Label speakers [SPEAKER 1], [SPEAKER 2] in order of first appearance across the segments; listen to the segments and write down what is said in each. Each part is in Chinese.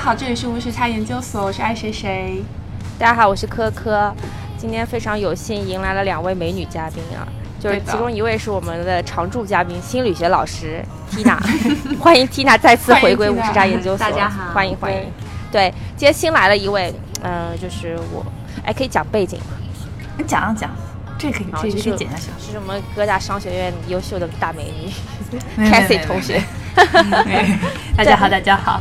[SPEAKER 1] 好，这里是无时差研究所，我是爱谁谁。
[SPEAKER 2] 大家好，我是科科，今天非常有幸迎来了两位美女嘉宾啊，就是
[SPEAKER 1] 对的
[SPEAKER 2] 其中一位是我们的常驻嘉宾心理学老师 Tina，欢迎 Tina 再次回归
[SPEAKER 1] 欢
[SPEAKER 2] 无
[SPEAKER 1] 迎 Tina
[SPEAKER 2] 时差研究所，
[SPEAKER 3] 大家好
[SPEAKER 2] 欢迎欢迎。对，今天新来了一位，嗯、就是我，哎，可以讲背景吗？
[SPEAKER 3] 你讲讲，这可以，
[SPEAKER 2] 好
[SPEAKER 3] 这
[SPEAKER 2] 就
[SPEAKER 3] 个
[SPEAKER 2] 是
[SPEAKER 3] 可以剪下去。
[SPEAKER 2] 是我们哥大商学院优秀的大美女
[SPEAKER 3] 没有
[SPEAKER 2] Cathy 同，学。
[SPEAKER 3] 没有嗯没有 没有大家好，大家好。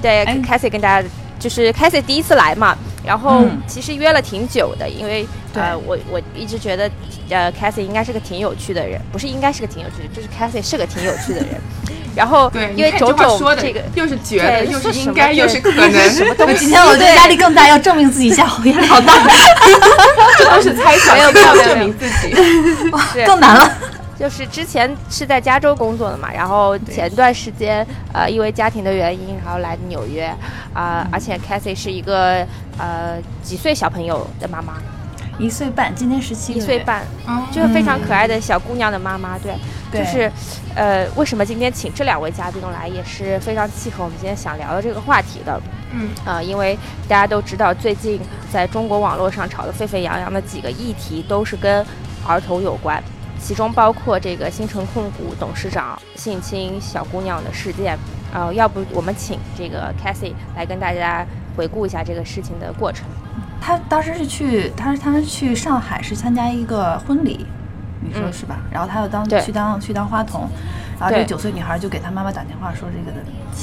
[SPEAKER 2] 对
[SPEAKER 3] 哎
[SPEAKER 2] ，Cathy 跟大家就是 Cathy 第一次 来嘛，然后
[SPEAKER 3] 嗯
[SPEAKER 2] 其实约了挺久的，因为呃，
[SPEAKER 3] 对
[SPEAKER 2] 我我一直觉得呃 Cathy 应该是个挺有趣的人，不是应该是个挺有趣的，就是 Cathy 是个挺有趣的人。然后
[SPEAKER 1] 对，
[SPEAKER 2] 因
[SPEAKER 1] 你
[SPEAKER 2] 为
[SPEAKER 1] 看
[SPEAKER 2] 种
[SPEAKER 1] 这话
[SPEAKER 2] 种
[SPEAKER 1] 说的
[SPEAKER 2] 这个。
[SPEAKER 1] 又是觉得，
[SPEAKER 2] 对
[SPEAKER 1] 又
[SPEAKER 2] 说
[SPEAKER 1] 是
[SPEAKER 2] 什
[SPEAKER 1] 应
[SPEAKER 2] 么
[SPEAKER 1] 该，
[SPEAKER 2] 对
[SPEAKER 1] 又是可能， 什么 都
[SPEAKER 3] 我今天我觉得压力更大，要证明自己一下，我压力好大，
[SPEAKER 1] 都是猜想，
[SPEAKER 2] 没有
[SPEAKER 1] 更要
[SPEAKER 2] 没有
[SPEAKER 1] 证
[SPEAKER 2] 没有
[SPEAKER 1] 明自 己。
[SPEAKER 2] 对
[SPEAKER 3] 更难了。
[SPEAKER 2] 就是之前是在加州工作的嘛，然后前段时间呃因为家庭的原因，然后来纽约，啊、
[SPEAKER 1] 嗯
[SPEAKER 2] 而且 Cathy 是一个呃几岁小朋友的妈妈，
[SPEAKER 3] 一岁半，今年十七，
[SPEAKER 2] 一岁，半，
[SPEAKER 1] 哦
[SPEAKER 2] 就是非常可爱的小姑娘的妈妈，嗯对，
[SPEAKER 3] 对
[SPEAKER 2] 就是，呃，为什么今天请这两位嘉宾来，也是非常契合我们今天想聊的这个话题的。
[SPEAKER 1] 嗯，
[SPEAKER 2] 啊，因为大家都知道，最近在中国网络上炒得沸沸扬扬的几个议题，都是跟儿童有关，其中包括这个新城控股董事长性侵小姑娘的事件。啊，要不我们请这个 Cassie 来跟大家回顾一下这个事情的过程。
[SPEAKER 3] 他当时是去，他是他们去上海是参加一个婚礼，你说
[SPEAKER 2] 嗯
[SPEAKER 3] 是吧？然后他又当
[SPEAKER 2] 对
[SPEAKER 3] 去当去当花童，然后这
[SPEAKER 2] 对
[SPEAKER 3] 个九岁女孩就给她妈妈打电话说这个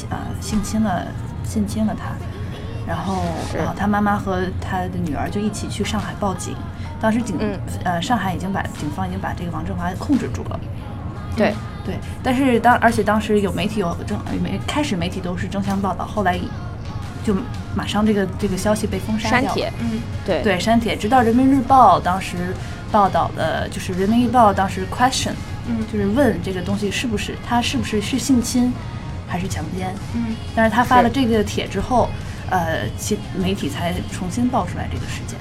[SPEAKER 3] 呃性侵了性侵了她，然后
[SPEAKER 2] 是
[SPEAKER 3] 然后她妈妈和她的女儿就一起去上海报警，当时警、
[SPEAKER 2] 嗯
[SPEAKER 3] 呃上海已经把警方已经把这个王振华控制住了。
[SPEAKER 2] 对，
[SPEAKER 3] 对，但是当而且当时有媒体有正媒开始媒体都是争相报道，后来就马上这个这个消息被封杀
[SPEAKER 2] 删
[SPEAKER 3] 掉了
[SPEAKER 2] 帖，
[SPEAKER 1] 嗯，
[SPEAKER 2] 对
[SPEAKER 3] 对删帖，直到人民日报当时报道的，就是人民日报当时 question，
[SPEAKER 1] 嗯
[SPEAKER 3] 就是问这个东西是不是他是不是是性侵还是强奸，
[SPEAKER 1] 嗯，
[SPEAKER 3] 但是他发
[SPEAKER 2] 是
[SPEAKER 3] 了这个帖之后，呃，其媒体才重新爆出来这个事件。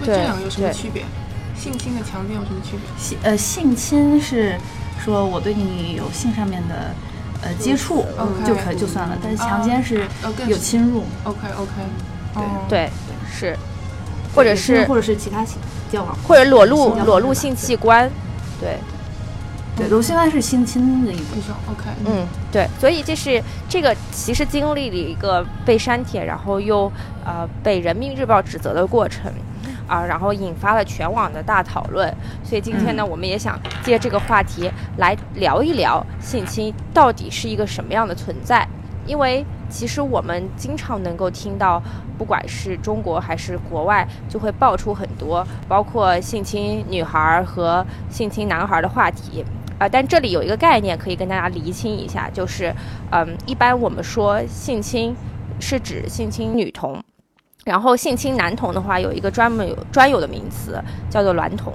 [SPEAKER 1] 不，
[SPEAKER 2] 对
[SPEAKER 1] 这两个有什么
[SPEAKER 2] 对
[SPEAKER 1] 区别？性侵和强奸有什么区别？
[SPEAKER 3] 性呃性侵是说我对你有性上面的呃接触
[SPEAKER 1] 嗯
[SPEAKER 3] 就可就算了，但是强奸是
[SPEAKER 2] 嗯
[SPEAKER 1] 哦更哦
[SPEAKER 3] 有侵入，
[SPEAKER 1] OK OK，
[SPEAKER 3] 对
[SPEAKER 2] 对，是，或者
[SPEAKER 3] 有侵入
[SPEAKER 2] 是
[SPEAKER 3] 或者是其他性交往，
[SPEAKER 2] 或者裸露
[SPEAKER 3] 性交
[SPEAKER 2] 裸
[SPEAKER 3] 往
[SPEAKER 2] 露
[SPEAKER 3] 对吧
[SPEAKER 2] 性器官，对，
[SPEAKER 3] 对，裸性爱是性侵的一种
[SPEAKER 1] 一。种 OK，
[SPEAKER 2] 嗯，对，所以这是这个其实经历了一个被删帖，然后又呃被人民日报指责的过程。啊，然后引发了全网的大讨论，所以今天呢，我们也想借这个话题来聊一聊性侵到底是一个什么样的存在，因为其实我们经常能够听到，不管是中国还是国外，就会爆出很多包括性侵女孩儿和性侵男孩儿的话题。啊，但这里有一个概念可以跟大家厘清一下，就是，嗯，一般我们说性侵是指性侵女童，然后性侵男童的话有一个专门有专有的名词叫做娈童，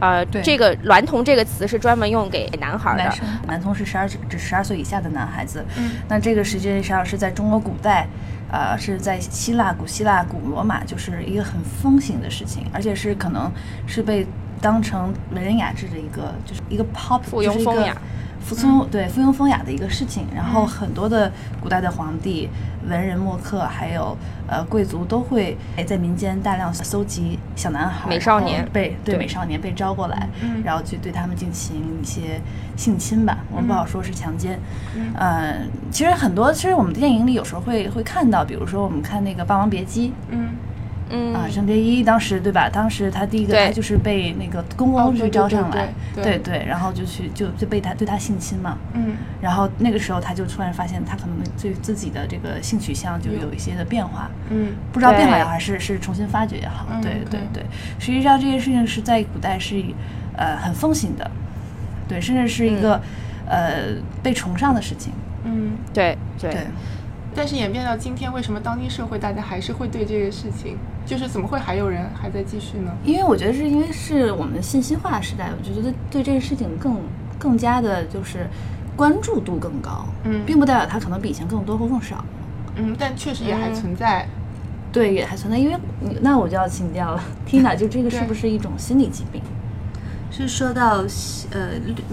[SPEAKER 2] 呃，
[SPEAKER 3] 对
[SPEAKER 2] 这个娈童这个词是专门用给男孩儿
[SPEAKER 3] 男
[SPEAKER 2] 的，
[SPEAKER 3] 生男童是十二至十二岁以下的男孩子，
[SPEAKER 1] 嗯
[SPEAKER 3] 那这个实际上是在中国古代，呃，是在希腊、古希腊、古罗马，就是一个很风行的事情，而且是可能是被当成文人雅致的一个，就是一个 pop
[SPEAKER 2] 附庸风雅，嗯
[SPEAKER 3] 服从、对附庸风雅的一个事情。然后很多的古代的皇帝、文人墨客，还有呃贵族都会在民间大量搜集小男孩、
[SPEAKER 2] 美少年
[SPEAKER 3] 然后被对
[SPEAKER 2] 对
[SPEAKER 3] 美少年被招过来，
[SPEAKER 1] 嗯
[SPEAKER 3] 然后去对他们进行一些性侵吧，我们不好说是强奸。
[SPEAKER 1] 嗯
[SPEAKER 3] 呃，其实很多，其实我们电影里有时候会会看到，比如说我们看那个《霸王别姬》
[SPEAKER 1] 嗯，
[SPEAKER 2] 嗯，
[SPEAKER 3] 啊，郑洁一当时对吧？当时他第一个
[SPEAKER 2] 对
[SPEAKER 3] 他就是被那个公
[SPEAKER 1] 哦
[SPEAKER 3] 公去
[SPEAKER 1] 对对
[SPEAKER 3] 招
[SPEAKER 1] 对
[SPEAKER 3] 上
[SPEAKER 1] 对
[SPEAKER 3] 来，
[SPEAKER 1] 对
[SPEAKER 3] 对，然后就去就就被他对他性侵嘛，
[SPEAKER 1] 嗯，
[SPEAKER 3] 然后那个时候他就突然发现他可能对自己的这个性取向就有一些的变化，
[SPEAKER 1] 嗯，
[SPEAKER 3] 不知道变化
[SPEAKER 2] 对
[SPEAKER 3] 也好还是是重新发掘也好，
[SPEAKER 1] 嗯
[SPEAKER 3] 对
[SPEAKER 1] ，OK
[SPEAKER 3] 对对，实际上这件事情是在古代是呃很风行的，对，甚至是一个、呃被崇尚的事情，
[SPEAKER 1] 嗯，
[SPEAKER 2] 对对
[SPEAKER 3] 对。
[SPEAKER 1] 但是演变到今天，为什么当今社会大家还是会对这个事情，就是怎么会还有人还在继续呢？
[SPEAKER 3] 因为我觉得是因为是我们信息化时代，我就觉得对这个事情更更加的就是关注度更高，
[SPEAKER 1] 嗯
[SPEAKER 3] 并不代表它可能比以前更多或更少。
[SPEAKER 1] 嗯，但确实也还
[SPEAKER 2] 嗯
[SPEAKER 1] 存在。
[SPEAKER 3] 对，也还存在，因为你那我就要请教了，Tina，就这个是
[SPEAKER 1] 对
[SPEAKER 3] 不是一种心理疾病？
[SPEAKER 4] 是说到呃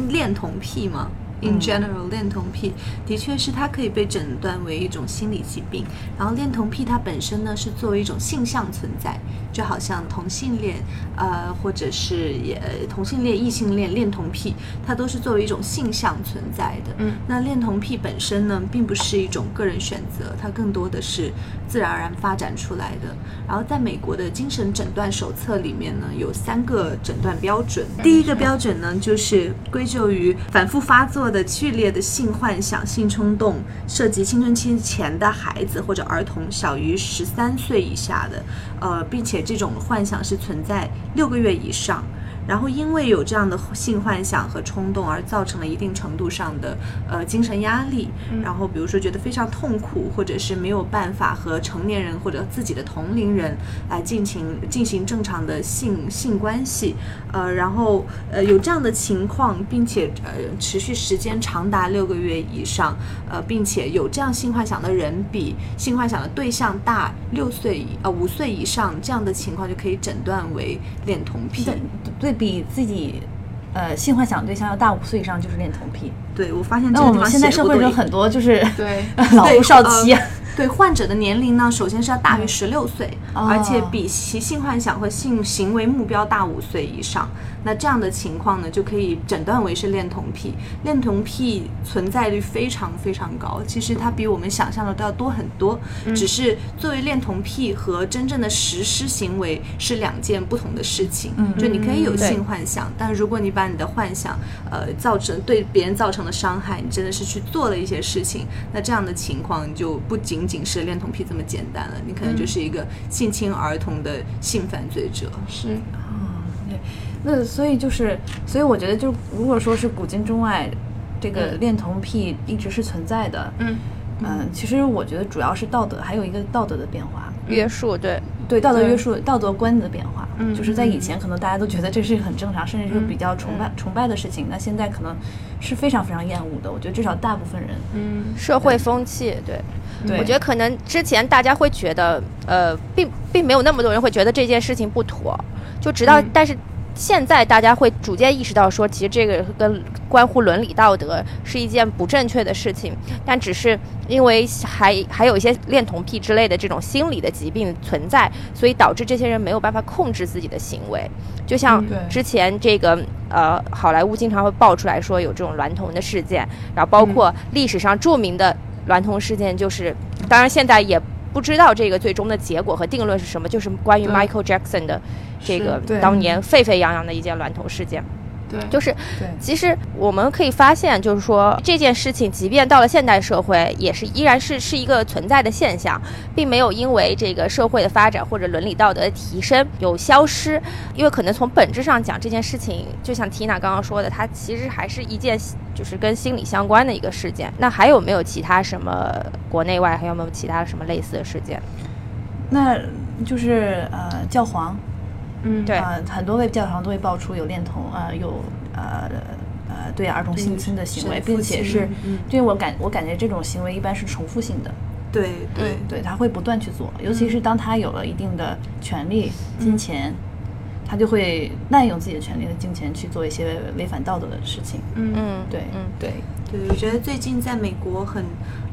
[SPEAKER 4] 恋童癖吗？ in general，、恋童癖的确是它可以被诊断为一种心理疾病。然后恋童癖它本身呢是作为一种性向存在，就好像同性恋，呃，或者是也同性恋、异性恋、恋童癖，它都是作为一种性向存在的。
[SPEAKER 1] 嗯，
[SPEAKER 4] 那恋童癖本身呢，并不是一种个人选择，它更多的是自然而然发展出来的。然后在美国的精神诊断手册里面呢，有三个诊断标准。第一个标准呢，就是归咎于反复发作的剧烈的性幻想、性冲动，涉及青春期前的孩子或者儿童小于十三岁以下的，呃，并且这种幻想是存在六个月以上。然后因为有这样的性幻想和冲动，而造成了一定程度上的呃精神压力，
[SPEAKER 1] 嗯
[SPEAKER 4] 然后比如说觉得非常痛苦，或者是没有办法和成年人或者自己的同龄人来进行进行正常的性性关系，呃，然后呃有这样的情况，并且呃持续时间长达六个月以上，呃，并且有这样性幻想的人比性幻想的对象大六岁以呃五岁以上，这样的情况就可以诊断为恋童癖。
[SPEAKER 3] 对对比自己，呃，性幻想对象要大五岁以上就是恋童癖。
[SPEAKER 4] 对，我发现嗯这
[SPEAKER 3] 那
[SPEAKER 4] 个
[SPEAKER 3] 我
[SPEAKER 4] 地
[SPEAKER 3] 们
[SPEAKER 4] 方
[SPEAKER 3] 现在
[SPEAKER 4] 写
[SPEAKER 3] 社
[SPEAKER 4] 不
[SPEAKER 3] 会
[SPEAKER 4] 对
[SPEAKER 3] 有很多就是
[SPEAKER 1] 对
[SPEAKER 3] 老
[SPEAKER 4] 对呃
[SPEAKER 3] 夫少妻啊， 嗯
[SPEAKER 4] 对患者的年龄呢，首先是要大于十六岁，
[SPEAKER 3] 哦
[SPEAKER 4] 而且比其性幻想和性行为目标大五岁以上。那这样的情况呢，就可以诊断为是恋童癖。恋童癖存在率非常非常高，其实它比我们想象的都要多很多。
[SPEAKER 3] 嗯
[SPEAKER 4] 只是作为恋童癖和真正的实施行为是两件不同的事情。
[SPEAKER 3] 嗯
[SPEAKER 4] 就你可以有
[SPEAKER 2] 对
[SPEAKER 4] 性幻想，但如果你把你的幻想，呃，造成对别人造成了伤害，你真的是去做了一些事情，那这样的情况就不仅仅是恋童癖这么简单了，你可能就是一个性侵儿童的性犯罪者。
[SPEAKER 1] 是
[SPEAKER 3] 嗯那所以就是，所以我觉得就如果说是古今中外，这个恋童癖一直是存在的。
[SPEAKER 1] 嗯
[SPEAKER 3] 嗯、其实我觉得主要是道德，还有一个道德的变化。
[SPEAKER 2] 约束对，
[SPEAKER 3] 对道德
[SPEAKER 1] 对
[SPEAKER 3] 约束、道德观的变化，
[SPEAKER 1] 嗯
[SPEAKER 3] 就是在以前可能大家都觉得这是很正常，甚至是比较崇拜、崇拜的事情，那现在可能是非常非常厌恶的。我觉得至少大部分人，
[SPEAKER 1] 嗯
[SPEAKER 2] 社会风气对。
[SPEAKER 3] 对
[SPEAKER 2] 我觉得可能之前大家会觉得，呃，并并没有那么多人会觉得这件事情不妥，就直到、
[SPEAKER 1] 嗯
[SPEAKER 2] 但是现在大家会逐渐意识到说，其实这个跟关乎伦理道德是一件不正确的事情，但只是因为还还有一些恋童癖之类的这种心理的疾病存在，所以导致这些人没有办法控制自己的行为，就像
[SPEAKER 1] 嗯
[SPEAKER 3] 对
[SPEAKER 2] 之前这个呃好莱坞经常会爆出来说有这种娈童的事件，然后包括历史上著名的娈童事件，就是当然现在也不知道这个最终的结果和定论是什么，就是关于
[SPEAKER 1] 对
[SPEAKER 2] Michael Jackson 的这个
[SPEAKER 1] 对
[SPEAKER 2] 当年沸沸扬扬的一件娈童事件，
[SPEAKER 1] 对，
[SPEAKER 2] 就是
[SPEAKER 3] 对
[SPEAKER 2] 其实我们可以发现，就是说这件事情，即便到了现代社会，也是依然是是一个存在的现象，并没有因为这个社会的发展或者伦理道德的提升有消失。因为可能从本质上讲，这件事情就像缇娜刚刚说的，它其实还是一件就是跟心理相关的一个事件。那还有没有其他什么国内外还有没有其他什么类似的事件？
[SPEAKER 3] 那就是呃教皇，
[SPEAKER 1] 嗯
[SPEAKER 2] 对
[SPEAKER 3] 呃很多位教皇都会爆出有恋童啊、呃有呃呃对儿童性侵的行为，
[SPEAKER 4] 是
[SPEAKER 3] 并且
[SPEAKER 4] 父亲
[SPEAKER 3] 是
[SPEAKER 4] 嗯，
[SPEAKER 3] 对我感我感觉这种行为一般是重复性的，
[SPEAKER 4] 对对
[SPEAKER 3] 对，他会不断去做，尤
[SPEAKER 4] 嗯
[SPEAKER 3] 其是当他有了一定的权利、金钱，他就会滥用自己的权利和金钱去做一些违反道德的事情。
[SPEAKER 1] 嗯
[SPEAKER 2] 嗯，
[SPEAKER 3] 对，
[SPEAKER 2] 嗯。
[SPEAKER 3] 对，
[SPEAKER 4] 对，我觉得最近在美国很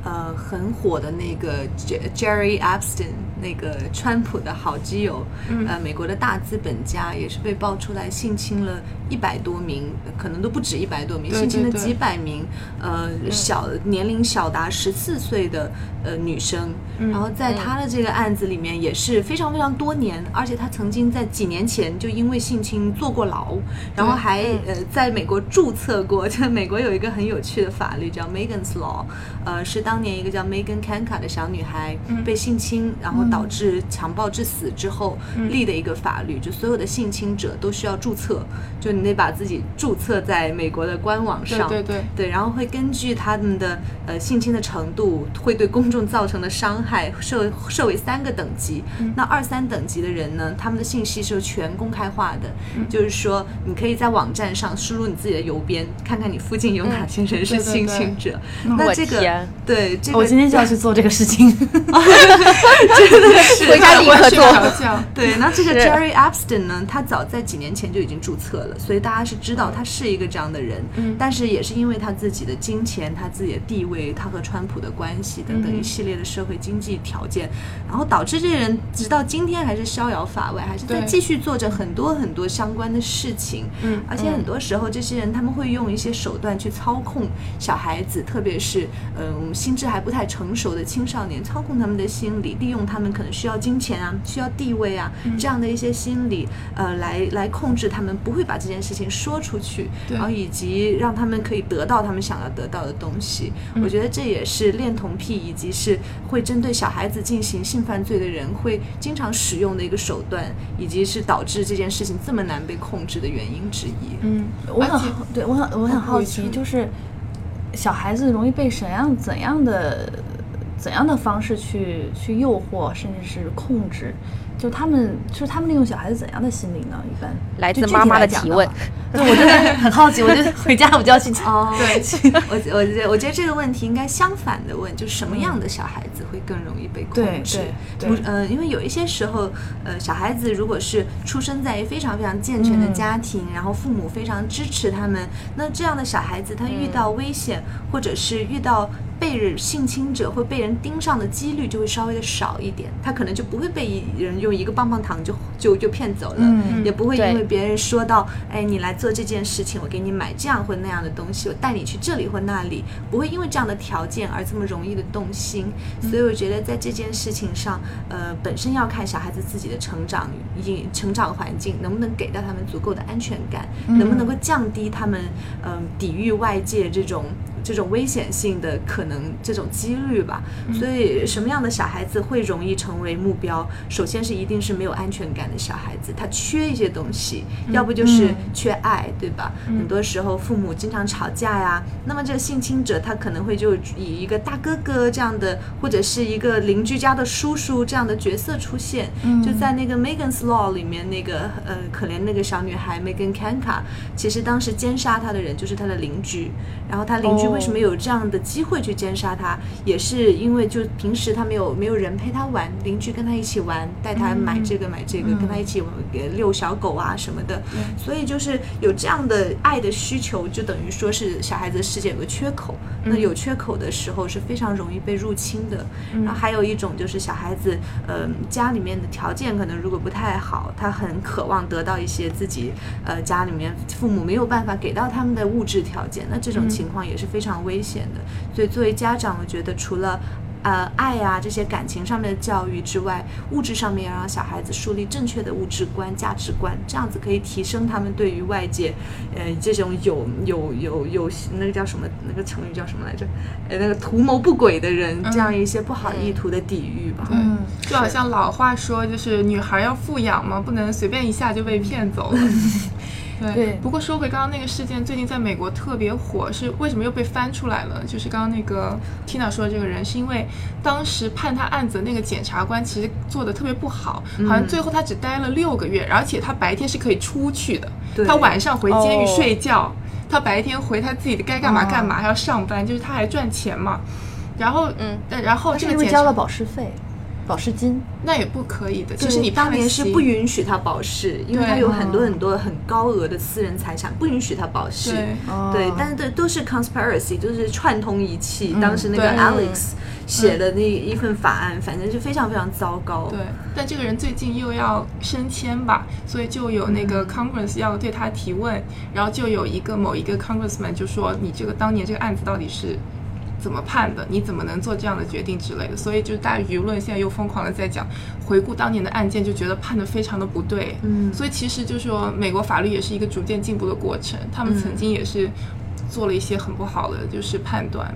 [SPEAKER 4] 呃很火的那个 Jer- Jerry Epstein，那个川普的好基友，
[SPEAKER 1] 嗯
[SPEAKER 4] 呃，美国的大资本家也是被爆出来性侵了一百多名，可能都不止一百多名，
[SPEAKER 1] 对
[SPEAKER 4] 性侵了
[SPEAKER 1] 对对
[SPEAKER 4] 几百名，呃，
[SPEAKER 1] 嗯
[SPEAKER 4] 小年龄小达十四岁的呃女生，
[SPEAKER 1] 嗯
[SPEAKER 4] 然后在他的这个案子里面也是非常非常多年，而且他曾经在几年前就因为性侵坐过牢，然
[SPEAKER 1] 嗯
[SPEAKER 4] 后还呃在美国注册过，就美国有一个很有趣的法律叫 Megan's Law，呃是当年一个叫 Megan Kanka 的小女孩
[SPEAKER 1] 嗯
[SPEAKER 4] 被性侵，然后导致强暴致死之后
[SPEAKER 1] 嗯
[SPEAKER 4] 立的一个法律，就所有的性侵者都需要注册，就你得把自己注册在美国的官网
[SPEAKER 1] 对
[SPEAKER 4] 上，
[SPEAKER 1] 对对，
[SPEAKER 4] 对，然后会根据他们的呃性侵的程度，会对公众造成的伤害设设为三个等级。那二三等级的人呢，他们的信息是全公开化的，就是说你可以在网站上输入你自己的邮编，看看你附近有哪些人是
[SPEAKER 1] 对对
[SPEAKER 4] 性
[SPEAKER 1] 对
[SPEAKER 4] 侵者。
[SPEAKER 2] 我
[SPEAKER 4] 那这个
[SPEAKER 2] 天
[SPEAKER 3] 哦
[SPEAKER 4] 对这个，
[SPEAKER 3] 我今天就要去做这个事情。
[SPEAKER 4] 这是
[SPEAKER 2] 回家立刻 做
[SPEAKER 1] 我要睡不着觉。
[SPEAKER 4] 对，那这个
[SPEAKER 2] 是
[SPEAKER 4] Jerry Epstein 呢，他早在几年前就已经注册了，所以大家是知道他是一个这样的人。
[SPEAKER 1] 嗯
[SPEAKER 4] 但是也是因为他自己的金钱、他自己的地位、他和川普的关系等等
[SPEAKER 1] 嗯
[SPEAKER 4] 一系列的社会经济条件，然后导致这些人直到今天还是逍遥法外，还是在
[SPEAKER 1] 对
[SPEAKER 4] 继续做着很多很多相关的事情。
[SPEAKER 1] 嗯
[SPEAKER 4] 而且很多时候，这些人他们会用一些手段去操控小孩子，特别是嗯心智还不太成熟的青少年，操控他们的心理，利用他们可能需要金钱啊、需要地位啊、
[SPEAKER 1] 嗯
[SPEAKER 4] 这样的一些心理，呃，来来控制他们不会把这件事情说出去，
[SPEAKER 1] 对
[SPEAKER 4] 然后以及让他们可以得到他们想要得到的东西。
[SPEAKER 1] 嗯
[SPEAKER 4] 我觉得这也是恋童癖以及是会针对小孩子进行性犯罪的人会经常使用的一个手段，以及是导致这件事情这么难被控制的原因之一。
[SPEAKER 1] 嗯，
[SPEAKER 3] 我
[SPEAKER 1] 而且
[SPEAKER 3] 很好对我很我很好
[SPEAKER 1] 我
[SPEAKER 3] 奇，
[SPEAKER 1] 也是
[SPEAKER 3] 就是小孩子容易被怎样怎样的怎样的方式去去诱惑，甚至是控制？就他们就是他们利用小孩子怎样的心理呢？一般
[SPEAKER 2] 来
[SPEAKER 3] 就
[SPEAKER 2] 自
[SPEAKER 3] 具
[SPEAKER 2] 妈
[SPEAKER 3] 体
[SPEAKER 2] 妈
[SPEAKER 3] 来
[SPEAKER 2] 的
[SPEAKER 3] 讲
[SPEAKER 2] 提
[SPEAKER 3] 话
[SPEAKER 2] 问，
[SPEAKER 3] 对，我真的很好奇，我就回家我就要 去查。
[SPEAKER 4] 哦，
[SPEAKER 1] 对，
[SPEAKER 4] 我觉我觉得我觉得这个问题应该相反的问，就是什么样的小孩子会更容易被控
[SPEAKER 3] 对
[SPEAKER 4] 制？
[SPEAKER 3] 嗯对
[SPEAKER 4] 不
[SPEAKER 3] 对
[SPEAKER 4] 呃，因为有一些时候，呃，小孩子如果是出生在非常非常健全的
[SPEAKER 3] 嗯
[SPEAKER 4] 家庭，然后父母非常支持他们，那这样的小孩子他遇到
[SPEAKER 3] 嗯
[SPEAKER 4] 危险、或者是遇到。被人性侵者或被人盯上的几率就会稍微的少一点，他可能就不会被一人用一个棒棒糖就就就骗走了，
[SPEAKER 3] 嗯
[SPEAKER 4] 也不会
[SPEAKER 2] 对
[SPEAKER 4] 因为别人说到，哎，你来做这件事情，我给你买这样或那样的东西，我带你去这里或那里，不会因为这样的条件而这么容易的动心。所以我觉得在这件事情上，呃，本身要看小孩子自己的成长以成长环境能不能给到他们足够的安全感，能不能够降低他们嗯、抵御外界这种。这种危险性的可能这种几率吧，所以什么样的小孩子会容易成为目标？首先是一定是没有安全感的小孩子，他缺一些东西，要不就是缺爱，对吧？很多时候父母经常吵架呀，那么这个性侵者他可能会就以一个大哥哥这样的，或者是一个邻居家的叔叔这样的角色出现，就在那个 Megan's Law 里面那个呃可怜那个小女孩 Megan Kanka，其实当时奸杀她的人就是她的邻居，然后她邻居为什么有这样的机会去奸杀她，也是因为就平时她没有没有人陪她玩，邻居跟她一起玩，带她买这个买这个，跟她一起玩呃遛小狗啊什么的，
[SPEAKER 1] 嗯
[SPEAKER 4] 所以就是有这样的爱的需求，就等于说是小孩子的世界有个缺口，那有缺口的时候是非常容易被入侵的。然后还有一种就是小孩子，呃，家里面的条件可能如果不太好，他很渴望得到一些自己呃家里面父母没有办法给到他们的物质条件，那这种情况也是非常危险的。所以作为家长，我觉得除了呃爱啊这些感情上面的教育之外，物质上面要让小孩子树立正确的物质观、价值观，这样子可以提升他们对于外界，呃这种有有有有那个叫什么那个成语叫什么来着？呃那个图谋不轨的人，这样一些不好意图的抵御吧。
[SPEAKER 1] 嗯，就好像老话说，就是女孩要富养嘛，不能随便一下就被骗 走了。对，
[SPEAKER 3] 对
[SPEAKER 1] 不过说回刚刚那个事件，最近在美国特别火，是为什么又被翻出来了？就是刚刚那个 Tina 说的这个人，是因为当时判他案子的那个检察官其实做的特别不好，好
[SPEAKER 3] 嗯
[SPEAKER 1] 像最后他只待了六个月，而且他白天是可以出去的，
[SPEAKER 4] 对
[SPEAKER 1] 他晚上回监狱
[SPEAKER 2] 哦
[SPEAKER 1] 睡觉，他白天回他自己的该干
[SPEAKER 3] 哦
[SPEAKER 1] 嘛干嘛，还要上班，就是他还赚钱嘛。然后，
[SPEAKER 2] 嗯，
[SPEAKER 1] 然后这
[SPEAKER 3] 是
[SPEAKER 1] 个
[SPEAKER 3] 不是
[SPEAKER 1] 检
[SPEAKER 3] 交
[SPEAKER 1] 察
[SPEAKER 3] 了保释费、 保释金？
[SPEAKER 1] 那也不可以的，
[SPEAKER 4] 就
[SPEAKER 1] 就是是
[SPEAKER 4] 你
[SPEAKER 1] 你
[SPEAKER 4] 当
[SPEAKER 1] 判了
[SPEAKER 4] 年是
[SPEAKER 1] 刑
[SPEAKER 4] 不允许他保释，因
[SPEAKER 1] 对
[SPEAKER 4] 为
[SPEAKER 1] 嗯
[SPEAKER 4] 他有很多很多很高额的私人财产，不允许他保释。
[SPEAKER 1] 对
[SPEAKER 4] 对
[SPEAKER 3] 哦，
[SPEAKER 4] 但是对都是 conspiracy，就是串通一气。当时那个
[SPEAKER 1] 嗯对嗯
[SPEAKER 4] Alex 写的那一份法案，反正是非常非常糟糕。
[SPEAKER 1] 对，但这个人最近又要升迁吧，所以就有那
[SPEAKER 4] 嗯
[SPEAKER 1] 个 Congress 要对他提问，然后就有一个某一个 Congressman 就说你这个当年这个案子到底是怎么判的，你怎么能做这样的决定之类的，所以就是大家舆论现在又疯狂的在讲回顾当年的案件，就觉得判的非常的不对，
[SPEAKER 4] 嗯
[SPEAKER 1] 所以其实就是说美国法律也是一个逐渐进步的过程，他们
[SPEAKER 4] 嗯
[SPEAKER 1] 曾经也是做了一些很不好的就是判断，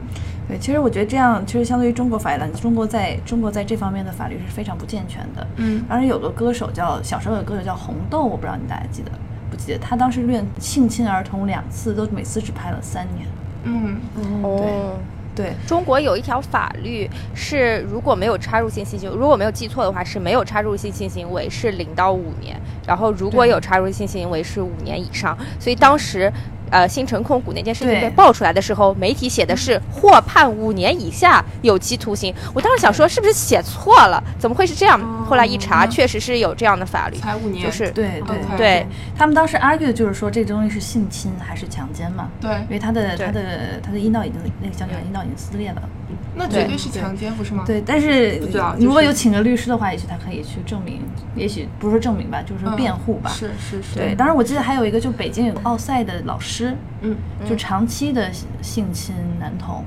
[SPEAKER 3] 对，其实我觉得这样，其实相对于中国法律来讲，中国在中国在这方面的法律是非常不健全的。
[SPEAKER 1] 嗯
[SPEAKER 3] 当时有个歌手叫小时候有个歌手叫红豆，我不知道你大家记得不记得？他当时虐性侵儿童两次，都每次只判了三年。
[SPEAKER 1] 嗯
[SPEAKER 2] 哦。
[SPEAKER 3] 对，
[SPEAKER 2] 中国有一条法律是，如果没有插入性性行为，如果没有记错的话，是没有插入性性行
[SPEAKER 3] 嗯
[SPEAKER 2] 为是零到五年，然后如果有插入性行为是五年以上。所以当时呃新城控股那件事情
[SPEAKER 3] 对
[SPEAKER 2] 被爆出来的时候，媒体写的是获判五年以下有期徒刑，我当时想说是不是写错了，怎么会是这样？后来一
[SPEAKER 3] 哦
[SPEAKER 2] 查，确实是有这样的法律，
[SPEAKER 3] 嗯
[SPEAKER 1] 才五年，
[SPEAKER 2] 就是
[SPEAKER 3] 对对
[SPEAKER 1] OK
[SPEAKER 2] 对
[SPEAKER 3] 他们当时 argue 就是说这东西是性侵还是强奸嘛？
[SPEAKER 1] 对
[SPEAKER 3] 因，为他的
[SPEAKER 2] 对
[SPEAKER 3] 他的他的阴道已经那个小女孩阴道已经撕裂了。
[SPEAKER 1] 那绝
[SPEAKER 2] 对
[SPEAKER 1] 对是
[SPEAKER 3] 对
[SPEAKER 1] 强奸，不是吗？嗯
[SPEAKER 3] 对，但是
[SPEAKER 1] 不知道
[SPEAKER 3] 如果
[SPEAKER 1] 啊就是
[SPEAKER 3] 有请个律师的话，也许他可以去证明，也许不是说证明吧，就是说
[SPEAKER 1] 嗯
[SPEAKER 3] 辩护吧。
[SPEAKER 1] 是是是，
[SPEAKER 3] 对，当然我记得还有一个，就北京有个奥赛的老师，
[SPEAKER 1] 嗯，
[SPEAKER 3] 就长期的性侵男童，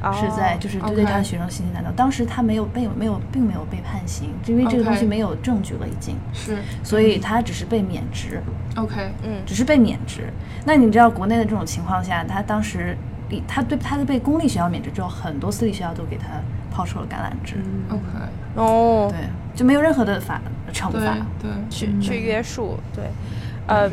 [SPEAKER 2] 哦
[SPEAKER 3] 是在就是对
[SPEAKER 1] OK
[SPEAKER 3] 对他的学生性侵男童。当时他没有被没有并没有被判刑，因为这个东西
[SPEAKER 1] OK
[SPEAKER 3] 没有证据了已经，
[SPEAKER 1] 是
[SPEAKER 3] 所以他只是被免职，
[SPEAKER 1] OK，
[SPEAKER 2] 嗯
[SPEAKER 3] 只是被免职。那你知道国内的这种情况下，他当时以他对他被公立学校免职之后，很多私立学校都给他抛出了橄榄枝，
[SPEAKER 1] OK，
[SPEAKER 2] 哦，
[SPEAKER 3] 对，就没有任何的法惩
[SPEAKER 1] 对
[SPEAKER 3] 罚。
[SPEAKER 1] 对，
[SPEAKER 2] 去去约束，对，嗯，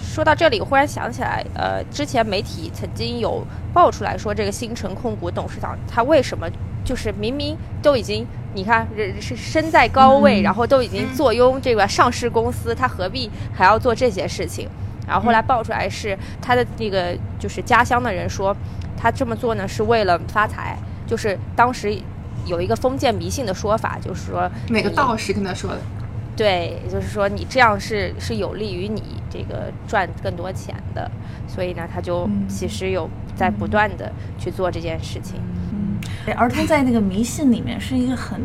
[SPEAKER 2] 说到这里，忽然想起来，呃，之前媒体曾经有爆出来说，这个新城控股董事长他为什么就是明明都已经，你看人是身在高
[SPEAKER 1] 嗯
[SPEAKER 2] 位，然后都已经坐拥这个上市公司，他何必还要做这些事情？然后后
[SPEAKER 1] 嗯
[SPEAKER 2] 来爆出来是他的那个就是家乡的人说，他这么做呢是为了发财，就是当时有一个封建迷信的说法，就是说
[SPEAKER 1] 哪个
[SPEAKER 2] 你
[SPEAKER 1] 道士跟他说的？
[SPEAKER 2] 对，就是说你这样是是有利于你这个赚更多钱的，所以呢，他就
[SPEAKER 3] 嗯
[SPEAKER 2] 其实有在不断的去做这件事情。
[SPEAKER 3] 嗯对儿童在那个迷信里面是一个很，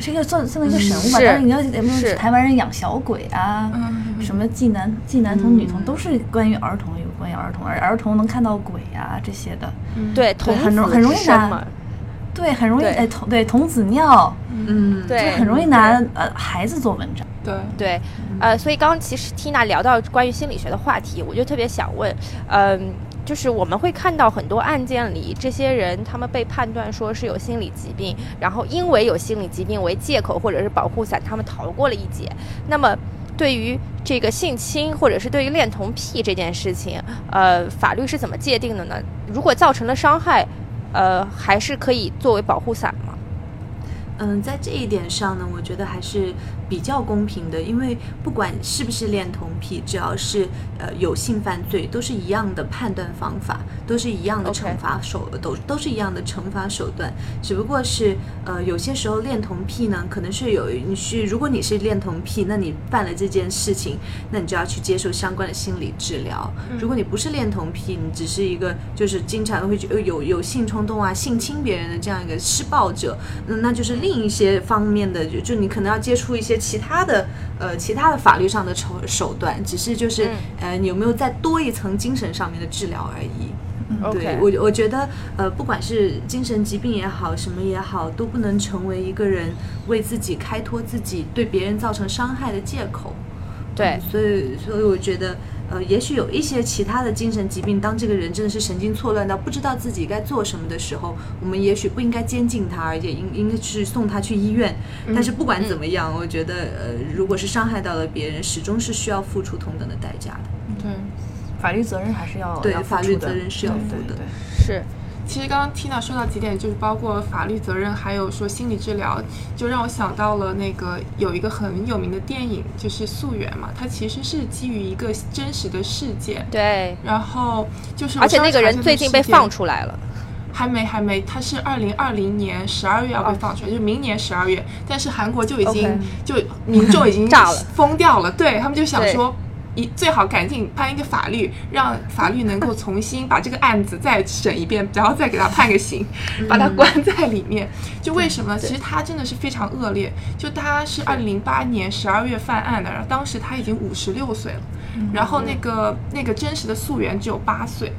[SPEAKER 3] 是一个算算一个神物吧。
[SPEAKER 2] 是
[SPEAKER 3] 但是你要有没有
[SPEAKER 2] 是
[SPEAKER 3] 台湾人养小鬼啊，
[SPEAKER 1] 嗯
[SPEAKER 3] 什么济南济南童、女童都是关于儿童有关于儿童，而儿童能看到鬼啊这些的。
[SPEAKER 1] 嗯
[SPEAKER 2] 对，童
[SPEAKER 3] 很容
[SPEAKER 2] 子
[SPEAKER 3] 很容易
[SPEAKER 2] 之身
[SPEAKER 3] 拿
[SPEAKER 2] 嘛，
[SPEAKER 3] 对，很容易
[SPEAKER 2] 对
[SPEAKER 3] 哎童对童子尿，
[SPEAKER 4] 嗯，
[SPEAKER 2] 对，
[SPEAKER 3] 很容易拿呃孩子做文章。
[SPEAKER 1] 对，
[SPEAKER 2] 对，呃，所以刚刚其实 Tina 聊到关于心理学的话题，我就特别想问，嗯、就是我们会看到很多案件里，这些人他们被判断说是有心理疾病，然后因为有心理疾病为借口或者是保护伞，他们逃过了一劫。那么对于这个性侵或者是对于恋童癖这件事情，呃，法律是怎么界定的呢？如果造成了伤害，呃，还是可以作为保护伞吗？
[SPEAKER 4] 嗯，在这一点上呢，我觉得还是比较公平的，因为不管是不是恋童癖，只要是呃有性犯罪，都是一样的判断方法，都是一样的
[SPEAKER 2] OK
[SPEAKER 4] 惩罚手都都是一样的惩罚手段，只不过是呃有些时候恋童癖呢，可能是有你是如果你是恋童癖，那你犯了这件事情，那你就要去接受相关的心理治疗。
[SPEAKER 2] 嗯
[SPEAKER 4] 如果你不是恋童癖，你只是一个就是经常会觉呃有有性冲动啊、性侵别人的这样一个施暴者，那那就是另一些方面的，就就你可能要接触一些其他的呃其他的法律上的手手段，只是就是、
[SPEAKER 2] 嗯
[SPEAKER 4] 呃你有没有再多一层精神上面的治疗而已。对
[SPEAKER 2] OK
[SPEAKER 4] 我，我觉得，呃，不管是精神疾病也好，什么也好，都不能成为一个人为自己开脱、自己对别人造成伤害的借口。
[SPEAKER 2] 对
[SPEAKER 4] 嗯，所以，所以我觉得，呃，也许有一些其他的精神疾病，当这个人真的是神经错乱到不知道自己该做什么的时候，我们也许不应该监禁他，而且应应该去送他去医院。但是不管怎么样，我觉得，呃，如果是伤害到了别人，始终是需要付出同等的代价的。
[SPEAKER 1] 对。
[SPEAKER 3] 法律责任还是要
[SPEAKER 4] 对
[SPEAKER 3] 要付
[SPEAKER 4] 法律
[SPEAKER 3] 出的
[SPEAKER 4] 责任是要
[SPEAKER 3] 对
[SPEAKER 4] 负
[SPEAKER 3] 对
[SPEAKER 4] 的
[SPEAKER 3] 对
[SPEAKER 2] 是，
[SPEAKER 1] 其实刚刚 Tina 说到几点，就是包括法律责任，还有说心理治疗，就让我想到了那个有一个很有名的电影，就是《溯源》嘛，它其实是基于一个真实的事件，
[SPEAKER 2] 对，
[SPEAKER 1] 然后就是我
[SPEAKER 2] 而且那个
[SPEAKER 1] 上
[SPEAKER 2] 人
[SPEAKER 1] 查
[SPEAKER 2] 最近被放
[SPEAKER 1] 出，
[SPEAKER 2] 出来了。
[SPEAKER 1] 还没还没，他是二零二零年十二月要被放出来，就明年十二月，但是韩国就已经
[SPEAKER 2] OK
[SPEAKER 1] 就民众已经
[SPEAKER 2] 炸了
[SPEAKER 1] 疯掉了，对他们就想
[SPEAKER 2] 对
[SPEAKER 1] 说。一最好赶紧判一个法律，让法律能够重新把这个案子再审一遍，然后再给他判个刑，把
[SPEAKER 2] 嗯
[SPEAKER 1] 他关在里面。就为什么呢？其实他真的是非常恶劣。就他是二零零八年十二月犯案的，然后当时他已经五十六岁了，然后那个那个真实的溯源只有八岁。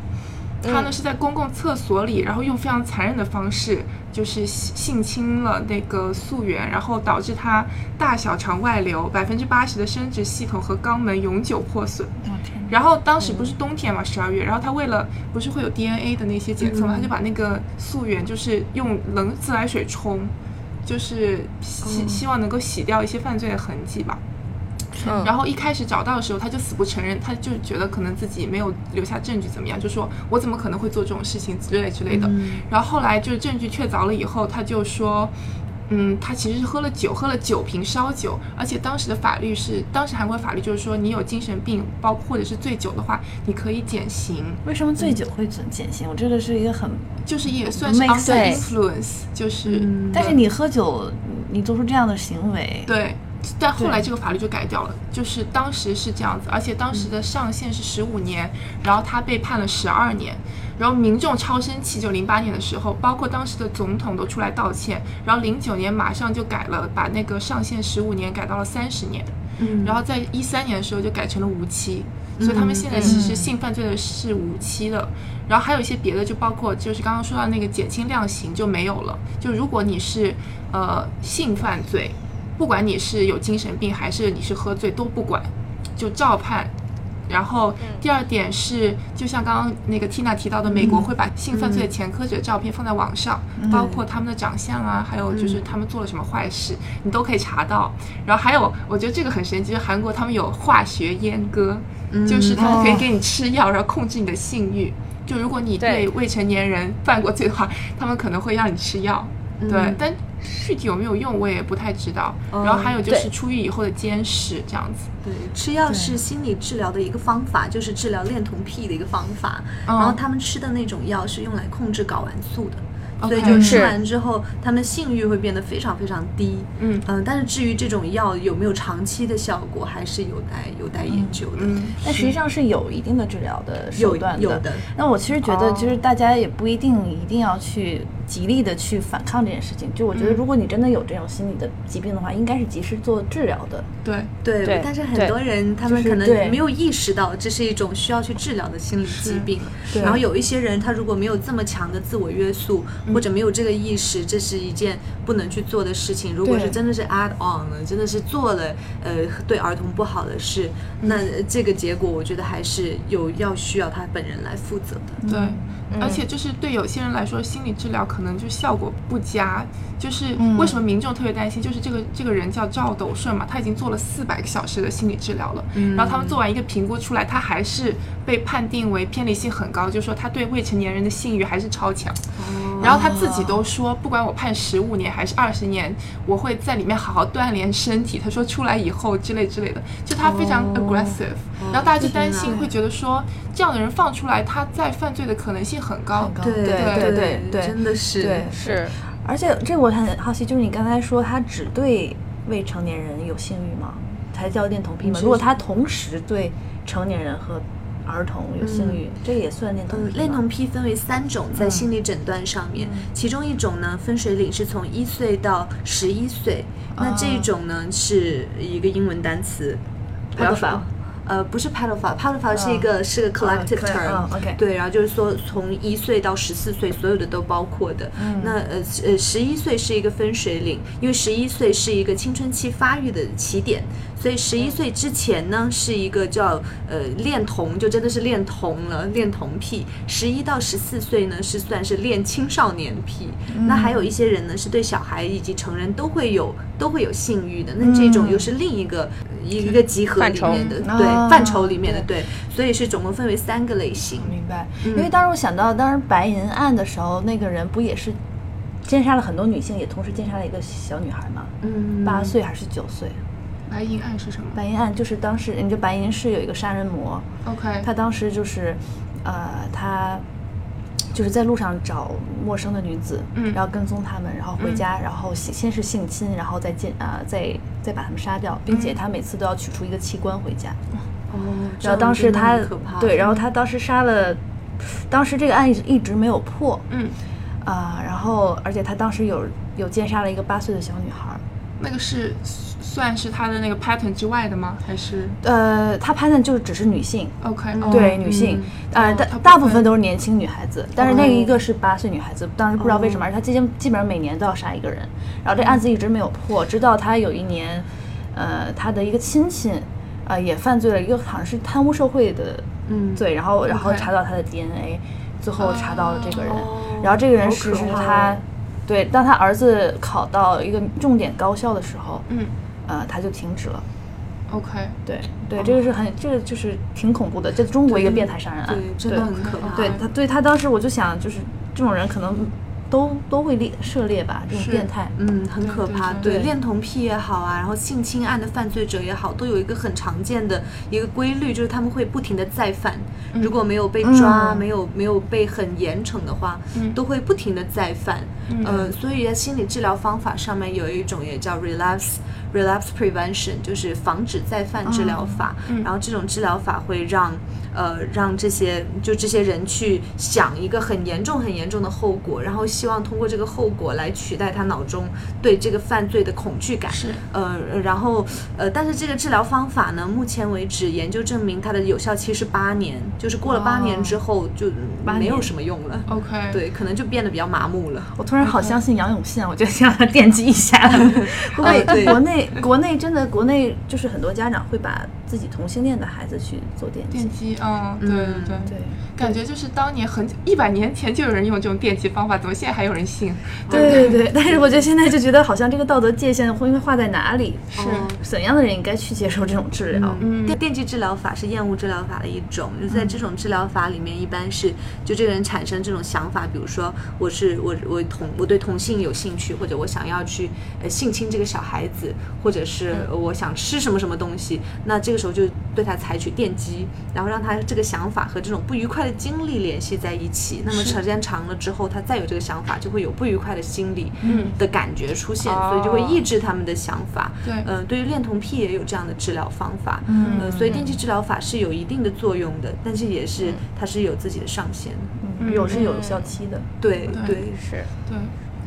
[SPEAKER 1] 他呢是在公共厕所里，然后用非常残忍的方式，就是性性侵了那个溯源，然后导致他大小肠外流，百分之八十的生殖系统和肛门永久破损。
[SPEAKER 3] 我天哪，
[SPEAKER 1] 然后当时不是冬天嘛，十二月，然后他为了不是会有 DNA 的那些检测嘛，他就把那个溯源就是用冷自来水冲，就是希希望能够洗掉一些犯罪的痕迹吧。
[SPEAKER 2] 嗯
[SPEAKER 1] 然后一开始找到的时候，他就死不承认，他就觉得可能自己没有留下证据怎么样，就说我怎么可能会做这种事情之类之类的。然后后来就是证据确凿了以后，他就说，嗯，他其实是喝了酒，喝了九瓶烧酒，而且当时的法律是，当时韩国法律就是说，你有精神病，包括或者是醉酒的话，你可以减刑，
[SPEAKER 3] 为什么醉酒会减减刑？我这个是一个很，
[SPEAKER 1] 就是也算是
[SPEAKER 3] Makes
[SPEAKER 1] under
[SPEAKER 2] sense
[SPEAKER 1] influence，就是、
[SPEAKER 4] 嗯
[SPEAKER 3] 但是你喝酒，你做出这样的行为，
[SPEAKER 1] 对。但后来这个法律就改掉了，就是当时是这样子，而且当时的上限是十五年，然后他被判了十二年，然后民众超生气，就零八年的时候，包括当时的总统都出来道歉，然后零九年马上就改了，把那个上限十五年改到了三十年，
[SPEAKER 4] 嗯
[SPEAKER 1] 然后在一三年的时候就改成了无期，所以他们现在其实性犯罪的是无期的。然后还有一些别的，就包括就是刚刚说到那个减轻量刑就没有了。就如果你是呃性犯罪，不管你是有精神病还是你是喝醉都不管，就照判。然后第二点是，就像刚刚那个 Tina 提到的，美
[SPEAKER 4] 嗯
[SPEAKER 1] 国会把性犯罪的前科者照片放在网上，包括他们的长相啊，还有
[SPEAKER 4] 嗯
[SPEAKER 1] 就是他们做了什么坏事，你都可以查到。然后还有，我觉得这个很神奇，就是韩国他们有化学阉割，
[SPEAKER 4] 嗯
[SPEAKER 1] 就是他
[SPEAKER 4] 哦
[SPEAKER 1] 们可以给你吃药，然后控制你的性欲。就如果你
[SPEAKER 2] 对
[SPEAKER 1] 对未成年人犯过罪的话，他们可能会让你吃药。
[SPEAKER 4] 嗯
[SPEAKER 1] 对，但具体有没有用我也不太知道。
[SPEAKER 4] 哦
[SPEAKER 1] 然后还有就
[SPEAKER 2] 对
[SPEAKER 1] 是出狱以后的监视这样子。
[SPEAKER 4] 对，吃药是心理治疗的一个方法，就是治疗恋童癖的一个方法。
[SPEAKER 1] 嗯
[SPEAKER 4] 然后他们吃的那种药是用来控制睾丸素的。所以
[SPEAKER 3] 嗯
[SPEAKER 1] OK
[SPEAKER 4] 就吃
[SPEAKER 2] 是
[SPEAKER 4] 完之后，他们性欲会变得非常非常低。
[SPEAKER 1] 嗯
[SPEAKER 4] 嗯，但是至于这种药有没有长期的效果，还是有待有待研究的。
[SPEAKER 1] 嗯，
[SPEAKER 3] 但实际上是有一定的治疗的手
[SPEAKER 4] 有
[SPEAKER 3] 段
[SPEAKER 4] 有的，
[SPEAKER 3] 那我其实觉得，
[SPEAKER 1] 哦
[SPEAKER 3] 就是大家也不一定一定要去极力的去反抗这件事情。就我觉得，
[SPEAKER 1] 嗯
[SPEAKER 3] 如果你真的有这种心理的疾病的话，应该是及时做治疗的。
[SPEAKER 1] 对，
[SPEAKER 4] 对，
[SPEAKER 2] 对
[SPEAKER 4] 但是很
[SPEAKER 2] 对
[SPEAKER 4] 多人他
[SPEAKER 3] 就
[SPEAKER 4] 们
[SPEAKER 3] 是
[SPEAKER 4] 可能
[SPEAKER 3] 对
[SPEAKER 4] 没有意识到这是一种需要去治疗的心理疾病，
[SPEAKER 3] 对
[SPEAKER 4] 然后有一些人他如果没有这么强的自我约束，
[SPEAKER 3] 嗯
[SPEAKER 4] 或者没有这个意识，这是一件不能去做的事情。如果
[SPEAKER 3] 对
[SPEAKER 4] 是真的是 add on 了，真的是做了呃对儿童不好的事，
[SPEAKER 3] 嗯
[SPEAKER 4] 那呃这个结果我觉得还是有要需要他本人来负责的。
[SPEAKER 1] 对，而且就是对有些人来说，心理治疗可能就效果不佳。就是
[SPEAKER 3] 嗯
[SPEAKER 1] 为什么民众特别担心，就是这个这个人叫赵斗顺嘛，他已经做了四百个小时的心理治疗了，然后他们做完一个评估出来，他还是被判定为偏离性很高，就说他对未成年人的性欲还是超强。
[SPEAKER 3] 哦
[SPEAKER 1] 然后他自己都说，不管我判十五年还是二十年，我会在里面好好锻炼身体。他说出来以后之类之类的，就他非常 aggressive，、然后大家就担心会觉得说，这样的人放出来，他再犯罪的可能性很高。
[SPEAKER 4] 对
[SPEAKER 3] 对
[SPEAKER 4] 对
[SPEAKER 3] 对
[SPEAKER 4] 真的是
[SPEAKER 3] 对，
[SPEAKER 2] 是
[SPEAKER 3] 而且这我很好奇，就是你刚才说他只对未成年人有性欲吗？才叫恋童癖吗？如果他同时对成年人和儿童有性欲，这也算嗯呃恋童癖，
[SPEAKER 4] 嗯
[SPEAKER 3] 吗？
[SPEAKER 4] 恋童癖分为三种，
[SPEAKER 3] 嗯
[SPEAKER 4] 在心理诊断上面，其中一种呢分水岭是从一岁到十一岁，
[SPEAKER 3] 啊
[SPEAKER 4] 那这一种呢是一个英文单词，不要说
[SPEAKER 3] Pedophile。啊
[SPEAKER 4] 呃，不是 pedophile，pedophile 是一个、是个 collective
[SPEAKER 3] 嗯
[SPEAKER 4] term，、
[SPEAKER 3] ，OK
[SPEAKER 4] 对，然后就是说从一岁到十四岁，所有的都包括的。
[SPEAKER 2] 嗯
[SPEAKER 4] 那呃是呃，十一岁是一个分水岭，因为十一岁是一个青春期发育的起点，所以十
[SPEAKER 2] 嗯
[SPEAKER 4] 一岁之前呢是一个叫呃恋童，就真的是恋童了，恋童癖。十一到十四岁呢是算是恋青少年癖。
[SPEAKER 2] 嗯
[SPEAKER 4] 那还有一些人呢是对小孩以及成人都会有都会有性欲的，那这种又是另一个、一个集合
[SPEAKER 2] 嗯范
[SPEAKER 4] 里
[SPEAKER 2] 畴哦
[SPEAKER 4] 面的，
[SPEAKER 3] 嗯
[SPEAKER 4] 对、
[SPEAKER 3] 啊
[SPEAKER 4] 范畴里面的对，所以是总共分为三个类型。
[SPEAKER 3] 明白，因为当时我想到，当时白银案的时候，那个人不也是奸杀了很多女性，也同时奸杀了一个小女孩吗？
[SPEAKER 4] 嗯
[SPEAKER 3] 八、岁还是九岁？
[SPEAKER 1] 白银案是什么
[SPEAKER 3] 白银案就是当时，你知道白银市有一个杀人魔，
[SPEAKER 1] ？OK，
[SPEAKER 3] 他当时就是，呃，他就是在路上找陌生的女子，
[SPEAKER 1] 嗯
[SPEAKER 3] 然后跟踪他们，然后回家，
[SPEAKER 4] 嗯
[SPEAKER 3] 然后先先是性侵，然后再奸啊、再再把他们杀掉，并
[SPEAKER 4] 嗯
[SPEAKER 3] 且他每次都要取出一个器官回家。
[SPEAKER 4] 哦，这
[SPEAKER 3] 然
[SPEAKER 4] 样
[SPEAKER 3] 后当时
[SPEAKER 4] 真的
[SPEAKER 3] 他
[SPEAKER 4] 很可怕
[SPEAKER 3] 对，然后他当时杀了，当时这个案一直没有破
[SPEAKER 1] 嗯，
[SPEAKER 3] 啊、然后而且他当时有有奸杀了一个八岁的小女孩儿，
[SPEAKER 1] 那个是算是他的那个 pattern 之外的吗？还是
[SPEAKER 3] 呃，他判断就是只是女性，
[SPEAKER 1] OK？、
[SPEAKER 3] 对女性，呃，
[SPEAKER 1] 哦
[SPEAKER 3] 大
[SPEAKER 1] 他不
[SPEAKER 3] 大部
[SPEAKER 1] 分
[SPEAKER 3] 分都是年轻女孩子，但是那一个是八岁女孩子，当时不知道为什么，而且他基本基本上每年都要杀一个人，然后这案子一直没有破，直到他有一年，呃，他的一个亲戚，呃，也犯罪了一个好像是贪污受贿的
[SPEAKER 4] 嗯
[SPEAKER 3] 罪，然后然后
[SPEAKER 1] OK
[SPEAKER 3] 查到他的 DNA，最后查到了这个人
[SPEAKER 4] 哦，
[SPEAKER 3] 然后这个人
[SPEAKER 4] 好
[SPEAKER 3] 是
[SPEAKER 4] 可
[SPEAKER 3] 是
[SPEAKER 4] 怕
[SPEAKER 3] 他
[SPEAKER 4] 哦，
[SPEAKER 3] 对，当他儿子考到一个重点高校的时候，
[SPEAKER 1] 嗯
[SPEAKER 3] 呃，他就停止了。
[SPEAKER 1] ，OK，
[SPEAKER 3] 对
[SPEAKER 4] 嗯
[SPEAKER 3] 对，这个是很，这个就是挺恐怖的，这中国一个变态杀人案，
[SPEAKER 4] 对，真的很可怕。
[SPEAKER 3] 嗯对
[SPEAKER 1] 对
[SPEAKER 3] 他，对他当时我就想，就是这种人可能都都会列涉猎吧，这种变态。
[SPEAKER 4] 嗯，很可怕。
[SPEAKER 1] 对对
[SPEAKER 3] 对
[SPEAKER 4] 恋童癖也好啊，然后性侵案的犯罪者也好，都有一个很常见的一个规律，就是他们会不停的再犯。如果没有被抓，
[SPEAKER 3] 嗯
[SPEAKER 4] 没有没有被很严惩的话，
[SPEAKER 1] 嗯
[SPEAKER 4] 都会不停的再犯。
[SPEAKER 1] 嗯
[SPEAKER 4] 呃，所以在心理治疗方法上面有一种也叫 relapse relapse prevention，就是防止再犯治疗法。
[SPEAKER 1] 嗯
[SPEAKER 4] 然后这种治疗法会让呃让这些就这些人去想一个很严重很严重的后果，然后希望通过这个后果来取代他脑中对这个犯罪的恐惧感。
[SPEAKER 1] 是
[SPEAKER 4] 呃，然后呃，但是这个治疗方法呢，目前为止研究证明它的有效期是八年，就是过了八
[SPEAKER 1] 哦
[SPEAKER 4] 年之后就
[SPEAKER 3] 八
[SPEAKER 4] 没有
[SPEAKER 3] 年
[SPEAKER 4] 什么用了。
[SPEAKER 1] OK，，
[SPEAKER 4] 对，可能就变得比较麻木了。
[SPEAKER 3] 我突然好相信杨永信啊，我觉得 先让他惦记一下。 不过
[SPEAKER 4] 嗯哦对
[SPEAKER 3] 国内国内真的国内就是很多家长会把自己同性恋的孩子去做电
[SPEAKER 1] 电
[SPEAKER 3] 击。
[SPEAKER 1] 击，嗯，对对对，
[SPEAKER 3] 对，
[SPEAKER 1] 感觉就是当年很一百年前就有人用这种电击方法，怎么现在还有人信？
[SPEAKER 3] 对对对， 但是我觉得现在就觉得好像这个道德界限会画在哪里，
[SPEAKER 1] 是
[SPEAKER 4] 哦
[SPEAKER 3] 怎样的人应该去接受这种治疗？
[SPEAKER 1] 嗯
[SPEAKER 4] 电电击治疗法是厌恶治疗法的一种，就在这种治疗法里面，一般是就这个人产生这种想法，比如说我是我我同我对同性有兴趣，或者我想要去呃性侵这个小孩子，或者是呃
[SPEAKER 1] 嗯
[SPEAKER 4] 我想吃什么什么东西，那这个时候就对他采取电击，然后让他这个想法和这种不愉快的经历联系在一起，那么时间长了之后，他再有这个想法，就会有不愉快的心理
[SPEAKER 1] 嗯
[SPEAKER 4] 的感觉出现，
[SPEAKER 2] 哦
[SPEAKER 4] 所以就会抑制他们的想法。
[SPEAKER 1] 对
[SPEAKER 4] 呃，对于恋童癖也有这样的治疗方法，
[SPEAKER 3] 嗯
[SPEAKER 4] 呃，所以电击治疗法是有一定的作用的，但是也是它是有自己的上限的。
[SPEAKER 1] 嗯
[SPEAKER 3] 有是有效期的。
[SPEAKER 4] 对
[SPEAKER 1] 对
[SPEAKER 4] 对，
[SPEAKER 2] 是，
[SPEAKER 1] 对，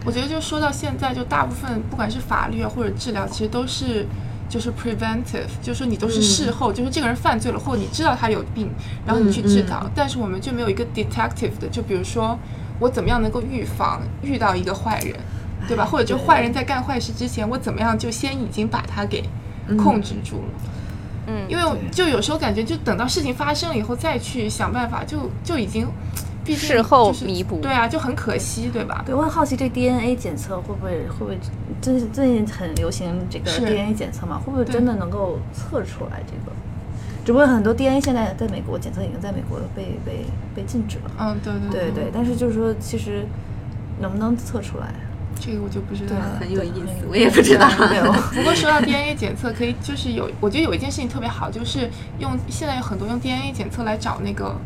[SPEAKER 1] 我觉得就说到现在，就大部分不管是法律啊或者治疗，其实都是就是 preventive，就是说你都是事后，就是这个人犯罪了，或者你知道他有病，然后你去治疗。但是我们就没有一个 detective 的，就比如说我怎么样能够预防遇到一个坏人，对吧？或者就坏人在干坏事之前，我怎么样就先已经把他给控制住了。
[SPEAKER 2] 嗯
[SPEAKER 1] 因为我就有时候感觉，就等到事情发生了以后再去想办法，就就已经，毕竟
[SPEAKER 2] 事后
[SPEAKER 1] 就是
[SPEAKER 2] 弥补
[SPEAKER 1] 对啊，就很可惜，对吧？
[SPEAKER 3] 对，我很好奇这 DNA 检测会不会会不会，最最近很流行这个
[SPEAKER 1] 是
[SPEAKER 3] DNA 检测嘛，会不会
[SPEAKER 1] 对
[SPEAKER 3] 真的能够测出来这个？只不过很多 DNA 现在在美国检测已经在美国被被被禁止了。
[SPEAKER 1] 嗯，对对
[SPEAKER 3] 对对，但是就是说，其实能不能测出来呃啊？
[SPEAKER 1] 这个我就不知道了。
[SPEAKER 4] 很有意思，我也不知道。
[SPEAKER 3] 没有，
[SPEAKER 1] 不过说到 DNA 检测，可以就是有，我觉得有一件事情特别好，就是用现在有很多用 DNA 检测来找那个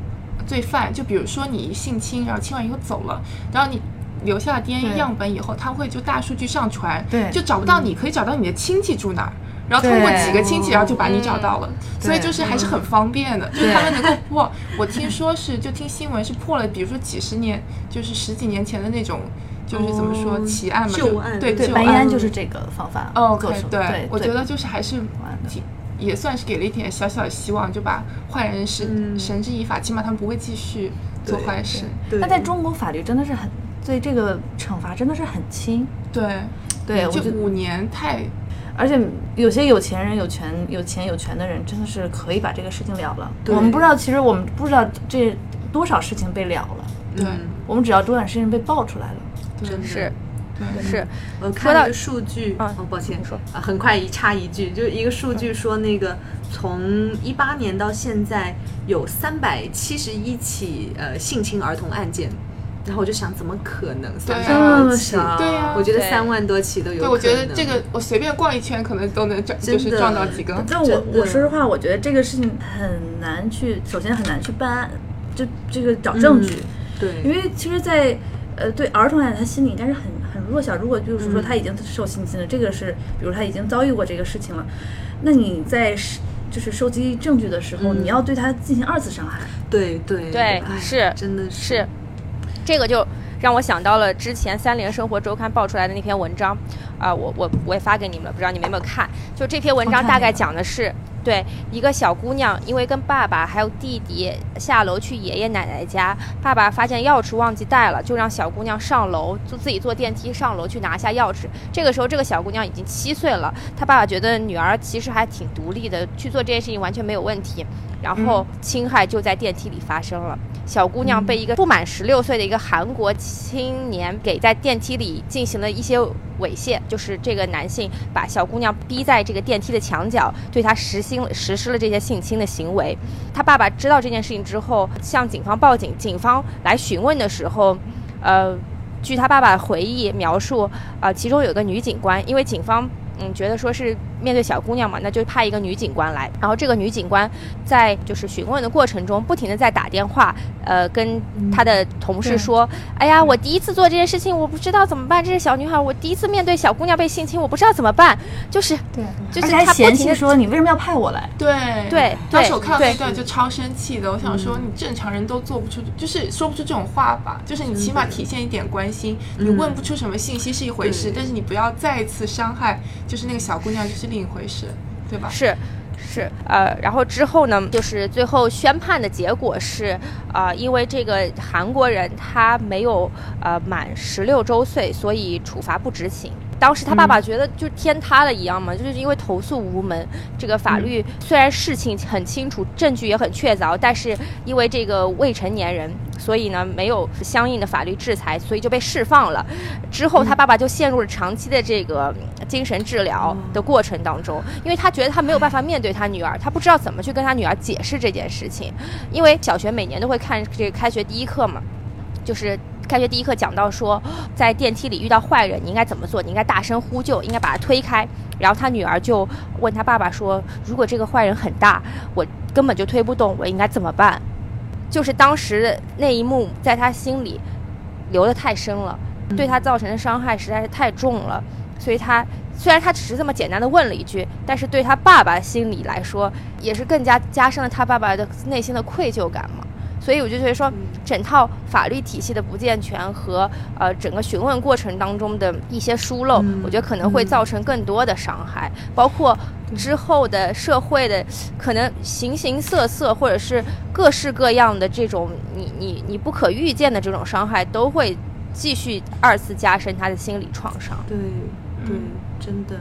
[SPEAKER 1] 罪犯，就比如说你性侵，然后侵完以后走了，然后你。留下了 DNA
[SPEAKER 3] 对
[SPEAKER 1] 样本以后，他会就大数据上传，
[SPEAKER 3] 对
[SPEAKER 1] 就找不
[SPEAKER 4] 嗯
[SPEAKER 1] 到你，可以找到你的亲戚住哪儿，然后通过
[SPEAKER 3] 对嗯
[SPEAKER 1] 几个亲戚，然后就把你
[SPEAKER 4] 嗯
[SPEAKER 1] 找到了，所以
[SPEAKER 3] 对
[SPEAKER 1] 就是还是很方便的，就是他们能够破。我听说是，就听新闻是破了，比如说几十年，就是十几年前的那种，就是怎么说
[SPEAKER 4] 哦
[SPEAKER 1] 奇案嘛，
[SPEAKER 4] 旧
[SPEAKER 1] 就
[SPEAKER 4] 案
[SPEAKER 1] 对
[SPEAKER 4] 对
[SPEAKER 1] 旧
[SPEAKER 3] 白
[SPEAKER 1] 案
[SPEAKER 3] 银安就是这个方法
[SPEAKER 1] 哦，
[SPEAKER 3] 做出
[SPEAKER 1] 对
[SPEAKER 3] 的对，
[SPEAKER 1] 我觉
[SPEAKER 3] 对
[SPEAKER 1] 得就是还是
[SPEAKER 3] 玩的
[SPEAKER 1] 挺也算是给了一点小小的希望，就把坏人绳、
[SPEAKER 4] 嗯
[SPEAKER 1] 绳之以法，起码他们不会继续做
[SPEAKER 4] 对
[SPEAKER 1] 坏事。
[SPEAKER 4] 对
[SPEAKER 3] 那在中国法律真的是很对这个惩罚真的是很轻。
[SPEAKER 1] 对，
[SPEAKER 3] 对，我
[SPEAKER 1] 嗯就
[SPEAKER 3] 觉得
[SPEAKER 1] 五年太
[SPEAKER 3] 而且有些有钱人、有权、有钱有权的人，真的是可以把这个事情了了。
[SPEAKER 4] 对
[SPEAKER 3] 我们不知道，其实我们不知道这多少事情被了了，
[SPEAKER 1] 对
[SPEAKER 4] 嗯
[SPEAKER 3] 我们只要多少事情被爆出来了。
[SPEAKER 1] 对
[SPEAKER 4] 真的
[SPEAKER 2] 是
[SPEAKER 1] 对
[SPEAKER 2] 是，
[SPEAKER 4] 我
[SPEAKER 2] 说
[SPEAKER 4] 看
[SPEAKER 2] 到
[SPEAKER 4] 一个数据，
[SPEAKER 2] 啊
[SPEAKER 4] 哦，抱歉
[SPEAKER 2] 你说，
[SPEAKER 4] 啊，很快一插一句，就是一个数据说那个从一八年到现在有三百七十一起呃性侵儿童案件，然后我就想怎么可能
[SPEAKER 1] 对
[SPEAKER 4] 三
[SPEAKER 1] 啊
[SPEAKER 4] 百多起？
[SPEAKER 1] 对呀
[SPEAKER 4] 我觉得
[SPEAKER 2] 对
[SPEAKER 4] 三万多起都有可
[SPEAKER 1] 对，
[SPEAKER 4] 能。
[SPEAKER 1] 我觉得这个我随便逛一圈，可能都能撞，就
[SPEAKER 4] 真
[SPEAKER 1] 是
[SPEAKER 4] 的
[SPEAKER 1] 撞到几个。
[SPEAKER 3] 但我
[SPEAKER 4] 真的
[SPEAKER 3] 我说实话，我觉得这个事情很难去，首先很难去办案，就这个找证据，
[SPEAKER 4] 对，
[SPEAKER 3] 因为其实在，呃对儿童来讲，他心理应该是很很弱小。如果就是说他已经受性侵了，这个是比如他已经遭遇过这个事情了，那你在是就是收集证据的时候，
[SPEAKER 4] 嗯
[SPEAKER 3] 你要对他进行二次伤害。
[SPEAKER 4] 对对
[SPEAKER 2] 对
[SPEAKER 4] 哎
[SPEAKER 2] 是
[SPEAKER 4] 真的
[SPEAKER 2] 是，这个就让我想到了之前三联生活周刊爆出来的那篇文章，啊、我我我也发给你们了，不知道你们有没有看？就这篇文章
[SPEAKER 3] 我看
[SPEAKER 2] 大概
[SPEAKER 3] 那个
[SPEAKER 2] 讲的是，对一个小姑娘，因为跟爸爸还有弟弟下楼去爷爷奶奶家，爸爸发现钥匙忘记带了，就让小姑娘上楼，就自己坐电梯上楼去拿下钥匙。这个时候，这个小姑娘已经七岁了，她爸爸觉得女儿其实还挺独立的，去做这件事情完全没有问题。然后侵害就在电梯里发生了。小姑娘被一个不满十六岁的一个韩国青年给在电梯里进行了一些猥亵，就是这个男性把小姑娘逼在这个电梯的墙角，对她实行实施了这些性侵的行为。他爸爸知道这件事情之后，向警方报警，警方来询问的时候，呃，据他爸爸回忆描述，呃，其中有一个女警官，因为警方嗯觉得说是面对小姑娘嘛，那就派一个女警官来。然后这个女警官在就是询问的过程中，不停的在打电话，呃，跟她的同事
[SPEAKER 3] 对
[SPEAKER 2] 说：“哎呀，我第一次做这件事情，我不知道怎么办。这是小女孩，我第一次面对小姑娘被性侵，我不知道怎么办。”就是
[SPEAKER 3] 对，
[SPEAKER 2] 就是
[SPEAKER 3] 而且还
[SPEAKER 2] 他不
[SPEAKER 3] 嫌
[SPEAKER 2] 停
[SPEAKER 3] 弃
[SPEAKER 2] 的
[SPEAKER 3] 说你为什么要派我来？
[SPEAKER 1] 对
[SPEAKER 2] 对
[SPEAKER 1] 当
[SPEAKER 2] 对
[SPEAKER 1] 时我看到那
[SPEAKER 2] 对
[SPEAKER 1] 段就超生气的，我想
[SPEAKER 4] 嗯
[SPEAKER 1] 说你正常人都做不出，就是说不出这种话吧，就是你起码体现一点关心，你问不出什么信息是一回事
[SPEAKER 4] 嗯对，
[SPEAKER 1] 但是你不要再次伤害，就是那个小姑娘就是另一回事，对吧？
[SPEAKER 2] 是。是，呃，然后之后呢，就是最后宣判的结果是，啊、因为这个韩国人他没有呃满十六周岁，所以处罚不执行。当时他爸爸觉得就天塌了一样嘛，就是因为投诉无门。这个法律虽然事情很清楚，证据也很确凿，但是因为这个未成年人，所以呢没有相应的法律制裁，所以就被释放了。之后他爸爸就陷入了长期的这个嗯精神治疗的过程当中，因为他觉得他没有办法面对他女儿，他不知道怎么去跟他女儿解释这件事情。因为小学每年都会看这个开学第一课嘛，就是开学第一课讲到说，在电梯里遇到坏人，你应该怎么做？你应该大声呼救，应该把他推开。然后他女儿就问他爸爸说：“如果这个坏人很大，我根本就推不动，我应该怎么办？”就是当时那一幕在他心里留得太深了，对他造成的伤害实在是太重了，所以他。虽然他只是这么简单的问了一句，但是对他爸爸心里来说，也是更加加深了他爸爸的内心的愧疚感嘛。所以我就觉得说，整套法律体系的不健全和呃整个询问过程当中的一些疏漏，
[SPEAKER 4] 嗯
[SPEAKER 2] 我觉得可能会造成更多的伤害，包括之后的社会的可能形形色色或者是各式各样的这种你你你不可预见的这种伤害，都会继续二次加深他的心理创伤。
[SPEAKER 4] 对对，真的，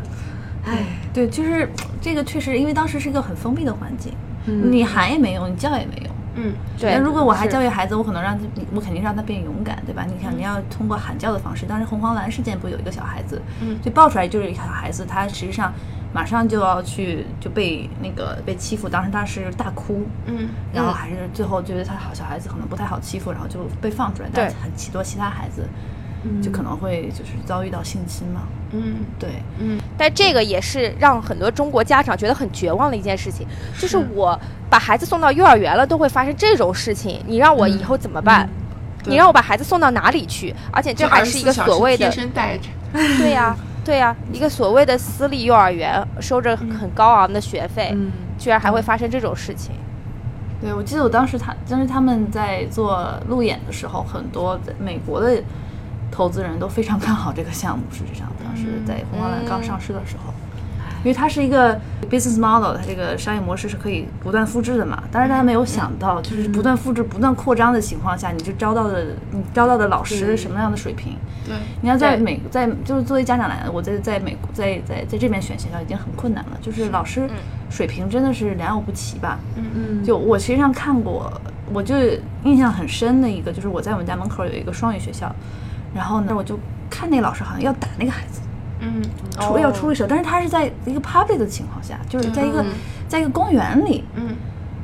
[SPEAKER 4] 唉，
[SPEAKER 3] 对，就是这个确实，因为当时是一个很封闭的环境，
[SPEAKER 4] 嗯
[SPEAKER 3] 你喊也没用，你叫也没用。
[SPEAKER 1] 嗯，
[SPEAKER 2] 对
[SPEAKER 3] 那，如果我还
[SPEAKER 2] 是
[SPEAKER 3] 教育孩子，我可能让他，我肯定让他变勇敢，对吧？你看，你要通过喊叫的方式。当时红黄蓝事件不有一个小孩子，
[SPEAKER 1] 嗯
[SPEAKER 3] 就爆出来就是一个小孩子，他实际上马上就要去就被那个被欺负，当时他是大哭，
[SPEAKER 1] 嗯
[SPEAKER 3] 然后还是最后觉得他好小孩子可能不太好欺负，然后就被放出来。
[SPEAKER 2] 对
[SPEAKER 3] 但很多其他孩子就可能会就是遭遇到性侵嘛，
[SPEAKER 1] 嗯
[SPEAKER 3] 对，
[SPEAKER 2] 但这个也是让很多中国家长觉得很绝望的一件事情，就是我把孩子送到幼儿园了，都会发生这种事情，你让我以后怎么办？
[SPEAKER 1] 嗯对
[SPEAKER 2] 你让我把孩子送到哪里去？而且这还是一个所谓的
[SPEAKER 1] 贴，身带着，
[SPEAKER 2] 对呀、 对呀、一个所谓的私立幼儿园，收着
[SPEAKER 1] 嗯
[SPEAKER 2] 很高昂的学费，
[SPEAKER 4] 嗯
[SPEAKER 2] 居然还会发生这种事情。
[SPEAKER 3] 对，我记得我当时他，当时他们在做路演的时候，很多在美国的投资人都非常看好这个项目。事实上，当时在红黄蓝刚上市的时候，因为它是一个 business model，它这个商业模式是可以不断复制的嘛。但是大家没有想到，就是不断复制、不断扩张的情况下，你就招到的你招到的老师是什么样的水平？
[SPEAKER 1] 对，
[SPEAKER 3] 你要在
[SPEAKER 2] 对
[SPEAKER 3] 美在就是作为家长来，我在在美国在在在这边选学校已经很困难了，就是老师水平真的是良莠不齐吧。
[SPEAKER 4] 嗯
[SPEAKER 3] 就我实际上看过，我就印象很深的一个，就是我在我们家门口有一个双语学校，然后呢，我就看那老师好像要打那个孩子，
[SPEAKER 1] 嗯
[SPEAKER 3] 出、要出一手，但是他是在一个 public 的情况下，就是在一个、在一个公园里，
[SPEAKER 1] 嗯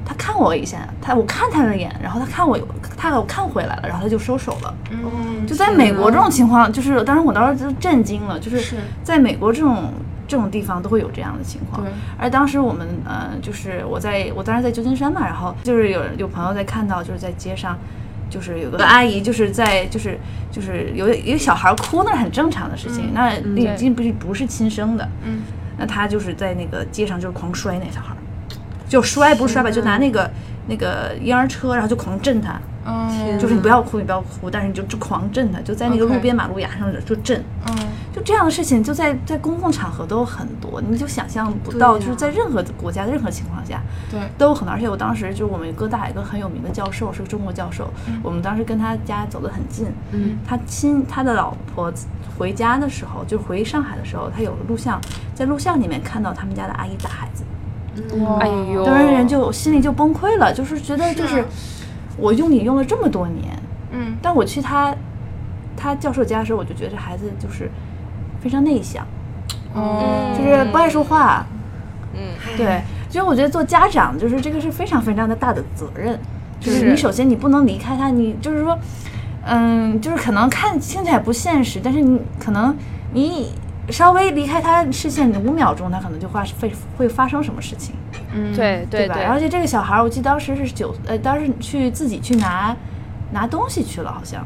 [SPEAKER 3] 他看我一下，他我看他的眼，然后他看我，他我看回来了，然后他就收手了。
[SPEAKER 1] 嗯，
[SPEAKER 3] 就在美国这种情况，就是当时我当时就震惊了，就是
[SPEAKER 1] 是
[SPEAKER 3] 在美国这种这种地方都会有这样的情况
[SPEAKER 1] 对。
[SPEAKER 3] 而当时我们呃，就是我在我当时在旧金山嘛，然后就是有有朋友在看到，就是在街上。就是有个阿姨，就是在就是就是有一个小孩哭，那是很正常的事情，那已经不是不是亲生的，
[SPEAKER 1] 嗯，
[SPEAKER 3] 那她就是在那个街上就是狂摔那小孩儿，就摔不是摔吧，就拿那个那个婴儿车，然后就狂震他，
[SPEAKER 1] 嗯
[SPEAKER 3] 就是你不要哭，你不要哭，但是你就就狂震他，就在那个
[SPEAKER 1] OK
[SPEAKER 3] 路边马路牙上就震。
[SPEAKER 1] 嗯
[SPEAKER 3] 就这样的事情，就在在公共场合都很多，你就想象不到，
[SPEAKER 4] 对啊
[SPEAKER 3] 就是在任何国家、任何情况下
[SPEAKER 1] 对，
[SPEAKER 3] 都有很多。而且我当时就我们哥大有一个很有名的教授，是个中国教授，
[SPEAKER 1] 嗯
[SPEAKER 3] 我们当时跟他家走得很近，
[SPEAKER 4] 嗯，
[SPEAKER 3] 他亲他的老婆回家的时候，就回上海的时候，他有录像，在录像里面看到他们家的阿姨打孩子，
[SPEAKER 1] 哇
[SPEAKER 2] 哎呦，
[SPEAKER 3] 当时人就心里就崩溃了，就是觉
[SPEAKER 1] 啊
[SPEAKER 3] 得就是我用你用了这么多年，
[SPEAKER 1] 嗯
[SPEAKER 3] 但我去他他教授家的时候，我就觉得这孩子就是非常内向，
[SPEAKER 1] 哦，
[SPEAKER 3] 就是不爱说话。
[SPEAKER 2] 嗯，
[SPEAKER 3] 对，所以我觉得做家长就是这个是非常非常的大的责任，就是是你首先你不能离开他，你就是说。嗯，就是可能看听起来不现实，但是你可能你稍微离开他视线五秒钟，他可能就发会会发生什么事情，
[SPEAKER 1] 嗯，
[SPEAKER 2] 对对
[SPEAKER 3] 吧？而且这个小孩儿，我记得当时是九，呃，当时去自己去拿拿东西去了，好像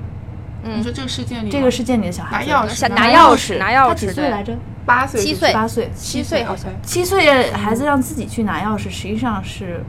[SPEAKER 1] 你说这个事件里吗，
[SPEAKER 3] 这个事件里的小
[SPEAKER 1] 拿
[SPEAKER 3] 孩子
[SPEAKER 1] 钥匙，
[SPEAKER 2] 想拿
[SPEAKER 3] 拿
[SPEAKER 2] 钥匙
[SPEAKER 3] 匙，
[SPEAKER 2] 拿钥
[SPEAKER 3] 他几
[SPEAKER 2] 匙
[SPEAKER 3] 岁
[SPEAKER 2] 对
[SPEAKER 3] 来着？
[SPEAKER 1] 八岁
[SPEAKER 2] 七
[SPEAKER 1] 就是
[SPEAKER 2] 岁
[SPEAKER 3] 八岁，
[SPEAKER 2] 七
[SPEAKER 1] 岁
[SPEAKER 2] 岁好像
[SPEAKER 1] OK
[SPEAKER 3] 七岁的孩子让自己去拿钥匙，实际上是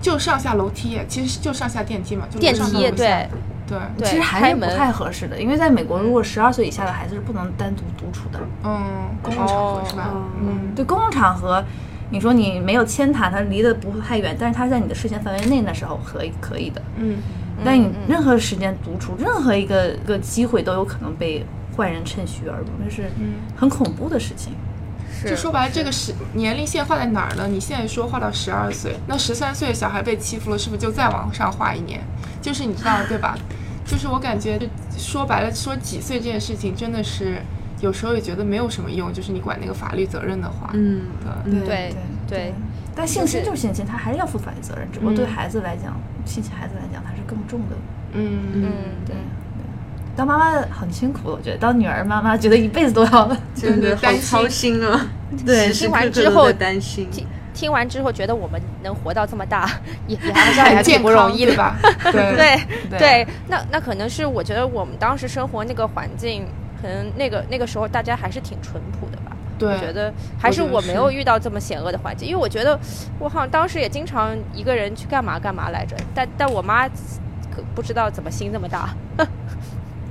[SPEAKER 1] 就上下楼梯，其实就上下电梯嘛，就楼
[SPEAKER 2] 电
[SPEAKER 1] 上和
[SPEAKER 2] 梯
[SPEAKER 1] 楼下
[SPEAKER 2] 对
[SPEAKER 1] 对，
[SPEAKER 2] 对，
[SPEAKER 3] 其实还
[SPEAKER 2] 开
[SPEAKER 3] 是不
[SPEAKER 2] 门
[SPEAKER 3] 太合适的，因为在美国，如果十二岁以下的孩子是不能单独独处的。
[SPEAKER 1] 嗯，公共场合是吧？
[SPEAKER 4] 哦
[SPEAKER 1] 嗯，
[SPEAKER 3] 对公共场合，你说你没有牵他，他离得不太远，但是他在你的视线范围内那时候可以可以的。
[SPEAKER 1] 嗯，
[SPEAKER 3] 但你任何时间独处，任何一个一个机会都有可能被坏人趁虚而入，那是
[SPEAKER 1] 嗯
[SPEAKER 3] 很恐怖的事情。
[SPEAKER 1] 就说白了，这个是年龄线画在哪儿呢？你现在说画到十二岁，那十三岁的小孩被欺负了，是不是就再往上画一年？就是你知道对吧？就是我感觉，说白了，说几岁这件事情真的是。有时候也觉得没有什么用，就是你管那个法律责任的话，
[SPEAKER 4] 嗯
[SPEAKER 1] 对
[SPEAKER 4] 嗯
[SPEAKER 2] 对对，嗯
[SPEAKER 3] 但性侵就是性侵，他还是要负法律责任，只不过对孩子来讲，性侵孩子来讲，他是更重的。
[SPEAKER 1] 嗯，
[SPEAKER 2] 嗯
[SPEAKER 3] 对，当妈妈很辛苦，我觉得当女儿妈妈觉得一辈子都要
[SPEAKER 4] 真的好
[SPEAKER 1] 担心
[SPEAKER 4] 操心啊！
[SPEAKER 3] 对
[SPEAKER 4] 时时
[SPEAKER 2] 听完
[SPEAKER 4] 刻刻
[SPEAKER 2] 之
[SPEAKER 4] 都
[SPEAKER 2] 后
[SPEAKER 4] 在担心。
[SPEAKER 2] 听听完之后觉得我们能活到这么大， 也 也好像也还挺
[SPEAKER 1] 健
[SPEAKER 2] 不容易的
[SPEAKER 1] 康对？吧？对
[SPEAKER 2] 对
[SPEAKER 3] 嗯对
[SPEAKER 2] 对，那那可能是我觉得我们当时生活那个环境，可能那个那个时候大家还是挺淳朴的吧。我
[SPEAKER 1] 对
[SPEAKER 2] 觉得还是
[SPEAKER 1] 觉得
[SPEAKER 2] 我没有
[SPEAKER 1] 是
[SPEAKER 2] 遇到这么险恶的环境，因为我觉得我好像当时也经常一个人去干嘛干嘛来着，但但我妈可不知道怎么心这么大。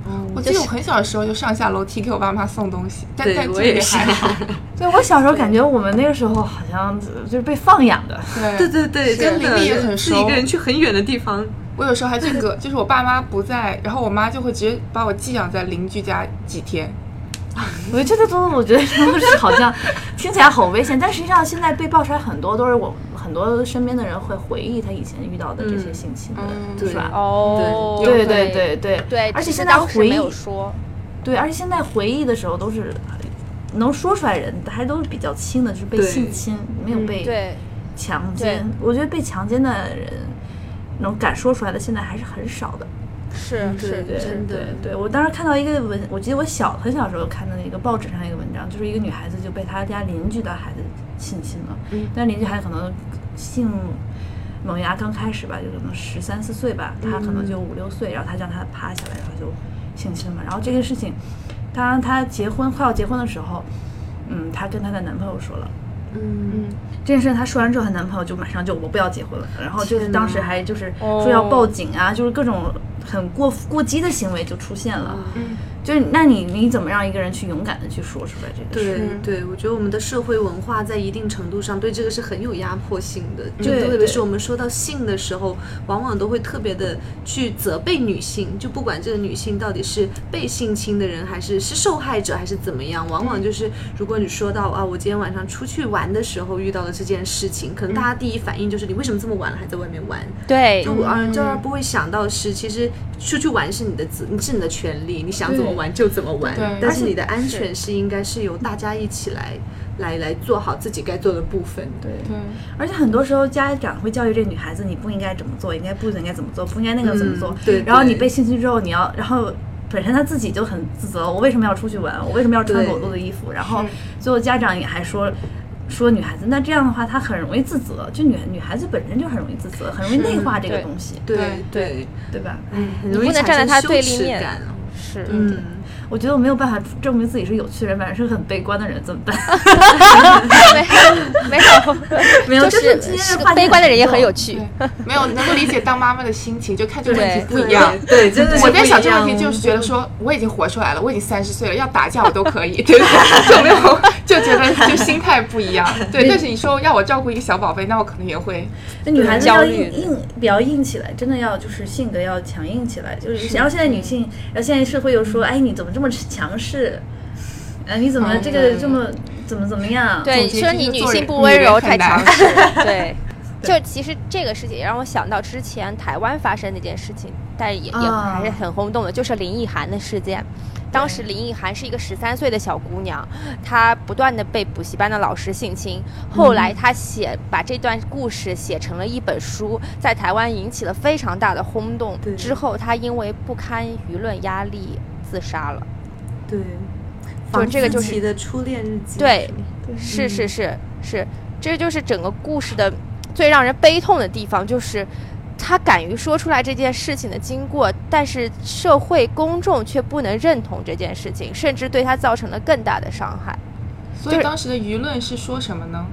[SPEAKER 4] 哦
[SPEAKER 1] 我记得我很小的时候就上下楼梯给我爸妈送东西，但
[SPEAKER 4] 对
[SPEAKER 1] 但
[SPEAKER 4] 我
[SPEAKER 1] 这
[SPEAKER 4] 也
[SPEAKER 1] 也
[SPEAKER 4] 是
[SPEAKER 1] 还好。
[SPEAKER 3] 对我小时候感觉我们那个时候好像就是被放养的，
[SPEAKER 1] 对
[SPEAKER 4] 对对对，
[SPEAKER 1] 是
[SPEAKER 4] 真的
[SPEAKER 1] 跟邻里也很
[SPEAKER 4] 自
[SPEAKER 1] 熟
[SPEAKER 4] 己一个人去很远的地方，
[SPEAKER 1] 我有时候还去 隔，就是我爸妈不在，然后我妈就会直接把我寄养在邻居家几天。
[SPEAKER 3] 我觉得都，我觉得真的是好像听起来好危险，但实际上现在被爆出来很多都是我很多身边的人会回忆他以前遇到的这些
[SPEAKER 4] 嗯
[SPEAKER 3] 性侵的，
[SPEAKER 1] 嗯
[SPEAKER 3] 是吧？
[SPEAKER 2] 哦，
[SPEAKER 3] 对对对对
[SPEAKER 2] 对，
[SPEAKER 3] 而且
[SPEAKER 2] 只是
[SPEAKER 3] 现在
[SPEAKER 2] 当时
[SPEAKER 3] 回
[SPEAKER 2] 没
[SPEAKER 3] 忆
[SPEAKER 2] 有说，
[SPEAKER 3] 对，而且现在回忆的时候都是能说出来人，还都是比较轻的，就是被
[SPEAKER 4] 对
[SPEAKER 3] 性侵，没有被
[SPEAKER 2] 对
[SPEAKER 3] 强
[SPEAKER 2] 对
[SPEAKER 3] 奸。我觉得被强奸的人能敢说出来的，现在还是很少的。嗯
[SPEAKER 2] 是
[SPEAKER 4] 对
[SPEAKER 2] 是
[SPEAKER 4] 对
[SPEAKER 2] 是，
[SPEAKER 4] 真的
[SPEAKER 3] 对对，我当时看到一个文，我记得我小很小时候看到一个报纸上一个文章，就是一个女孩子就被她家邻居的孩子性侵了，
[SPEAKER 1] 嗯
[SPEAKER 3] 但邻居孩子可能性萌芽刚开始吧，就可能十三四岁吧，她可
[SPEAKER 4] 嗯
[SPEAKER 3] 能就五六岁，然后她让她趴下来，然后就性侵了。然后这个事情，当她结婚快要结婚的时候，嗯，她跟她的男朋友说了。
[SPEAKER 4] 嗯，
[SPEAKER 3] 这件事她说完之后，她男朋友就马上就我不要结婚了，然后就是
[SPEAKER 4] 天哪哦
[SPEAKER 3] 当时还就是说要报警啊，就是各种很过过激的行为就出现了。
[SPEAKER 4] 啊
[SPEAKER 1] 嗯，
[SPEAKER 3] 就是那你你怎么让一个人去勇敢的去说出来这个事？
[SPEAKER 4] 对对，我觉得我们的社会文化在一定程度上对这个是很有压迫性的，就
[SPEAKER 3] 对
[SPEAKER 4] 特别
[SPEAKER 3] 对
[SPEAKER 4] 是我们说到性的时候，往往都会特别的去责备女性，就不管这个女性到底是被性侵的人，还是是受害者，还是怎么样，往往就是如果你说到啊，我今天晚上出去玩的时候遇到了这件事情，
[SPEAKER 3] 嗯
[SPEAKER 4] 可能大家第一反应就是你为什么这么晚了还在外面玩？
[SPEAKER 2] 对
[SPEAKER 4] 就嗯，就而不会想到是，其实出去玩是你的自，是你的权利，你想怎么玩就怎么玩
[SPEAKER 1] 对。
[SPEAKER 4] 但是你的安全是应该是由大家一起来，来来做好自己该做的部分。
[SPEAKER 3] 对，
[SPEAKER 1] 对，
[SPEAKER 3] 而且很多时候家长会教育这女孩子，你不应该怎么做，应该不应该怎么做，不应该那个怎么做。
[SPEAKER 4] 嗯对
[SPEAKER 3] 然后
[SPEAKER 4] 对
[SPEAKER 3] 你被性侵之后，你要然后。本身她自己就很自责，我为什么要出去玩？我为什么要穿
[SPEAKER 4] 对
[SPEAKER 3] 裸露的衣服？然后
[SPEAKER 1] 是
[SPEAKER 3] 最后家长也还说，说女孩子，那这样的话她很容易自责，就女女孩子本身就很容易自责，很容易内化这个
[SPEAKER 2] 对
[SPEAKER 3] 东西，
[SPEAKER 4] 对
[SPEAKER 1] 对
[SPEAKER 4] 对，
[SPEAKER 3] 对吧？
[SPEAKER 4] 哎，很
[SPEAKER 2] 你
[SPEAKER 4] 容易
[SPEAKER 2] 不能
[SPEAKER 4] 产
[SPEAKER 2] 站在
[SPEAKER 4] 生
[SPEAKER 2] 他
[SPEAKER 4] 羞
[SPEAKER 2] 对立
[SPEAKER 4] 耻
[SPEAKER 2] 面
[SPEAKER 4] 感哦。
[SPEAKER 2] 是，
[SPEAKER 4] 嗯，
[SPEAKER 3] 我觉得我没有办法证明自己是有趣人，反而是很悲观的人，怎么办？
[SPEAKER 2] 没没有
[SPEAKER 3] 没有
[SPEAKER 2] 就
[SPEAKER 3] 就是今天
[SPEAKER 2] 是
[SPEAKER 3] 的话题
[SPEAKER 2] 悲观的人也很
[SPEAKER 3] 很
[SPEAKER 2] 有
[SPEAKER 3] 重
[SPEAKER 2] 趣
[SPEAKER 1] 对，没有能够理解当妈妈的心情，就看这个问 题不一
[SPEAKER 4] 对
[SPEAKER 1] 样。
[SPEAKER 4] 对，真的是
[SPEAKER 1] 我在
[SPEAKER 4] 不一
[SPEAKER 1] 想这个问题，
[SPEAKER 4] 样
[SPEAKER 1] 就是觉得说我已经活出来了，我已经三十岁了，要打架我都可 以，对吧？就没有就觉 得就心态不一样。对，但是你说让我照顾一个小宝贝，那我可能也会
[SPEAKER 3] 那女孩子
[SPEAKER 2] 焦
[SPEAKER 3] 要
[SPEAKER 2] 虑
[SPEAKER 3] 硬硬，比较硬起来，真的要就是性格要强硬起来，就是然后现在女性，然后现在社会又说，
[SPEAKER 2] 嗯
[SPEAKER 3] 哎，你怎么这么强势？呃，你怎么
[SPEAKER 1] 嗯
[SPEAKER 3] 这个这么怎么怎么样？
[SPEAKER 2] 对，
[SPEAKER 1] 结
[SPEAKER 2] 说
[SPEAKER 1] 就
[SPEAKER 2] 你
[SPEAKER 1] 是
[SPEAKER 2] 女
[SPEAKER 1] 做
[SPEAKER 2] 性
[SPEAKER 1] 人
[SPEAKER 2] 不
[SPEAKER 1] 女
[SPEAKER 2] 温
[SPEAKER 1] 人
[SPEAKER 2] 柔
[SPEAKER 1] 很
[SPEAKER 2] 太强
[SPEAKER 1] 难
[SPEAKER 2] 势，对。就其实这个事情也让我想到之前台湾发生的一件事情，但也也
[SPEAKER 3] 啊
[SPEAKER 2] 还是很轰动的，就是林奕涵的事件。当时林奕涵是一个十三岁的小姑娘，她不断的被补习班的老师性侵，后来她写把这段故事写成了一本书，在台湾引起了非常大的轰动
[SPEAKER 4] 对。
[SPEAKER 2] 之后她因为不堪舆论压力自杀了。
[SPEAKER 4] 对，
[SPEAKER 2] 就这个就是
[SPEAKER 4] 房思琪的初恋日记，
[SPEAKER 2] 对
[SPEAKER 4] 是吗，
[SPEAKER 2] 是是是是，这就是整个故事的最让人悲痛的地方，就是他敢于说出来这件事情的经过，但是社会公众却不能认同这件事情，甚至对他造成了更大的伤害。
[SPEAKER 1] 所
[SPEAKER 2] 就
[SPEAKER 1] 以
[SPEAKER 2] 是
[SPEAKER 1] 当时的舆论是说什么呢？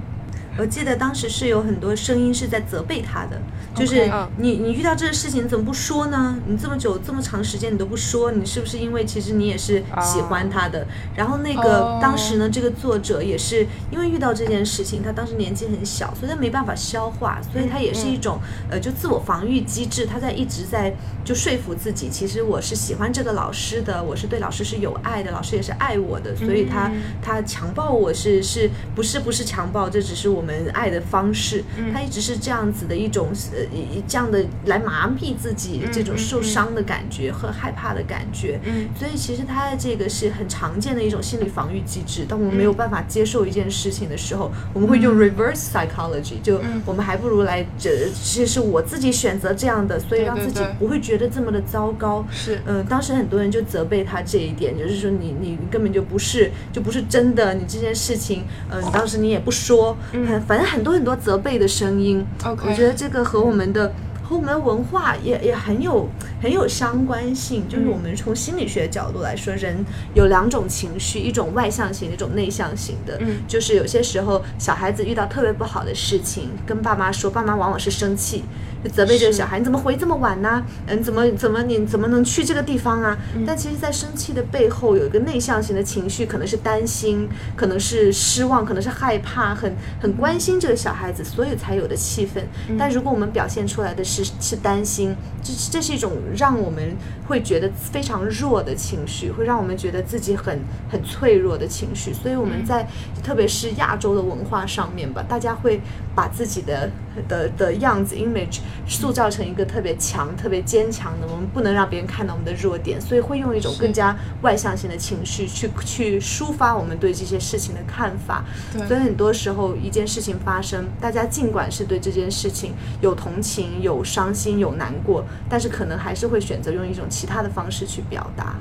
[SPEAKER 4] 我记得当时是有很多声音是在责备他的，就是
[SPEAKER 1] OK，
[SPEAKER 2] 嗯
[SPEAKER 4] 你你遇到这个事情你怎么不说呢？你这么久这么长时间你都不说，你是不是因为其实你也是喜欢他的？然后那个
[SPEAKER 1] 哦
[SPEAKER 4] 当时呢，这个作者也是因为遇到这件事情，他当时年纪很小，所以他没办法消化，所以他也
[SPEAKER 1] 嗯
[SPEAKER 4] 是一种呃就自我防御机制，他在一直在就说服自己，其实我是喜欢这个老师的，我是对老师是有爱的，老师也是爱我的，所以他
[SPEAKER 1] 嗯
[SPEAKER 4] 他强暴我是是不是不是强暴，这只是我们爱的方式。
[SPEAKER 1] 嗯
[SPEAKER 4] 他一直是这样子的一种呃一一这样的来麻痹自己
[SPEAKER 1] 嗯
[SPEAKER 4] 这种
[SPEAKER 1] 嗯
[SPEAKER 4] 受
[SPEAKER 1] 嗯
[SPEAKER 4] 伤的感觉和害怕的感觉。
[SPEAKER 1] 嗯
[SPEAKER 4] 所以其实他的这个是很常见的一种心理防御机制。当我们没有办法接受一件事情的时候，我们会用 reverse psychology，就
[SPEAKER 1] 嗯
[SPEAKER 4] 我们还不如来这其实是我自己选择这样的，所以
[SPEAKER 1] 对
[SPEAKER 4] 让
[SPEAKER 1] 对
[SPEAKER 4] 自己
[SPEAKER 1] 对
[SPEAKER 4] 不会觉得这么的糟糕。
[SPEAKER 1] 是
[SPEAKER 4] 嗯，当时很多人就责备他这一点，就是说你你根本就不是就不是真的，你这件事情，嗯，当时你也不说，
[SPEAKER 1] 嗯
[SPEAKER 4] 很反正很多很多责备的声音。
[SPEAKER 1] OK
[SPEAKER 4] 我觉得这个和我们的和我们的文化也也很有很有相关性，就是
[SPEAKER 1] 嗯
[SPEAKER 4] 我们从心理学角度来说，人有两种情绪，一种外向型，一种内向型的。
[SPEAKER 1] 嗯
[SPEAKER 4] 就是有些时候小孩子遇到特别不好的事情，跟爸妈说，爸妈往往是生气，就责备这个
[SPEAKER 1] 是
[SPEAKER 4] 小孩，你怎么回这么晚呢、嗯，怎么怎么你怎么能去这个地方啊？但其实，在生气的背后有一个内向型的情绪，可能是担心，可能是失望，可能是害怕，很很关心这个小孩子，所以才有的气氛。但如果我们表现出来的是是担心，这这是一种让我们会觉得非常弱的情绪，会让我们觉得自己很很脆弱的情绪。所以我
[SPEAKER 1] 嗯
[SPEAKER 4] 们在、特别是亚洲的文化上面吧，大家会把自己的的的样子 image 塑造成一个特别强、特别坚强的，我们不能让别人看到我们的弱点，所以会用一种
[SPEAKER 1] 是
[SPEAKER 4] 更加外向性的情绪去去抒发我们对这些事情的看法。
[SPEAKER 1] 对
[SPEAKER 4] 所以很多时候，一件事情发生，大家尽管是对这件事情有同情、有伤心、有难过，但是可能还是会选择用一种其他的方式去表达。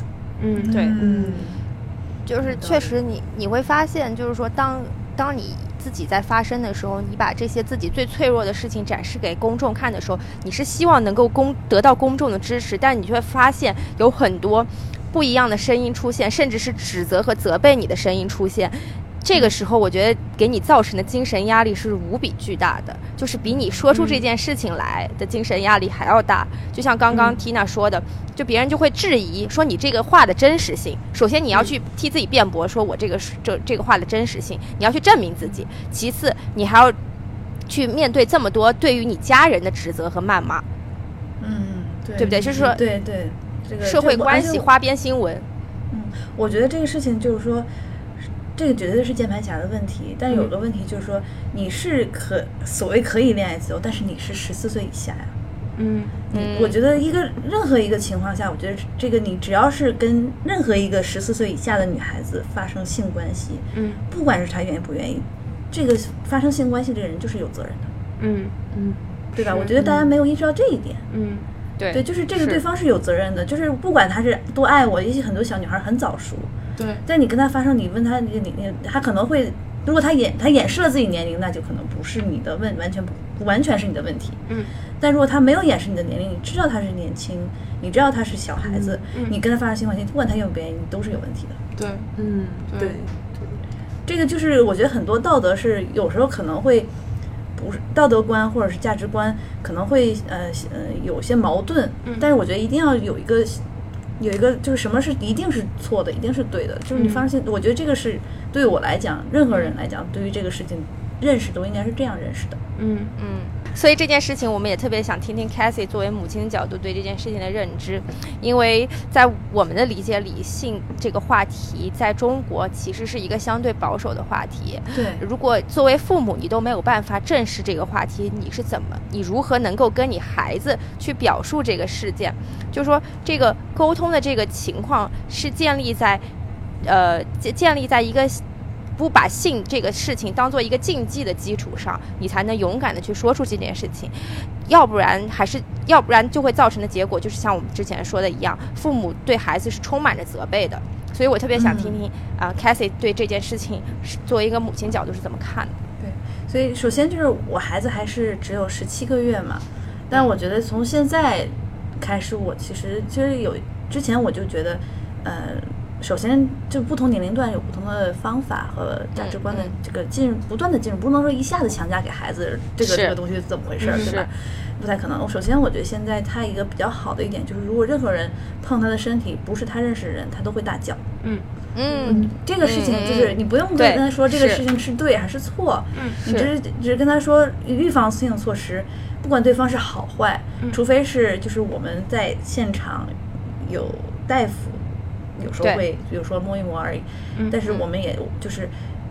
[SPEAKER 1] 嗯
[SPEAKER 2] 对
[SPEAKER 4] 嗯，
[SPEAKER 2] 就是确实你你会发现，就是说当当你自己在发声的时候，你把这些自己最脆弱的事情展示给公众看的时候，你是希望能够公得到公众的支持，但你却发现有很多不一样的声音出现，甚至是指责和责备你的声音出现。这个时候，我觉得给你造成的精神压力是无比巨大的，就是比你说出这件事情来的精神压力还要大。就像刚刚 Tina 说的，就别人就会质疑说你这个话的真实性。首先，你要去替自己辩驳，说我这个是这这个话的真实性，你要去证明自己。其次，你还要去面对这么多对于你家人的指责和谩骂，
[SPEAKER 3] 嗯，对
[SPEAKER 2] 对不对就是说
[SPEAKER 3] 对对，这个
[SPEAKER 2] 社会
[SPEAKER 3] 这个
[SPEAKER 2] 关
[SPEAKER 3] 而且嗯
[SPEAKER 2] 系、花边新闻。
[SPEAKER 3] 我觉得这个事情就是说，这个绝对是键盘侠的问题。但
[SPEAKER 2] 嗯
[SPEAKER 3] 有个问题就是说，你是可所谓可以恋爱自由，但是你是十四岁以下呀、
[SPEAKER 1] 嗯
[SPEAKER 2] 嗯
[SPEAKER 3] 我觉得一个任何一个情况下，我觉得这个你只要是跟任何一个十四岁以下的女孩子发生性关系，
[SPEAKER 1] 嗯
[SPEAKER 3] 不管是她愿意不愿意，这个发生性关系的人就是有责任的，
[SPEAKER 1] 嗯
[SPEAKER 4] 嗯，
[SPEAKER 3] 对吧？
[SPEAKER 1] 是
[SPEAKER 3] 我觉得大家没有意识到这一点。
[SPEAKER 1] 嗯
[SPEAKER 2] 对
[SPEAKER 3] 对，就是这个对方是有责任的，就是不管他是多爱我，也许很多小女孩很早熟，
[SPEAKER 1] 对
[SPEAKER 3] 但你跟他发生，你问他你你你，他可能会，如果他掩他掩饰了自己年龄，那就可能不是你的问，完全不不完全是你的问题。
[SPEAKER 1] 嗯。
[SPEAKER 3] 但如果他没有掩饰你的年龄，你知道他是年轻，你知道他是小孩子，
[SPEAKER 1] 嗯嗯
[SPEAKER 3] 你跟他发生性关系，不管他愿不愿意，你都是有问题的。
[SPEAKER 1] 对
[SPEAKER 4] 嗯，
[SPEAKER 1] 对
[SPEAKER 4] 对
[SPEAKER 3] 这个就是我觉得很多道德是有时候可能会不是道德观或者是价值观可能会呃呃有些矛盾，
[SPEAKER 1] 嗯
[SPEAKER 3] 但是我觉得一定要有一个有一个就是什么是一定是错的，一定是对的，就是你
[SPEAKER 1] 嗯
[SPEAKER 3] 发现，我觉得这个是对我来讲，任何人来讲，对于这个事情认识都应该是这样认识的。
[SPEAKER 1] 嗯
[SPEAKER 2] 嗯，所以这件事情，我们也特别想听听 Cassie 作为母亲的角度对这件事情的认知，因为在我们的理解里，性这个话题在中国其实是一个相对保守的话题。
[SPEAKER 5] 对，
[SPEAKER 2] 如果作为父母，你都没有办法正视这个话题，你是怎么，你如何能够跟你孩子去表述这个事件？就说这个沟通的这个情况是建立在，呃，建建立在一个不把性这个事情当做一个禁忌的基础上，你才能勇敢的去说出这件事情。要不然还是要不然就会造成的结果就是像我们之前说的一样，父母对孩子是充满着责备的。所以我特别想听听
[SPEAKER 3] 嗯
[SPEAKER 2] 啊、c a s s i e 对这件事情是作为一个母亲角度是怎么看的。
[SPEAKER 3] 所以首先就是我孩子还是只有十七个月嘛，但我觉得从现在开始，我其实其实有之前我就觉得，呃，首先就不同年龄段有不同的方法和价值观的
[SPEAKER 2] 嗯嗯
[SPEAKER 3] 这个进入，不断的进入，不能说一下子强加给孩子这个
[SPEAKER 2] 是
[SPEAKER 3] 这个东西是怎么回事儿，
[SPEAKER 2] 嗯
[SPEAKER 3] 对吧？不太可能。首先，我觉得现在他一个比较好的一点就是，如果任何人碰他的身体，不是他认识的人，他都会大叫。
[SPEAKER 2] 嗯，
[SPEAKER 3] 这个事情就是
[SPEAKER 2] 嗯嗯
[SPEAKER 3] 你不用
[SPEAKER 2] 对
[SPEAKER 3] 跟他说这个
[SPEAKER 2] 是
[SPEAKER 3] 事情是对还是错，
[SPEAKER 1] 嗯
[SPEAKER 3] 你只
[SPEAKER 2] 是
[SPEAKER 3] 是只是跟他说预防性措施，不管对方是好坏，
[SPEAKER 1] 嗯
[SPEAKER 3] 除非是就是我们在现场有大夫，有时候
[SPEAKER 2] 对
[SPEAKER 3] 会有时候摸一摸而已，
[SPEAKER 1] 嗯
[SPEAKER 3] 但是我们也就是。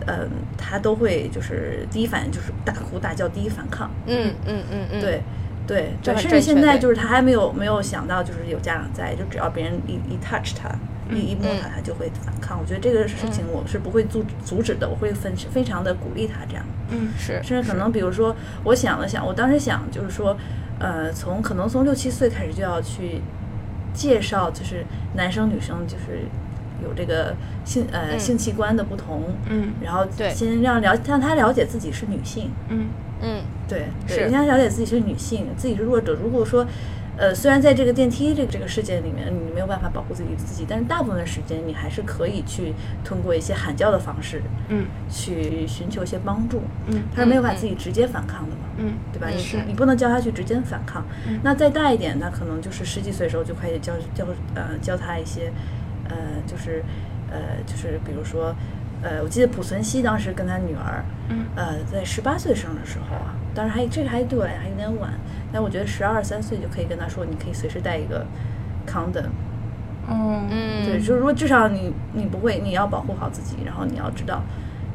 [SPEAKER 3] 嗯，他都会就是第一反应就是大哭大叫，第一反抗。
[SPEAKER 2] 嗯嗯嗯嗯，
[SPEAKER 3] 对，对，
[SPEAKER 2] 这
[SPEAKER 3] 对，
[SPEAKER 2] 很
[SPEAKER 3] 甚
[SPEAKER 2] 正
[SPEAKER 3] 至
[SPEAKER 2] 确
[SPEAKER 3] 现在
[SPEAKER 2] 对
[SPEAKER 3] 就是他还没有没有想到，就是有家长在，就只要别人一一 touch 他，一一摸他，
[SPEAKER 2] 嗯
[SPEAKER 3] 他就会反抗。我觉得这个事情我是不会阻阻止的，我会分非常的鼓励他这样。
[SPEAKER 1] 嗯
[SPEAKER 2] 是
[SPEAKER 3] 甚至可能比如说，我想了想，我当时想就是说，呃，从可能从六七岁开始就要去介绍，就是男生女生就是有这个性呃、
[SPEAKER 2] 嗯
[SPEAKER 3] 性器官的不同，
[SPEAKER 1] 嗯
[SPEAKER 3] 然后
[SPEAKER 2] 对
[SPEAKER 3] 先让了让他了解自己是女性，
[SPEAKER 1] 嗯
[SPEAKER 2] 嗯
[SPEAKER 3] 对，
[SPEAKER 2] 是
[SPEAKER 3] 对，应该了解自己是女性，自己是弱者。如果说，呃，虽然在这个电梯这个这个事件里面，你没有办法保护自己自己，但是大部分的时间你还是可以去通过一些喊叫的方式
[SPEAKER 1] 嗯
[SPEAKER 3] 去寻求一些帮助。
[SPEAKER 1] 嗯
[SPEAKER 3] 他是没有
[SPEAKER 2] 嗯
[SPEAKER 3] 把
[SPEAKER 2] 嗯
[SPEAKER 3] 自己直接反抗的嘛，
[SPEAKER 1] 嗯
[SPEAKER 3] 对吧？
[SPEAKER 2] 嗯
[SPEAKER 3] 你
[SPEAKER 2] 是
[SPEAKER 3] 你不能教他去直接反抗。
[SPEAKER 1] 嗯
[SPEAKER 3] 那再大一点，他可能就是十几岁的时候就开始教教呃教他一些，呃，就是呃就是比如说，呃，我记得濮存昕当时跟他女儿。
[SPEAKER 1] 嗯
[SPEAKER 3] 呃，在十八岁生日的时候啊，当然还这个还对我来讲还有点晚，但我觉得十二三岁就可以跟他说，你可以随时带一个 condom，、
[SPEAKER 1] 哦
[SPEAKER 2] 嗯，
[SPEAKER 3] 对，就是如果至少你你不会，你要保护好自己，然后你要知道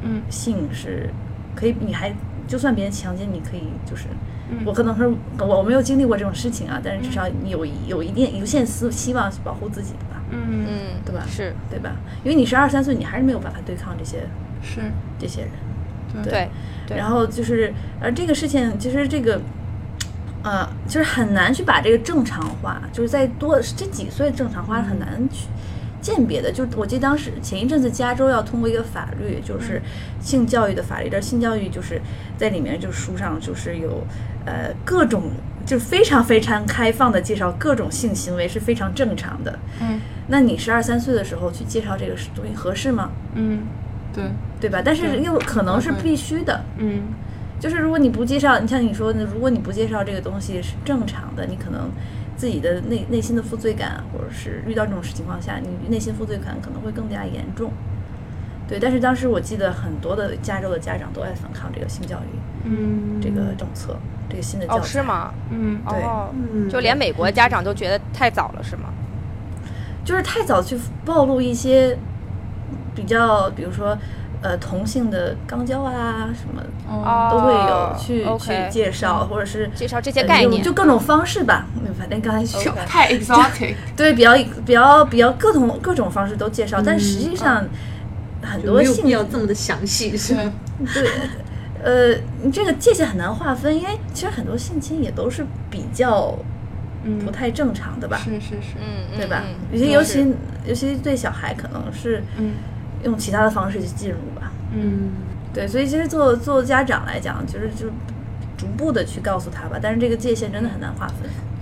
[SPEAKER 1] 嗯
[SPEAKER 3] 性是可以，你还就算别人强奸，你可以就是。
[SPEAKER 1] 嗯
[SPEAKER 3] 我可能是我我没有经历过这种事情啊，但是至少你有一有一定有限希希望去保护自己的吧，
[SPEAKER 1] 嗯
[SPEAKER 2] 嗯，
[SPEAKER 3] 对吧
[SPEAKER 2] 是
[SPEAKER 3] 对吧？因为你十二三岁，你还是没有办法对抗这些
[SPEAKER 1] 是
[SPEAKER 3] 这些人。
[SPEAKER 1] 对
[SPEAKER 2] 对对
[SPEAKER 3] 然后就是，呃，这个事情其实这个，呃，就是很难去把这个正常化，就是在多这几岁正常化很难去鉴别的。就是我记得当时前一阵子加州要通过一个法律，就是性教育的法律，这性教育就是在里面就书上就是有呃各种。就是非常非常开放的介绍各种性行为是非常正常的。
[SPEAKER 1] 嗯
[SPEAKER 3] 那你十二三岁的时候去介绍这个东西合适吗？
[SPEAKER 1] 嗯对
[SPEAKER 3] 对吧？但
[SPEAKER 1] 对
[SPEAKER 3] 是又可能是
[SPEAKER 1] 我会
[SPEAKER 3] 必须的。
[SPEAKER 1] 嗯
[SPEAKER 3] 就是如果你不介绍，你像你说的，如果你不介绍这个东西是正常的，你可能自己的内内心的负罪感，或者是遇到这种情况下，你内心负罪感可能会更加严重。对，但是当时我记得很多的加州的家长都在反抗这个性教育
[SPEAKER 1] 嗯
[SPEAKER 3] 这个政策，这个新的教
[SPEAKER 2] 哦
[SPEAKER 3] 材。
[SPEAKER 2] 是？吗？
[SPEAKER 1] 嗯
[SPEAKER 3] 对
[SPEAKER 2] 哦，
[SPEAKER 4] 嗯
[SPEAKER 2] 就连美国家长都觉得太早了是吗？
[SPEAKER 3] 就是太早去暴露一些比较，比如说呃同性的肛交啊什么，
[SPEAKER 1] 哦
[SPEAKER 2] 哦
[SPEAKER 3] 都会有去、
[SPEAKER 2] OK
[SPEAKER 3] 去介绍，或者是
[SPEAKER 2] 介绍这些
[SPEAKER 3] 呃
[SPEAKER 2] 概
[SPEAKER 3] 有
[SPEAKER 2] 念
[SPEAKER 3] 就各种方式吧。 嗯反正刚才说
[SPEAKER 2] OK
[SPEAKER 1] 太 exotic
[SPEAKER 3] 对，比较比较比较各种各种方式都介绍，但实际上很
[SPEAKER 4] 嗯就
[SPEAKER 3] 多
[SPEAKER 4] 没有
[SPEAKER 3] 性
[SPEAKER 4] 必要这么的详细，是吧？
[SPEAKER 1] 对
[SPEAKER 3] 对，呃，你这个界限很难划分，因为其实很多性侵也都是比较
[SPEAKER 1] 嗯
[SPEAKER 3] 不太正常的吧，
[SPEAKER 1] 是是是
[SPEAKER 2] 嗯，嗯
[SPEAKER 3] 对吧？
[SPEAKER 2] 嗯
[SPEAKER 3] 尤其
[SPEAKER 2] 嗯
[SPEAKER 3] 尤
[SPEAKER 2] 是
[SPEAKER 3] 其尤其对小孩可能是
[SPEAKER 1] 嗯
[SPEAKER 3] 用其他的方式去进入吧，
[SPEAKER 1] 嗯
[SPEAKER 3] 对，所以其实做做家长来讲，就是就逐步的去告诉他吧，但是这个界限真的很难划分。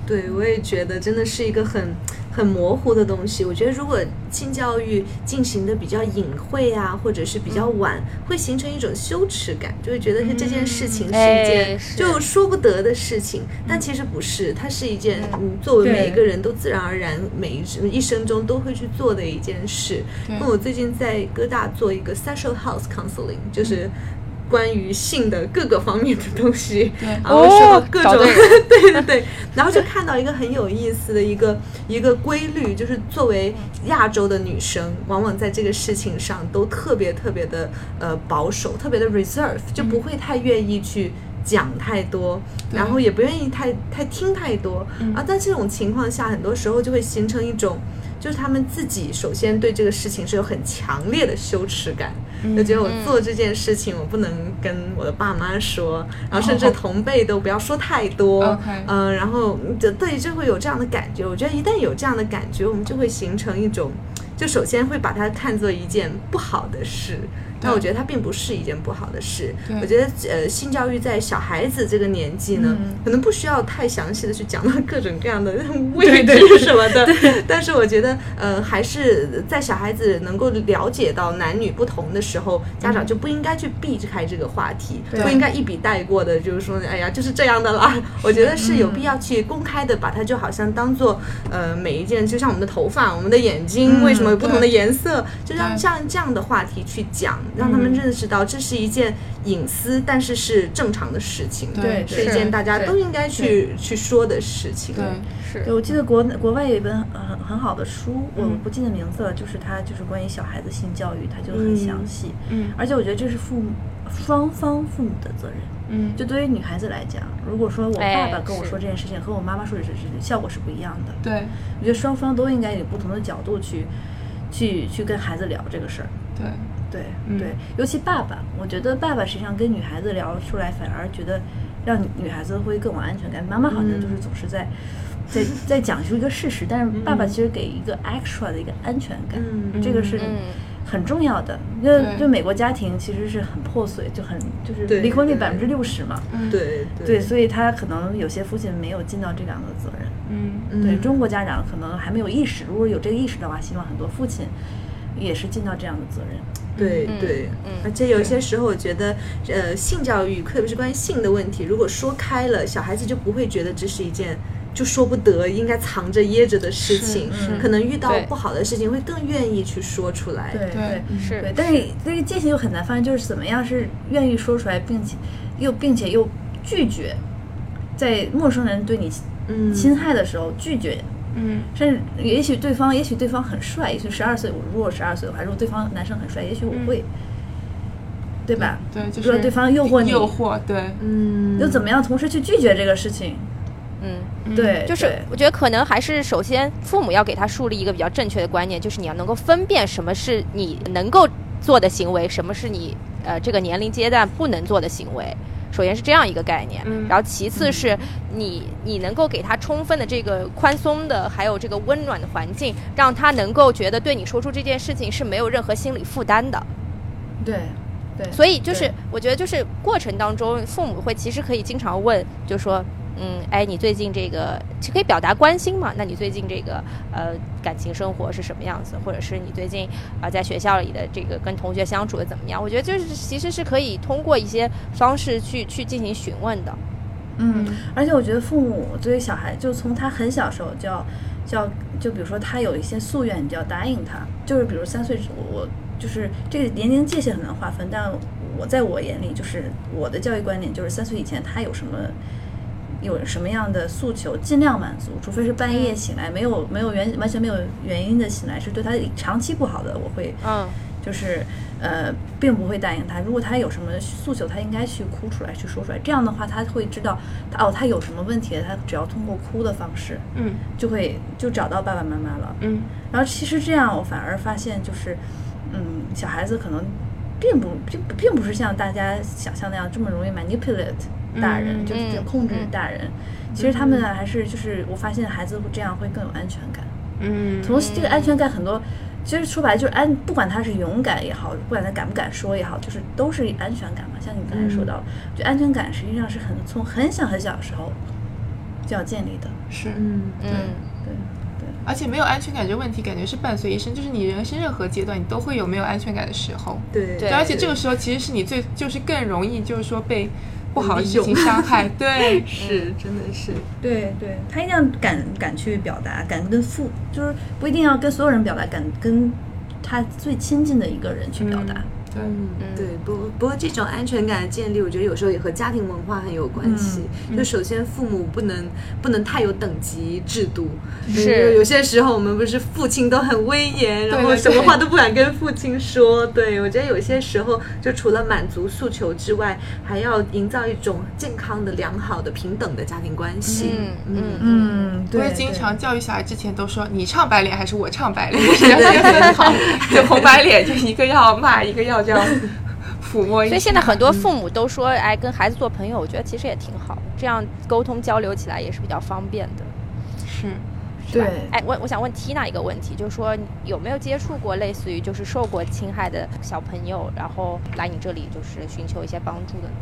[SPEAKER 4] 对，我也觉得真的是一个很很模糊的东西。我觉得如果性教育进行的比较隐晦啊，或者是比较晚，
[SPEAKER 2] 嗯
[SPEAKER 4] 会形成一种羞耻感，就会觉得是这件事情是一
[SPEAKER 2] 哎
[SPEAKER 4] 件
[SPEAKER 2] 是嗯
[SPEAKER 4] 就说不得的事情。但其实不是，它是一件嗯，作为每一个人都自然而然每一一生中都会去做的一件事。
[SPEAKER 1] 对
[SPEAKER 2] 嗯
[SPEAKER 4] 那我最近在哥大做一个 sexual health counseling，就是关于性的各个方面的东西，
[SPEAKER 1] 对
[SPEAKER 4] 然后说
[SPEAKER 2] 哦
[SPEAKER 4] 各
[SPEAKER 2] 找
[SPEAKER 4] 种，
[SPEAKER 2] 对
[SPEAKER 4] 对对对，然后就看到一个很有意思的一个一个规律，就是作为亚洲的女生，往往在这个事情上都特别特别的呃保守，特别的 reserve，就不会太愿意去。讲太多，
[SPEAKER 1] 嗯对
[SPEAKER 4] 然后也不愿意太太听太多、
[SPEAKER 1] 嗯
[SPEAKER 4] 啊。在这种情况下，很多时候就会形成一种，就是他们自己首先对这个事情是有很强烈的羞耻感，
[SPEAKER 1] 嗯
[SPEAKER 4] 就觉得我做这件事情，我不能跟我的爸妈说，然后甚至同辈都不要说太多。
[SPEAKER 1] 哦 OK
[SPEAKER 4] 嗯、然后就对，就会有这样的感觉。我觉得一旦有这样的感觉，我们就会形成一种，就首先会把它看作一件不好的事。但
[SPEAKER 1] 对
[SPEAKER 4] 我觉得它并不是一件不好的事
[SPEAKER 1] 对。
[SPEAKER 4] 我觉得呃，性教育在小孩子这个年纪呢，
[SPEAKER 1] 嗯
[SPEAKER 4] 可能不需要太详细的去讲到各种各 样的位置什么的。 但是我觉得呃，还是在小孩子能够了解到男女不同的时候，家长就不应该去避开这个话题，
[SPEAKER 1] 嗯对
[SPEAKER 4] 不应该一笔带过的，就是说哎呀就是这样的啦。我觉得是有必要去公开的把它就好像当做呃每一件，就像我们的头发、我们的眼睛，为什么有不同的
[SPEAKER 1] 对
[SPEAKER 4] 颜色，就让
[SPEAKER 1] 对
[SPEAKER 4] 像这样的话题去讲，让他们认识到这是一件隐私，但是是正常的事情，
[SPEAKER 1] 对
[SPEAKER 4] 是一
[SPEAKER 2] 是
[SPEAKER 4] 件大家
[SPEAKER 2] 对
[SPEAKER 4] 都应该去去说的事情。
[SPEAKER 1] 对，
[SPEAKER 2] 是
[SPEAKER 3] 对，我记得国国外有一本很很好的书，我不记得名字了，就是它就是关于小孩子性教育，它就很详细。
[SPEAKER 1] 嗯
[SPEAKER 3] 而且我觉得这是父母双方父母的责任。
[SPEAKER 1] 嗯，
[SPEAKER 3] 就对于女孩子来讲，如果说我爸
[SPEAKER 2] 哎
[SPEAKER 3] 爸跟我说这件事情和我妈妈说这件事情，效果是不一样的。
[SPEAKER 1] 对
[SPEAKER 3] 我觉得双方都应该有不同的角度去去去跟孩子聊这个事儿。
[SPEAKER 1] 对
[SPEAKER 3] 对、
[SPEAKER 1] 嗯
[SPEAKER 3] 对，尤其爸爸，我觉得爸爸实际上跟女孩子聊出来，反而觉得让女女孩子会更有安全感。妈妈好像就是总是在、在在讲述一个事实，但是爸爸其实给一个 extra 的一个安全感，
[SPEAKER 4] 嗯
[SPEAKER 3] 这个是
[SPEAKER 2] 嗯
[SPEAKER 3] 很重要的。因为
[SPEAKER 1] 对
[SPEAKER 3] 就美国家庭其实是很破碎，就很就是
[SPEAKER 4] 对
[SPEAKER 3] 离婚率
[SPEAKER 4] 对
[SPEAKER 3] 百分之六十嘛。
[SPEAKER 4] 对
[SPEAKER 3] 对，所以他可能有些父亲没有尽到这两个责任。
[SPEAKER 1] 嗯
[SPEAKER 3] 对
[SPEAKER 4] 嗯
[SPEAKER 3] 中国家长可能还没有意识，如果有这个意识的话，希望很多父亲也是尽到这样的责任。
[SPEAKER 4] 对
[SPEAKER 2] 嗯
[SPEAKER 4] 对
[SPEAKER 2] 嗯，
[SPEAKER 4] 而且有些时候，我觉得，呃，性教育，特别是关于性的问题，如果说开了，小孩子就不会觉得这是一件就说不得、应该藏着掖着的事情，可能遇到
[SPEAKER 2] 对
[SPEAKER 4] 不好的事情会更愿意去说出来。
[SPEAKER 1] 对
[SPEAKER 2] 是
[SPEAKER 3] 对，但是这个界限又很难发现，就是怎么样是愿意说出来，并且又并且又拒绝，在陌生人对你
[SPEAKER 4] 嗯，
[SPEAKER 3] 侵害的时候拒绝，
[SPEAKER 1] 嗯
[SPEAKER 3] 甚至也许对方也许对方很帅，也许十二岁，我如果十二岁的话，如果对方男生很帅，也许我
[SPEAKER 2] 嗯
[SPEAKER 3] 会，对吧？
[SPEAKER 1] 对，就
[SPEAKER 3] 如果
[SPEAKER 1] 是
[SPEAKER 3] 对方诱惑你，
[SPEAKER 1] 诱惑，对，
[SPEAKER 4] 嗯，
[SPEAKER 3] 又怎么样同时去拒绝这个事情？
[SPEAKER 2] 嗯。
[SPEAKER 1] 嗯
[SPEAKER 3] 对，
[SPEAKER 2] 就是
[SPEAKER 3] 对
[SPEAKER 2] 我觉得可能还是首先父母要给他树立一个比较正确的观念，就是你要能够分辨什么是你能够做的行为，什么是你呃这个年龄阶段不能做的行为。首先是这样一个概念，
[SPEAKER 1] 嗯
[SPEAKER 2] 然后其次是你你能够给他充分的这个宽松的，还有这个温暖的环境，让他能够觉得对你说出这件事情是没有任何心理负担的。
[SPEAKER 3] 对对，
[SPEAKER 2] 所以就是
[SPEAKER 3] 对
[SPEAKER 2] 我觉得就是过程当中，父母会其实可以经常问，就说，嗯，哎，你最近这个就可以表达关心嘛？那你最近这个呃感情生活是什么样子？或者是你最近啊、在学校里的这个跟同学相处的怎么样？我觉得就是其实是可以通过一些方式去去进行询问的。
[SPEAKER 3] 嗯，而且我觉得父母对于小孩，就从他很小时候就要，就要，就比如说他有一些夙愿，你就要答应他。就是比如三岁之，我我就是这个年龄界限很难划分，但我在我眼里，就是我的教育观点就是三岁以前他有什么。有什么样的诉求，尽量满足，除非是半夜醒来，没有没有原完全没有原因的醒来，是对他长期不好的，我会
[SPEAKER 2] 嗯，
[SPEAKER 3] 就是呃，并不会答应他。如果他有什么诉求，他应该去哭出来，去说出来。这样的话，他会知道他哦，他有什么问题，他只要通过哭的方式，
[SPEAKER 1] 嗯
[SPEAKER 3] 就会就找到爸爸妈妈了。
[SPEAKER 1] 嗯
[SPEAKER 3] 然后其实这样，我反而发现就是，嗯，小孩子可能并不并并不是像大家想象那样这么容易 manipulate 大人，
[SPEAKER 1] 嗯
[SPEAKER 3] 就是
[SPEAKER 2] 嗯
[SPEAKER 3] 控制
[SPEAKER 2] 嗯
[SPEAKER 3] 大人。其实他们呢，还是就是我发现孩子会这样会更有安全感。
[SPEAKER 1] 嗯，
[SPEAKER 3] 同时，这个安全感很多，其实说白了就是安，不管他是勇敢也好，不管他敢不敢说也好，就是都是安全感嘛。像你刚才说到，就安全感实际上是很从很小很小的时候就要建立的。
[SPEAKER 1] 是，
[SPEAKER 4] 嗯，
[SPEAKER 2] 嗯，
[SPEAKER 3] 对，
[SPEAKER 1] 而且没有安全感这个问题，感觉是伴随一生，就是你人生任何阶段，你都会有没有安全感的时候。
[SPEAKER 4] 对
[SPEAKER 2] 对
[SPEAKER 1] 对，而且这个时候其实是你最就是更容易就是说被不好的事情伤害，对，
[SPEAKER 4] 是真的是，
[SPEAKER 3] 对对，他一定要敢敢去表达，敢跟父，就是不一定要跟所有人表达，敢跟他最亲近的一个人去表达。
[SPEAKER 1] 对，
[SPEAKER 4] 嗯对，不不过这种安全感的建立，我觉得有时候也和家庭文化很有关系。就首先父母不能不能太有等级制度，
[SPEAKER 2] 是
[SPEAKER 4] 嗯有有些时候我们不是父亲都很威严，然后
[SPEAKER 1] 对对
[SPEAKER 4] 什么
[SPEAKER 1] 对
[SPEAKER 4] 话都不敢跟父亲说。对我觉得有些时候就除了满足诉求之外，还要营造一种健康的、良好的、平等的家庭关系。
[SPEAKER 2] 嗯嗯
[SPEAKER 6] 嗯，对，
[SPEAKER 1] 我也经
[SPEAKER 6] 对
[SPEAKER 1] 常教育小孩之前都说你唱白脸还是我唱白脸，谁要先很好，就红白脸就一个要骂，一个要这样抚摸一下。
[SPEAKER 2] 所以现在很多父母都说，哎，跟孩子做朋友，我觉得其实也挺好，这样沟通交流起来也是比较方便的。
[SPEAKER 1] 是
[SPEAKER 2] 是吧
[SPEAKER 6] 对
[SPEAKER 2] 哎，我我想问 Tina 一个问题，就是说有没有接触过类似于就是受过侵害的小朋友，然后来你这里就是寻求一些帮助的呢？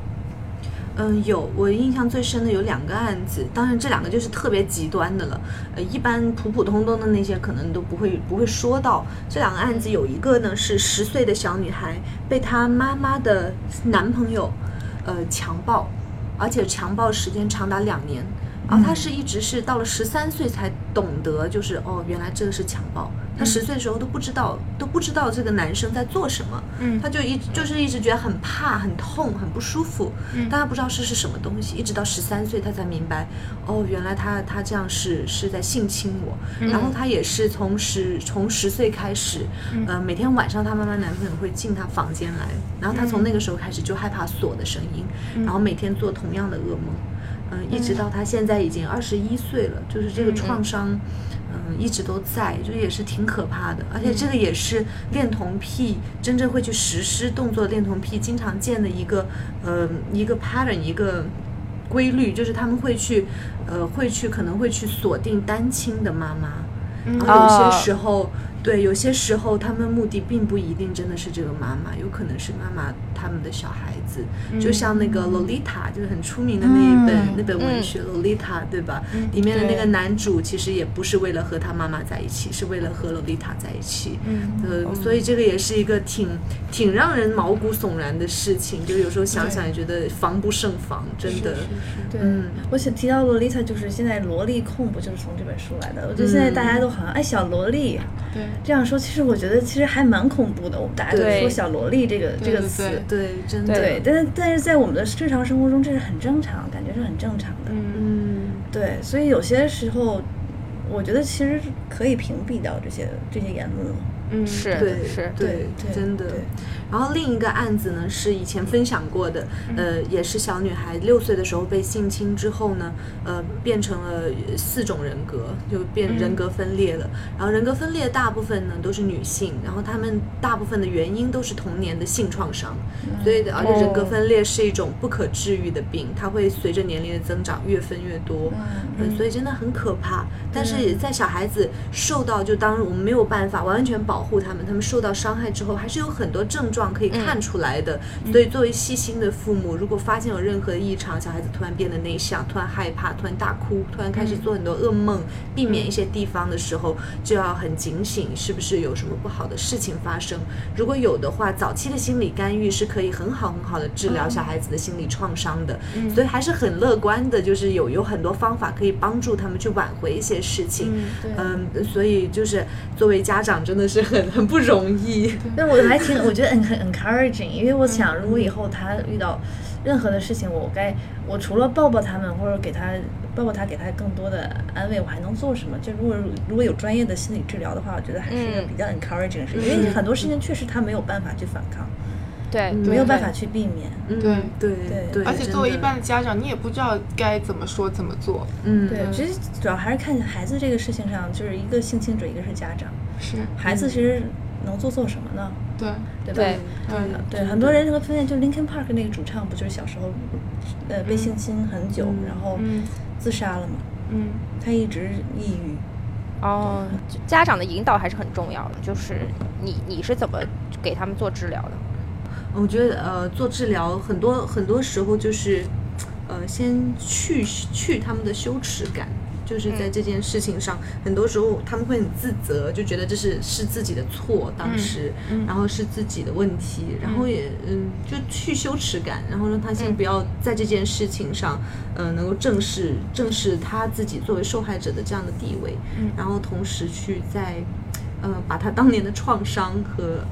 [SPEAKER 4] 嗯，有，我印象最深的有两个案子，当然这两个就是特别极端的了，呃，一般普普通通的那些可能都不会不会说到。这两个案子有一个呢是十岁的小女孩被她妈妈的男朋友，呃，强暴，而且强暴时间长达两年，然后她是一直是到了十三岁才懂得，就是哦，原来这个是强暴。她十岁的时候都不知道，都不知道这个男生在做什么，
[SPEAKER 1] 嗯
[SPEAKER 4] 她就一直就是一直觉得很怕、很痛、很不舒服，
[SPEAKER 1] 嗯
[SPEAKER 4] 但她不知道这是什么东西，一直到十三岁她才明白，哦，原来他他这样是是在性侵我，然后她也是从十从十岁开始，
[SPEAKER 1] 嗯
[SPEAKER 4] 呃，每天晚上她妈妈男朋友会进她房间来，然后她从那个时候开始就害怕锁的声音，
[SPEAKER 1] 嗯
[SPEAKER 4] 然后每天做同样的噩梦，嗯、一直到她现在已经二十一岁了，就是这个创伤。嗯一直都在，就也是挺可怕的，而且这个也是恋童癖真正会去实施动作恋童癖经常见的一个，呃，一个 pattern，一个规律，就是他们会去，呃，会去可能会去锁定单亲的妈妈，
[SPEAKER 1] 嗯
[SPEAKER 4] 然后有
[SPEAKER 2] 哦
[SPEAKER 4] 些时候，对，有些时候他们目的并不一定真的是这个妈妈，有可能是妈妈他们的小孩子，就像那个《Lolita》，就是很出名的那一本、
[SPEAKER 6] 嗯
[SPEAKER 4] 那本文学《Lolita》，对吧？里面的那个
[SPEAKER 2] 对
[SPEAKER 4] 男主其实也不是为了和他妈妈在一起，是为了和 Lolita 在一起。
[SPEAKER 1] 嗯
[SPEAKER 4] 呃，所以这个也是一个挺挺让人毛骨悚然的事情，就有时候想想也觉得防不胜防，真的。
[SPEAKER 3] 对，
[SPEAKER 4] 嗯
[SPEAKER 3] 我想提到洛丽塔，就是现在萝莉控不就是从这本书来的？我觉得现在大家都好像、哎小萝莉
[SPEAKER 1] 对
[SPEAKER 3] 这样说，其实我觉得其实还蛮恐怖的。我们大家都
[SPEAKER 2] 对
[SPEAKER 3] 说小萝莉这个这
[SPEAKER 1] 对
[SPEAKER 3] 个
[SPEAKER 1] 对
[SPEAKER 3] 词，
[SPEAKER 1] 对
[SPEAKER 4] 对，真的。
[SPEAKER 3] 对，但是但是在我们的日常生活中，这是很正常，感觉是很正常的。
[SPEAKER 1] 嗯
[SPEAKER 4] 嗯，
[SPEAKER 3] 对，所以有些时候，我觉得其实是可以屏蔽掉这些这些言论了。
[SPEAKER 1] 嗯
[SPEAKER 2] 是
[SPEAKER 4] 对
[SPEAKER 2] 是，
[SPEAKER 4] 对
[SPEAKER 3] 对
[SPEAKER 4] 真的
[SPEAKER 3] 对。
[SPEAKER 4] 然后另一个案子呢，是以前分享过的，呃，也是小女孩六岁的时候被性侵之后呢，呃，变成了呃四种人格，就变人格分裂了。然后人格分裂大部分呢都是女性，然后她们大部分的原因都是童年的性创伤，所以而且人格
[SPEAKER 2] 哦
[SPEAKER 4] 分裂是一种不可治愈的病，它会随着年龄的增长越分越多。嗯，所以真的很可怕。但是也在小孩子受到，就当然我们没有办法完全保护他们，他们受到伤害之后，还是有很多症状可以看出来的。所以作为细心的父母，如果发现有任何异常，小孩子突然变得内向，突然害怕，突然大哭，突然开始做很多噩梦，避免一些地方的时候，就要很警醒，是不是有什么不好的事情发生？如果有的话，早期的心理干预是可以很好很好的治疗小孩子的心理创伤的。所以还是很乐观的，就是有有很多方法可以帮助他们去挽回一些事情。嗯，所以就是作为家长真的是很很不容易。
[SPEAKER 3] 但我还 挺，我觉得很很 encouraging，因为我想，如果以后他遇到任何的事情，我该我除了抱抱他们，或者给他抱抱他，给他更多的安慰，我还能做什么？就如果如果有专业的心理治疗的话，我觉得还是一个
[SPEAKER 2] 嗯
[SPEAKER 3] 比较 encouraging 的事情，因为很多事情确实他没有办法去反抗，
[SPEAKER 2] 对
[SPEAKER 3] 嗯没有办
[SPEAKER 1] 对
[SPEAKER 3] 法去避免。
[SPEAKER 1] 对
[SPEAKER 4] 嗯对
[SPEAKER 3] 对
[SPEAKER 4] 对，
[SPEAKER 1] 而且作为一般，的家长，你也不知道该怎么说怎么做。
[SPEAKER 4] 嗯，
[SPEAKER 3] 对，其实主要还是看孩子这个事情上，就是一个性侵者，一个是家长，
[SPEAKER 1] 是
[SPEAKER 3] 孩子其实能做错什么呢？对
[SPEAKER 1] 对
[SPEAKER 3] 吧？
[SPEAKER 2] 嗯对
[SPEAKER 1] 对
[SPEAKER 3] 对，很多人会发现，就 Linkin Park 那个主唱不就是小时候，呃，被性侵很久，然后
[SPEAKER 1] 嗯
[SPEAKER 3] 自杀了嘛？
[SPEAKER 1] 嗯
[SPEAKER 3] 他一直抑郁。
[SPEAKER 2] 哦，就家长的引导还是很重要的，就是你你是怎么给他们做治疗的？
[SPEAKER 4] 我觉得呃，做治疗很多很多时候就是，呃，先去去他们的羞耻感。就是在这件事情上，很多时候他们会很自责，就觉得这是是自己的错，当时，然后是自己的问题，然后也嗯，就去羞耻感，然后让他先不要在这件事情上，嗯、能够正视正视他自己作为受害者的这样的地位，然后同时去在，呃，把他当年的创伤和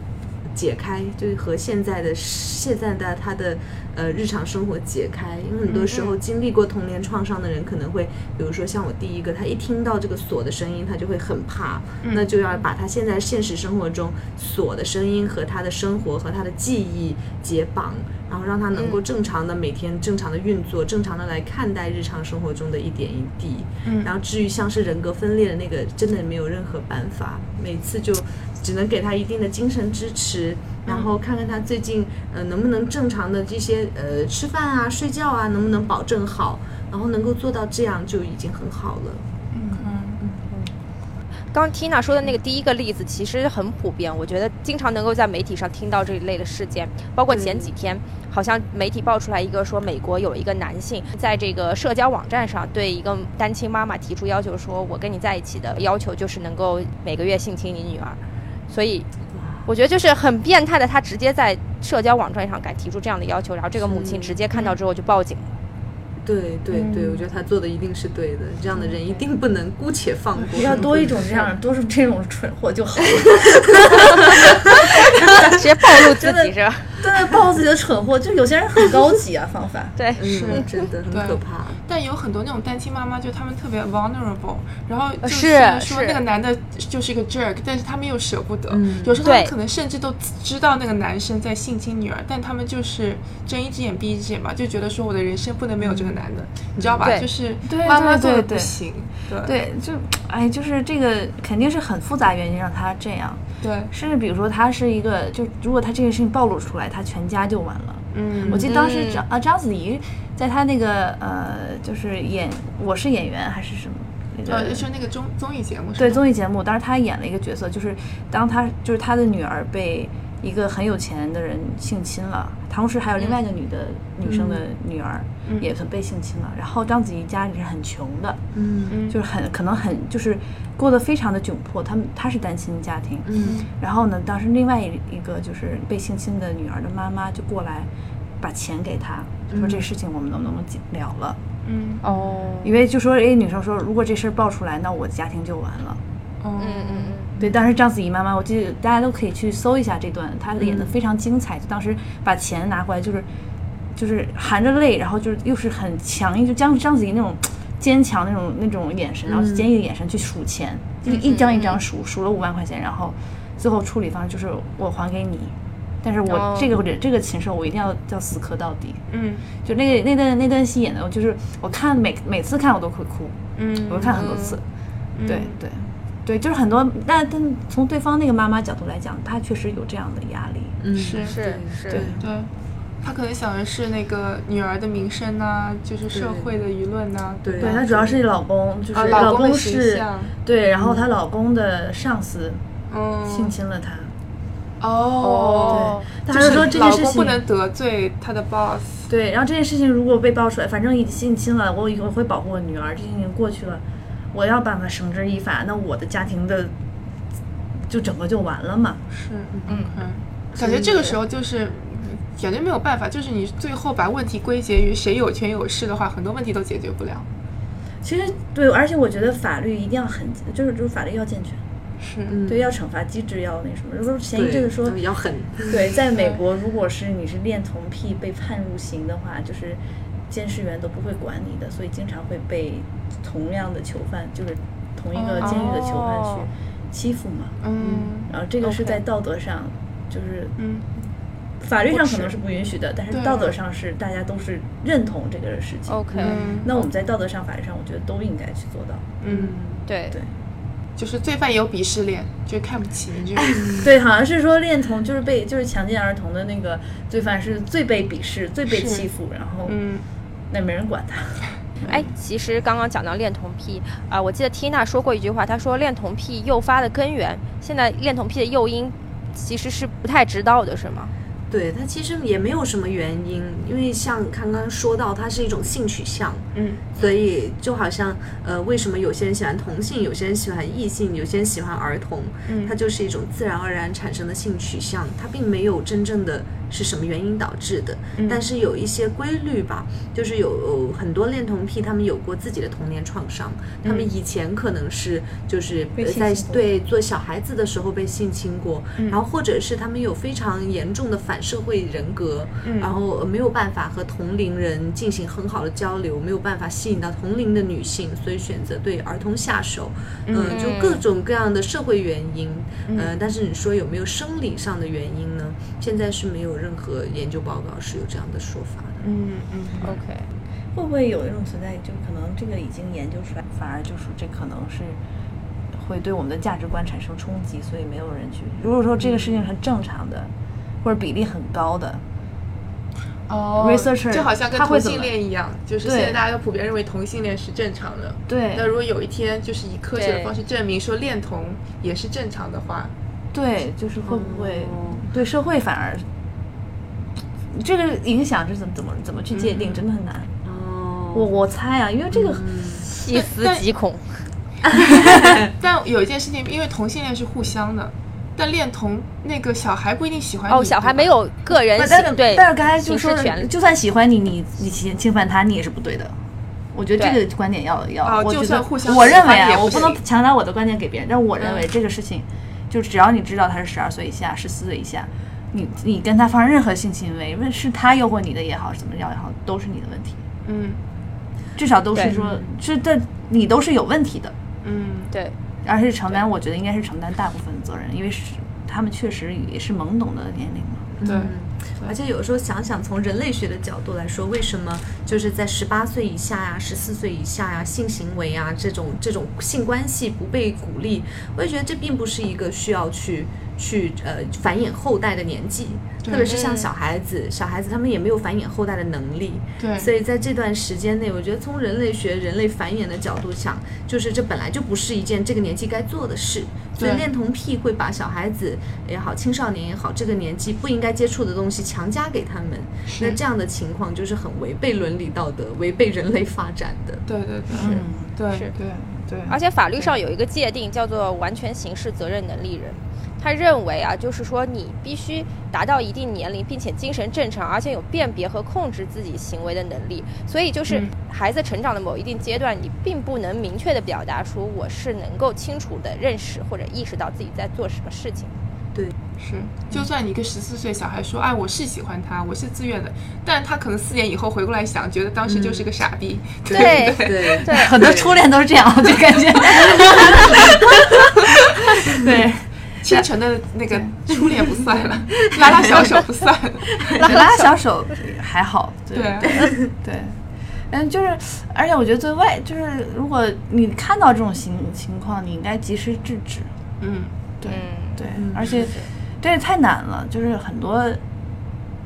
[SPEAKER 4] 解开，就是和现在的现在的他的呃日常生活解开。因为很多时候经历过童年创伤的人，可能会，比如说像我第一个，他一听到这个锁的声音，他就会很怕，那就要把他现在现实生活中锁的声音和他的生活和他的记忆解绑。然后让他能够正常的每天正常的运作，正常的来看待日常生活中的一点一滴。
[SPEAKER 1] 嗯
[SPEAKER 4] 然后至于像是人格分裂的那个，真的没有任何办法，每次就只能给他一定的精神支持，然后看看他最近呃能不能正常的这些呃吃饭啊、睡觉啊，能不能保证好，然后能够做到这样就已经很好了。
[SPEAKER 1] 嗯
[SPEAKER 2] 刚 Tina 说的那个第一个例子，其实很普遍，我觉得经常能够在媒体上听到这一类的事件，包括前几天，好像媒体爆出来一个说，美国有一个男性在这个社交网站上对一个单亲妈妈提出要求说，我跟你在一起的要求就是能够每个月性侵你女儿，所以我觉得就是很变态的，他直接在社交网站上敢提出这样的要求，然后这个母亲
[SPEAKER 4] 是
[SPEAKER 2] 直接看到之后就报警了。
[SPEAKER 4] 对对对，我觉得他做的一定是对的，这样的人一定不能姑且放过。
[SPEAKER 7] 要多一种这样，多是这种蠢货就好了。
[SPEAKER 2] 直接暴露自己是吧？
[SPEAKER 7] 对，报自己的蠢货，就有些人很高级啊，方法。
[SPEAKER 2] 对，
[SPEAKER 4] 嗯，真的很
[SPEAKER 1] 对
[SPEAKER 4] 可怕。
[SPEAKER 1] 但有很多那种单亲妈妈，就他们特别 vulnerable，然后
[SPEAKER 3] 呃
[SPEAKER 1] 就是说
[SPEAKER 2] 是
[SPEAKER 1] 那个男的就是一个 jerk，但是他们又舍不得，
[SPEAKER 4] 嗯
[SPEAKER 1] 有时候他们
[SPEAKER 2] 对
[SPEAKER 1] 可能甚至都知道那个男生在性侵女儿，但他们就是睁一只眼闭一只眼吧，就觉得说我的人生不能没有这个男的，你知道吧？
[SPEAKER 2] 对
[SPEAKER 1] 就是
[SPEAKER 3] 嗯对
[SPEAKER 1] 妈妈
[SPEAKER 3] 对
[SPEAKER 1] 做的
[SPEAKER 3] 对
[SPEAKER 1] 不
[SPEAKER 3] 对
[SPEAKER 1] 行，对
[SPEAKER 3] 对，就哎，就是这个肯定是很复杂原因让他这样，
[SPEAKER 1] 对，
[SPEAKER 3] 甚至比如说他是一个，就如果他这个事情暴露出来，他全家就完了。
[SPEAKER 1] 嗯
[SPEAKER 3] 我记得当时
[SPEAKER 2] 嗯
[SPEAKER 3] 章啊章子怡在她那个呃，就是演《我是演员》还是什么那
[SPEAKER 1] 呃，
[SPEAKER 3] 个
[SPEAKER 1] 就。是那个综综艺节目是
[SPEAKER 3] 对
[SPEAKER 1] 吗
[SPEAKER 3] 综艺节目，当时她演了一个角色，就是当她就是她的女儿被一个很有钱的人性侵了，同时还有另外一个女的、女生的女儿
[SPEAKER 1] 嗯
[SPEAKER 3] 也被性侵了。然后章子怡家里是很穷的，
[SPEAKER 4] 嗯
[SPEAKER 1] 嗯
[SPEAKER 3] 就是很可能很就是过得非常的窘迫。他们她是单亲家庭，
[SPEAKER 4] 嗯
[SPEAKER 3] 然后呢，当时另外一一个就是被性侵的女儿的妈妈就过来，把钱给她，就说
[SPEAKER 4] 嗯
[SPEAKER 3] 这事情我们能不能解了了？
[SPEAKER 1] 嗯
[SPEAKER 2] 哦，
[SPEAKER 3] 因为就说哎，女生说如果这事儿爆出来，那我家庭就完了。
[SPEAKER 1] 哦
[SPEAKER 2] 嗯嗯嗯，
[SPEAKER 3] 对，当时章子怡妈妈，我记得大家都可以去搜一下这段，她演的非常精彩。就当时把钱拿回来，就是就是含着泪，然后就是又是很强硬，就章章子怡那种坚强那种那种眼神，然后
[SPEAKER 4] 嗯
[SPEAKER 3] 坚毅的眼神去数钱，就一张一张数，数了五万块钱，然后最后处理方式就是我还给你，但是我
[SPEAKER 2] 哦
[SPEAKER 3] 这个人、这个禽兽我一定要要死磕到底。
[SPEAKER 1] 嗯
[SPEAKER 3] 就那个那段那段戏演的，我就是我看每每次看我都会哭，
[SPEAKER 1] 嗯，
[SPEAKER 3] 我看很多次。
[SPEAKER 1] 嗯
[SPEAKER 3] 对对对，就是很多，但但从对方那个妈妈角度来讲，她确实有这样的压力。
[SPEAKER 4] 嗯，
[SPEAKER 1] 是
[SPEAKER 2] 是是
[SPEAKER 4] 对。
[SPEAKER 1] 对，他可能想的是那个女儿的名声呐、就是社
[SPEAKER 4] 对
[SPEAKER 1] 会的舆论呐、
[SPEAKER 4] 对
[SPEAKER 7] 对，她主要是老公，就是
[SPEAKER 1] 啊，
[SPEAKER 7] 老
[SPEAKER 1] 公的形
[SPEAKER 7] 是，
[SPEAKER 1] 象，
[SPEAKER 7] 对，然后她老公的上司
[SPEAKER 1] 嗯，
[SPEAKER 7] 性侵了她，
[SPEAKER 1] 哦，
[SPEAKER 7] 对，她
[SPEAKER 1] 就
[SPEAKER 7] 就是说这件
[SPEAKER 1] 老
[SPEAKER 7] 事
[SPEAKER 1] 公不能
[SPEAKER 7] 情，
[SPEAKER 1] 得罪他的 boss，
[SPEAKER 7] 对，然后这件事情如果被爆出来，反正已经性侵了，我以后会保护我女儿，这件事情过去了，我要办法绳之以法，那我的家庭的就整个就完了嘛，
[SPEAKER 1] 是，
[SPEAKER 2] 嗯
[SPEAKER 1] 嗯，感觉这个时候就是。感觉没有办法，就是你最后把问题归结于谁有权有势的话，很多问题都解决不了。
[SPEAKER 7] 其实对，而且我觉得法律一定要很，就是就是法律要健全，
[SPEAKER 1] 是，
[SPEAKER 4] 嗯
[SPEAKER 7] 对，要惩罚机制要那什么。如果前一
[SPEAKER 4] 对
[SPEAKER 7] 阵子说，
[SPEAKER 4] 要狠，嗯
[SPEAKER 7] 对，在美国，如果是你是恋童癖被判入刑的话，就是监视员都不会管你的，所以经常会被同样的囚犯，就是同一个监狱的囚犯
[SPEAKER 2] 哦
[SPEAKER 7] 去欺负嘛。
[SPEAKER 1] 嗯
[SPEAKER 7] 然后这个是
[SPEAKER 2] OK
[SPEAKER 7] 在道德上，就是
[SPEAKER 1] 嗯，
[SPEAKER 7] 法律上可
[SPEAKER 2] 不
[SPEAKER 7] 能
[SPEAKER 2] 耻
[SPEAKER 7] 是不允许的，但是
[SPEAKER 1] 对
[SPEAKER 7] 道德上是大家都是认同这个事情。
[SPEAKER 2] OK，
[SPEAKER 1] 嗯
[SPEAKER 7] 那我们在道德上、法律上，我觉得都应该去做到。
[SPEAKER 1] 嗯，
[SPEAKER 2] 对
[SPEAKER 7] 对
[SPEAKER 1] 就是罪犯也有鄙视链，就是看不起你 这种。
[SPEAKER 7] 对，好像是说恋童就是被就是强奸儿童的那个罪犯是最被鄙视、最被
[SPEAKER 1] 是
[SPEAKER 7] 欺负，然后
[SPEAKER 1] 嗯
[SPEAKER 7] 那没人管他。
[SPEAKER 2] 哎，其实刚刚讲到恋童癖啊、我记得 Tina 说过一句话，她说恋童癖诱发的根源，现在恋童癖的诱因其实是不太知道的，是吗？
[SPEAKER 4] 对它其实也没有什么原因，因为像刚刚说到，它是一种性取向，
[SPEAKER 1] 嗯，
[SPEAKER 4] 所以就好像呃，为什么有些人喜欢同性，有些人喜欢异性，有些人喜欢儿童，
[SPEAKER 1] 嗯
[SPEAKER 4] 它就是一种自然而然产生的性取向，它并没有真正的是什么原因导致的，
[SPEAKER 1] 嗯
[SPEAKER 4] 但是有一些规律吧，就是有有很多恋童癖，他们有过自己的童年创伤，他们
[SPEAKER 1] 嗯
[SPEAKER 4] 以前可能是就是
[SPEAKER 1] 被
[SPEAKER 4] 呃
[SPEAKER 1] 性
[SPEAKER 4] 在
[SPEAKER 1] 侵过
[SPEAKER 4] 对做小孩子的时候被性侵过，
[SPEAKER 1] 嗯
[SPEAKER 4] 然后或者是他们有非常严重的反社会人格，
[SPEAKER 1] 嗯
[SPEAKER 4] 然后呃没有办法和同龄人进行很好的交流，没有办法吸引到同龄的女性，所以选择对儿童下手，嗯、
[SPEAKER 1] 嗯
[SPEAKER 4] 就各种各样的社会原因，
[SPEAKER 1] 嗯
[SPEAKER 4] 呃，但是你说有没有生理上的原因呢？现在是没有任何研究报告是有这样的说法的。
[SPEAKER 1] 嗯嗯
[SPEAKER 2] OK，
[SPEAKER 7] 会不会有一种存在，就可能
[SPEAKER 3] 哎这个已经研究出来，反而就是这可能是会对我们的价值观产生冲击，所以没有人去。如果说这个事情很正常的，或者比例很高的，
[SPEAKER 1] 哦
[SPEAKER 3] Researcher，
[SPEAKER 1] 就好像跟
[SPEAKER 3] 他会怎
[SPEAKER 1] 同
[SPEAKER 3] 么
[SPEAKER 1] 性恋一样，就是
[SPEAKER 3] 对
[SPEAKER 1] 现在大家都普遍认为同性恋是正常的。
[SPEAKER 3] 对
[SPEAKER 1] 那如果有一天就是以科学的
[SPEAKER 2] 对
[SPEAKER 1] 方式证明说恋童也是正常的话，
[SPEAKER 3] 对，就是会不会
[SPEAKER 4] 哦
[SPEAKER 3] 对社会反而这个影响是怎么怎么怎么去界定，
[SPEAKER 1] 嗯
[SPEAKER 3] 真的很难。
[SPEAKER 4] 哦
[SPEAKER 3] 我我猜啊，因为这个
[SPEAKER 2] 细思极恐。
[SPEAKER 1] 但有一件事情，因为同性恋是互相的，但恋童那个小孩不一定喜欢你。
[SPEAKER 2] 哦，小孩
[SPEAKER 1] 对吧
[SPEAKER 2] 没有个人
[SPEAKER 3] 不
[SPEAKER 2] 喜
[SPEAKER 3] 但是
[SPEAKER 2] 哎对，
[SPEAKER 3] 但是刚才就
[SPEAKER 2] 刑
[SPEAKER 3] 说
[SPEAKER 2] 事权利，
[SPEAKER 3] 就算喜欢你，你你侵侵犯他，你也是不对的。我觉得这
[SPEAKER 2] 对
[SPEAKER 3] 个观点要要，
[SPEAKER 1] 哦
[SPEAKER 3] 我
[SPEAKER 1] 就
[SPEAKER 3] 觉
[SPEAKER 1] 算
[SPEAKER 3] 得
[SPEAKER 1] 互相
[SPEAKER 3] 我
[SPEAKER 1] 喜
[SPEAKER 3] 认为
[SPEAKER 1] 欢也
[SPEAKER 3] 啊，
[SPEAKER 1] 不
[SPEAKER 3] 我不
[SPEAKER 1] 行
[SPEAKER 3] 能强加我的观点给别人，但我认为
[SPEAKER 1] 嗯
[SPEAKER 3] 这个事情，就只要你知道他是十二岁以下、十四岁以下，你你跟他发生任何性行为，问是他诱惑你的也好，怎么样也好，都是你的问题，
[SPEAKER 1] 嗯
[SPEAKER 3] 至少都是
[SPEAKER 2] 对嗯
[SPEAKER 3] 说，是这你都是有问题的，
[SPEAKER 1] 嗯
[SPEAKER 2] 对
[SPEAKER 3] 而是承担，我觉得应该是承担大部分的责任，因为是他们确实也是懵懂的年龄嘛。
[SPEAKER 1] 对
[SPEAKER 4] 嗯，而且有时候想想，从人类学的角度来说，为什么就是在十八岁以下呀、十四岁以下呀、性行为啊这种这种性关系不被鼓励？我也觉得这并不是一个需要去去呃繁衍后代的年纪，
[SPEAKER 1] 对
[SPEAKER 4] 特别是像小孩子，小孩子他们也没有繁衍后代的能力，
[SPEAKER 1] 对，
[SPEAKER 4] 所以在这段时间内，我觉得从人类学、人类繁衍的角度想，就是这本来就不是一件这个年纪该做的事。所以
[SPEAKER 1] 对
[SPEAKER 4] 恋童癖会把小孩子也好、青少年也好，这个年纪不应该接触的东西强加给他们。那这样的情况就是很违背伦理道德、违背人类发展的。
[SPEAKER 1] 对对对，
[SPEAKER 3] 嗯，
[SPEAKER 1] 对
[SPEAKER 2] 是
[SPEAKER 1] 对对，
[SPEAKER 2] 而且法律上有一个界定叫做完全刑事责任能力人，他认为啊，就是说你必须达到一定年龄，并且精神正常，而且有辨别和控制自己行为的能力。所以就是
[SPEAKER 1] 嗯
[SPEAKER 2] 孩子成长的某一定阶段，你并不能明确的表达出我是能够清楚的认识或者意识到自己在做什么事情。
[SPEAKER 1] 是，就算你跟十四岁小孩说，哎，我是喜欢他，我是自愿的，但他可能四年以后回过来想，觉得当时就是个傻逼。
[SPEAKER 2] 对
[SPEAKER 4] 对
[SPEAKER 2] 对
[SPEAKER 3] 很多初恋都是这样，我就感 觉，对。
[SPEAKER 1] 清晨的那个初恋不算了，拉拉小手不算。
[SPEAKER 3] 拉拉小手还好，
[SPEAKER 1] 对，啊
[SPEAKER 3] 对，嗯，就是，而且我觉得最外就是，如果你看到这种情情况，你应该及时制止。
[SPEAKER 1] 嗯，
[SPEAKER 3] 对
[SPEAKER 2] 嗯
[SPEAKER 3] 对，而且这也太难了，就是很多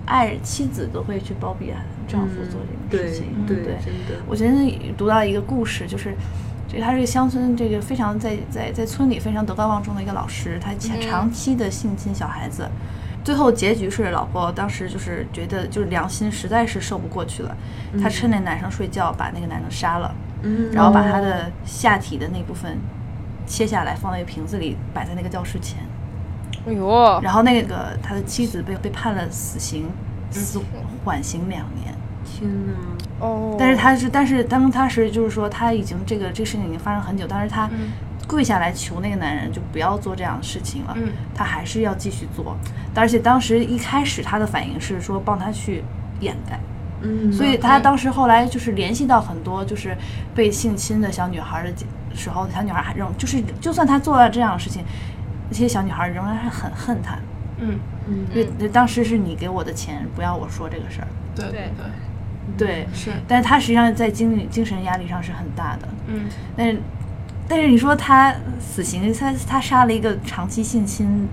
[SPEAKER 3] 爱妻子都会去包庇啊丈夫做这种
[SPEAKER 4] 嗯对
[SPEAKER 3] 事情。
[SPEAKER 4] 对
[SPEAKER 3] 嗯对，
[SPEAKER 4] 真的。
[SPEAKER 3] 我前天读到一个故事，就是这他是个乡村这个非常在在在村里非常德高望重的一个老师，他前
[SPEAKER 2] 嗯
[SPEAKER 3] 长期的性侵小孩子，最后结局是老婆当时就是觉得就是良心实在是受不过去了，她趁那男生睡觉把那个男生杀了，
[SPEAKER 4] 嗯，
[SPEAKER 3] 然后把他的下体的那部分切下来放在一个瓶子里摆在那个教室前，
[SPEAKER 2] 哎
[SPEAKER 1] 哦
[SPEAKER 2] 呦，
[SPEAKER 3] 然后那个他的妻子被被判了死刑，死缓刑两年。
[SPEAKER 4] 天哪！
[SPEAKER 2] 哦
[SPEAKER 3] 但是他是，但是当他是就是说他已经这个这个事情已经发生很久，但是他
[SPEAKER 1] 嗯
[SPEAKER 3] 跪下来求那个男人就不要做这样的事情了，
[SPEAKER 1] 嗯
[SPEAKER 3] 他还是要继续做，而且当时一开始他的反应是说帮他去掩盖，
[SPEAKER 4] 嗯，
[SPEAKER 3] 所以他当时后来就是联系到很多就是被性侵的小女孩的时候，小女孩还仍就是就算他做了这样的事情，那些小女孩仍然还很恨他，
[SPEAKER 1] 嗯，
[SPEAKER 4] 嗯
[SPEAKER 3] 因为因为当时是你给我的钱，不要我说这个事儿，
[SPEAKER 1] 对
[SPEAKER 2] 对
[SPEAKER 1] 对，
[SPEAKER 3] 对，
[SPEAKER 1] 是，
[SPEAKER 3] 但是他实际上在精力精神压力上是很大的。
[SPEAKER 1] 嗯
[SPEAKER 3] 但是，但是你说他死刑，他他杀了一个长期性侵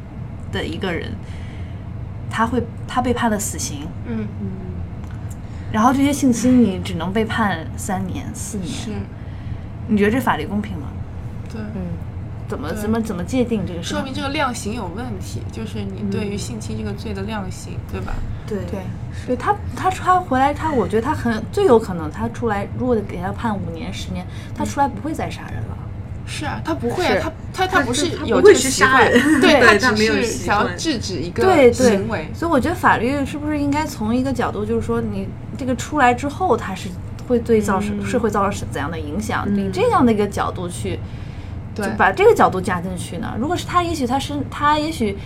[SPEAKER 3] 的一个人，他会他被判了死刑，
[SPEAKER 1] 嗯
[SPEAKER 3] 然后这些性侵你只能被判三年、四
[SPEAKER 1] 是
[SPEAKER 3] 年，，你觉得这法律公平吗？
[SPEAKER 1] 对，
[SPEAKER 2] 嗯，
[SPEAKER 3] 怎么
[SPEAKER 1] 对
[SPEAKER 3] 怎么怎么界定这个事
[SPEAKER 1] 说
[SPEAKER 3] 情？
[SPEAKER 1] 明这个量刑有问题，就是你对于性侵这个罪的量刑，对吧？
[SPEAKER 4] 对
[SPEAKER 3] 对，对他，他他回来，他我觉得他很最有可能，他出来如果给他判五年、十年，他出来不会再杀人了。
[SPEAKER 1] 是啊，他不会
[SPEAKER 2] 是
[SPEAKER 1] 啊，他他他不是
[SPEAKER 4] 他
[SPEAKER 1] 有
[SPEAKER 4] 不
[SPEAKER 1] 这个
[SPEAKER 4] 会去
[SPEAKER 1] 习
[SPEAKER 4] 杀
[SPEAKER 1] 惯，
[SPEAKER 4] 人对
[SPEAKER 1] 对
[SPEAKER 4] 他
[SPEAKER 1] 只
[SPEAKER 4] 没有
[SPEAKER 1] 是
[SPEAKER 4] 习
[SPEAKER 1] 想要
[SPEAKER 4] 惯
[SPEAKER 1] 制止一
[SPEAKER 3] 对
[SPEAKER 1] 个
[SPEAKER 3] 对
[SPEAKER 1] 行为，，
[SPEAKER 3] 所以我觉得法律是不是应该从一个角度，就是说你这个出来之后，它是会对造
[SPEAKER 1] 嗯
[SPEAKER 3] 成、是会造成怎样的影响？你这样的一个角度去，就
[SPEAKER 1] 对
[SPEAKER 3] 把这个角度加进去呢？如果是他，也许他是他，也许。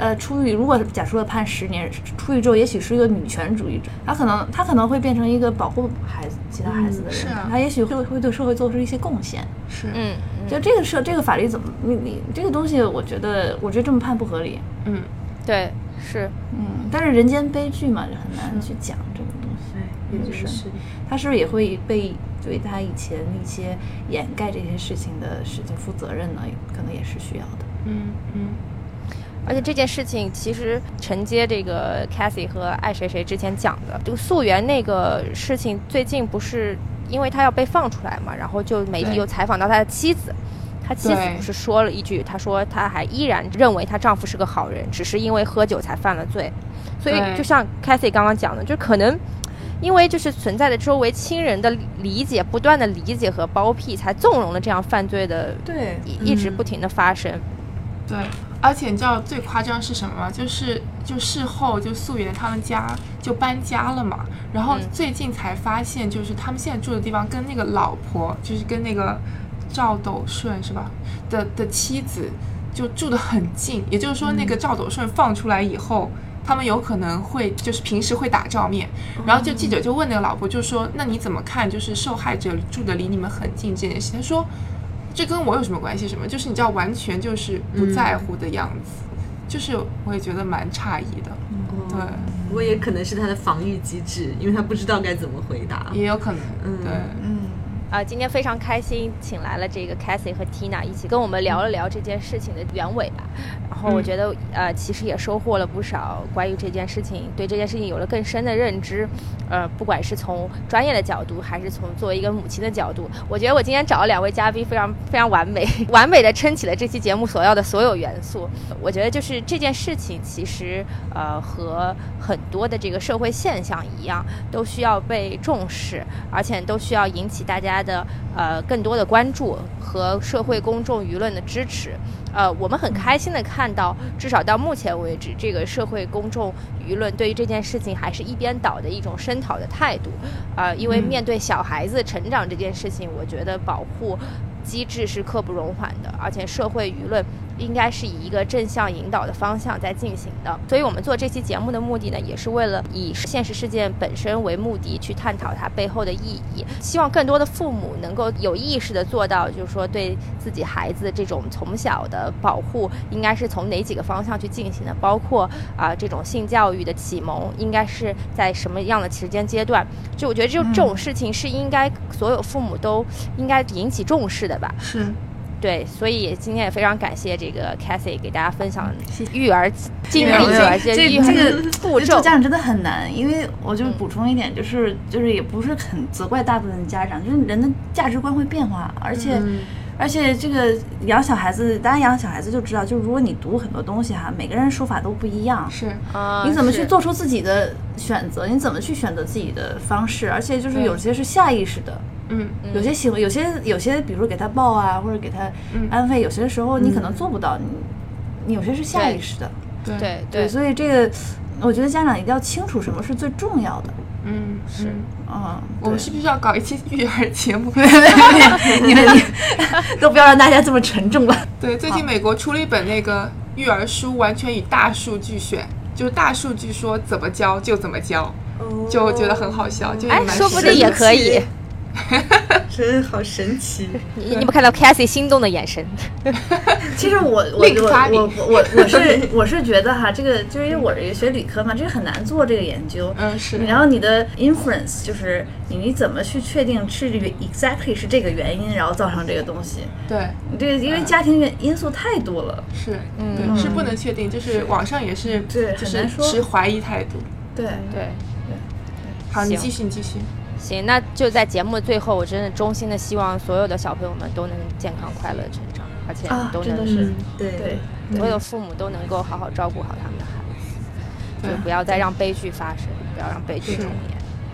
[SPEAKER 3] 呃，出狱如果假设判十年，出狱之后也许是一个女权主义者，他可能他可能会变成一个保护孩子其他孩子的人，
[SPEAKER 1] 是啊
[SPEAKER 3] 他也许会会对社会做出一些贡献。
[SPEAKER 1] 是
[SPEAKER 2] 嗯，嗯
[SPEAKER 3] 就这个社这个法律怎么你你这个东西，我觉得我觉得这么判不合理。
[SPEAKER 1] 嗯，
[SPEAKER 2] 对，是，
[SPEAKER 3] 嗯，但是人间悲剧嘛，就很难去讲这个东西。
[SPEAKER 4] 对，也是
[SPEAKER 3] 他嗯是不是也会被对他以前一些掩盖这些事情的事情负责任呢？可能也是需要的。
[SPEAKER 1] 嗯嗯，
[SPEAKER 2] 而且这件事情其实承接这个 Cassie 和爱谁谁之前讲的这个溯源那个事情，最近不是因为他要被放出来嘛，然后就媒体
[SPEAKER 1] 对
[SPEAKER 2] 又采访到他的妻子。他妻子
[SPEAKER 1] 对
[SPEAKER 2] 不是说了一句，她说她还依然认为她丈夫是个好人，只是因为喝酒才犯了罪。所以
[SPEAKER 1] 对
[SPEAKER 2] 就像 Cassie 刚刚讲的，就可能因为就是存在着周围亲人的理解，不断的理解和包庇，才纵容了这样犯罪的
[SPEAKER 3] 对
[SPEAKER 2] 一一
[SPEAKER 1] 嗯
[SPEAKER 2] 直不停的发生。
[SPEAKER 1] 对。而且你知道最夸张是什么吗？就是就事后就素媛他们家就搬家了嘛，然后
[SPEAKER 2] 嗯
[SPEAKER 1] 最近才发现，就是他们现在住的地方跟那个老婆，就是跟那个赵斗顺是吧的的妻子，就住得很近。也就是说，那个赵斗顺放出来以后，他们有可能会就是平时会打照面。然后就记者就问那个老婆，就说：“那你怎么看？就是受害者住的离你们很近这件事？”他说：“这跟我有什么关系？什么？就是你知道，完全就是不在乎的样子。就是我也觉得蛮诧异的，对，
[SPEAKER 4] 不过也可能是他的防御机制，因为他不知道该怎么回答。
[SPEAKER 1] 也有可能，
[SPEAKER 4] 嗯
[SPEAKER 1] 对。
[SPEAKER 2] 啊，今天非常开心，请来了这个 Cassie 和 Tina 一起跟我们聊了聊这件事情的原委吧。然后我觉得，呃，其实也收获了不少关于这件事情，对这件事情有了更深的认知。呃，不管是从专业的角度，还是从作为一个母亲的角度，我觉得我今天找了两位嘉宾非常非常完美， 完美的撑起了这期节目所要的所有元素。我觉得就是这件事情，其实呃和很多的这个社会现象一样，都需要被重视。而且都需要引起大家的呃更多的关注和社会公众舆论的支持。呃，我们很开心的看到，至少到目前为止，这个社会公众舆论对于这件事情还是一边倒的一种声讨的态度。呃，因为面对小孩子成长这件事情，我觉得保护机制是刻不容缓的，而且社会舆论应该是以一个正向引导的方向在进行的。所以我们做这期节目的目的呢，也是为了以现实事件本身为目的，去探讨它背后的意义。希望更多的父母能够有意识的做到，就是说对自己孩子这种从小的保护，应该是从哪几个方向去进行的，包括啊、这种性教育的启蒙，应该是在什么样的时间阶段？就我觉得就这
[SPEAKER 3] 嗯
[SPEAKER 2] 种事情是应该所有父母都应该引起重视的吧。
[SPEAKER 1] 是，
[SPEAKER 2] 对，所以也今天也非常感谢这个 Cassie 给大家分享育儿经历，
[SPEAKER 3] 没有没有
[SPEAKER 2] 而且
[SPEAKER 3] 这
[SPEAKER 2] 育儿
[SPEAKER 3] 这个
[SPEAKER 2] 步骤
[SPEAKER 3] 做家长真的很难，因为我就补充一点，就是就是也不是很责怪大部分家长，就是人的价值观会变化，而且、而且这个养小孩子，当然养小孩子就知道，就如果你读很多东西哈，每个人说法都不一样，
[SPEAKER 1] 是，
[SPEAKER 2] 啊
[SPEAKER 3] 你怎么去
[SPEAKER 2] 是
[SPEAKER 3] 做出自己的选择？你怎么去选择自己的方式？而且
[SPEAKER 7] 嗯
[SPEAKER 3] 就是
[SPEAKER 1] 对
[SPEAKER 3] 有些是下意识的，
[SPEAKER 1] 嗯，
[SPEAKER 3] 有些行为，有些有些，比如给他抱啊，或者给他
[SPEAKER 1] 嗯
[SPEAKER 3] 安慰，有些时候你可能做不到，你你有些是下意识的。
[SPEAKER 1] 对，
[SPEAKER 2] 对对，
[SPEAKER 3] 所以这个我觉得家长一定要清楚什么是最重要的。
[SPEAKER 1] 嗯，是。
[SPEAKER 3] 嗯，
[SPEAKER 1] 我们是必须要搞一期育儿节目。
[SPEAKER 3] 对 你们 你都不要让大家这么沉重了。
[SPEAKER 1] 对，最近美国出了一本那个育儿书，完全以大数据选，就是大数据说怎么教就怎么教，就觉得很好笑，就也
[SPEAKER 2] 哎，
[SPEAKER 1] 蛮
[SPEAKER 2] 说不
[SPEAKER 1] 神
[SPEAKER 2] 定也
[SPEAKER 1] 奇
[SPEAKER 2] 可以。
[SPEAKER 4] 真好神奇。
[SPEAKER 2] 你你们看到 Cassie 心动的眼神，
[SPEAKER 7] 其实我我
[SPEAKER 1] 另发
[SPEAKER 7] 我
[SPEAKER 1] 明
[SPEAKER 7] 我我我是 我是觉得哈，这个就是因为我是学理科嘛，这个很难做这个研究。
[SPEAKER 1] 嗯是
[SPEAKER 7] 然后你的 inference 就是你你怎么去确定是这个 exactly 是这个原因，然后造成这个东西。
[SPEAKER 1] 对，
[SPEAKER 7] 你这个因为家庭原因素太多了。
[SPEAKER 1] 是，对，是不能确定，就是网上也是，
[SPEAKER 7] 对
[SPEAKER 1] 就
[SPEAKER 7] 很
[SPEAKER 1] 是
[SPEAKER 7] 难说
[SPEAKER 1] 持怀疑态度。
[SPEAKER 7] 对，
[SPEAKER 3] 嗯
[SPEAKER 2] 对。
[SPEAKER 1] 好，你
[SPEAKER 2] 行
[SPEAKER 1] 继续，你继续。
[SPEAKER 2] 行，那就在节目的最后，我真的衷心的希望所有的小朋友们都能健康快乐地成长。而且
[SPEAKER 3] 啊
[SPEAKER 2] 都
[SPEAKER 3] 真的
[SPEAKER 2] 能
[SPEAKER 3] 是
[SPEAKER 4] 嗯，对
[SPEAKER 3] 对，
[SPEAKER 2] 所有父母都能够好好照顾好他们的孩子，就不要再让悲剧发生，不要让悲剧重演。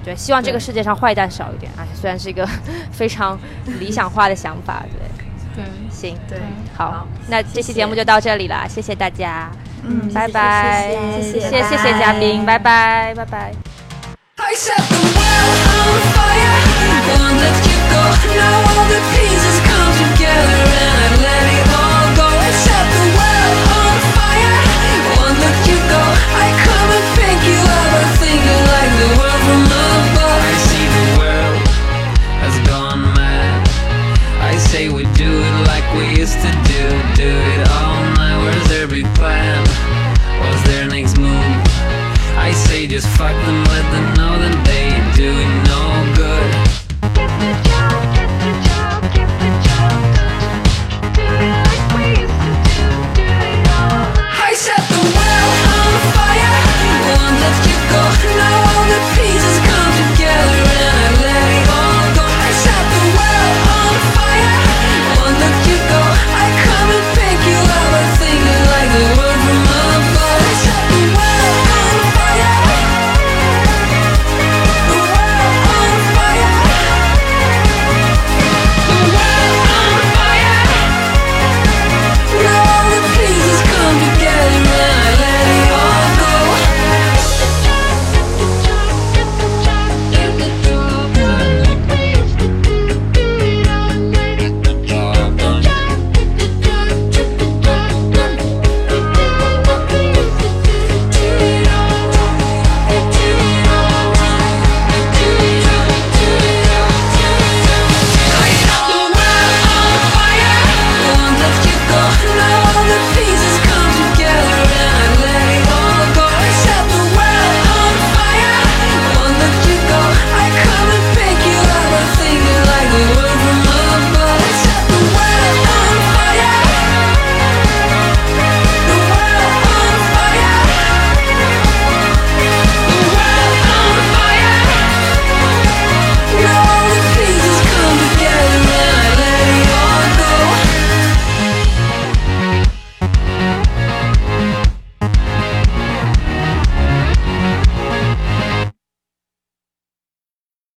[SPEAKER 2] 对，希望这个世界上坏蛋少一点。哎，虽然是一个非常理想化的想法，对，
[SPEAKER 1] 对，
[SPEAKER 2] 行，
[SPEAKER 3] 对，
[SPEAKER 2] 好，那这期节目就到这里啦，谢谢大家，
[SPEAKER 3] 嗯，
[SPEAKER 2] 拜拜，谢
[SPEAKER 7] 谢谢
[SPEAKER 2] 谢谢谢嘉宾，拜拜，拜拜。
[SPEAKER 8] I set the world on fire, won't let you go. Now all the pieces come together and I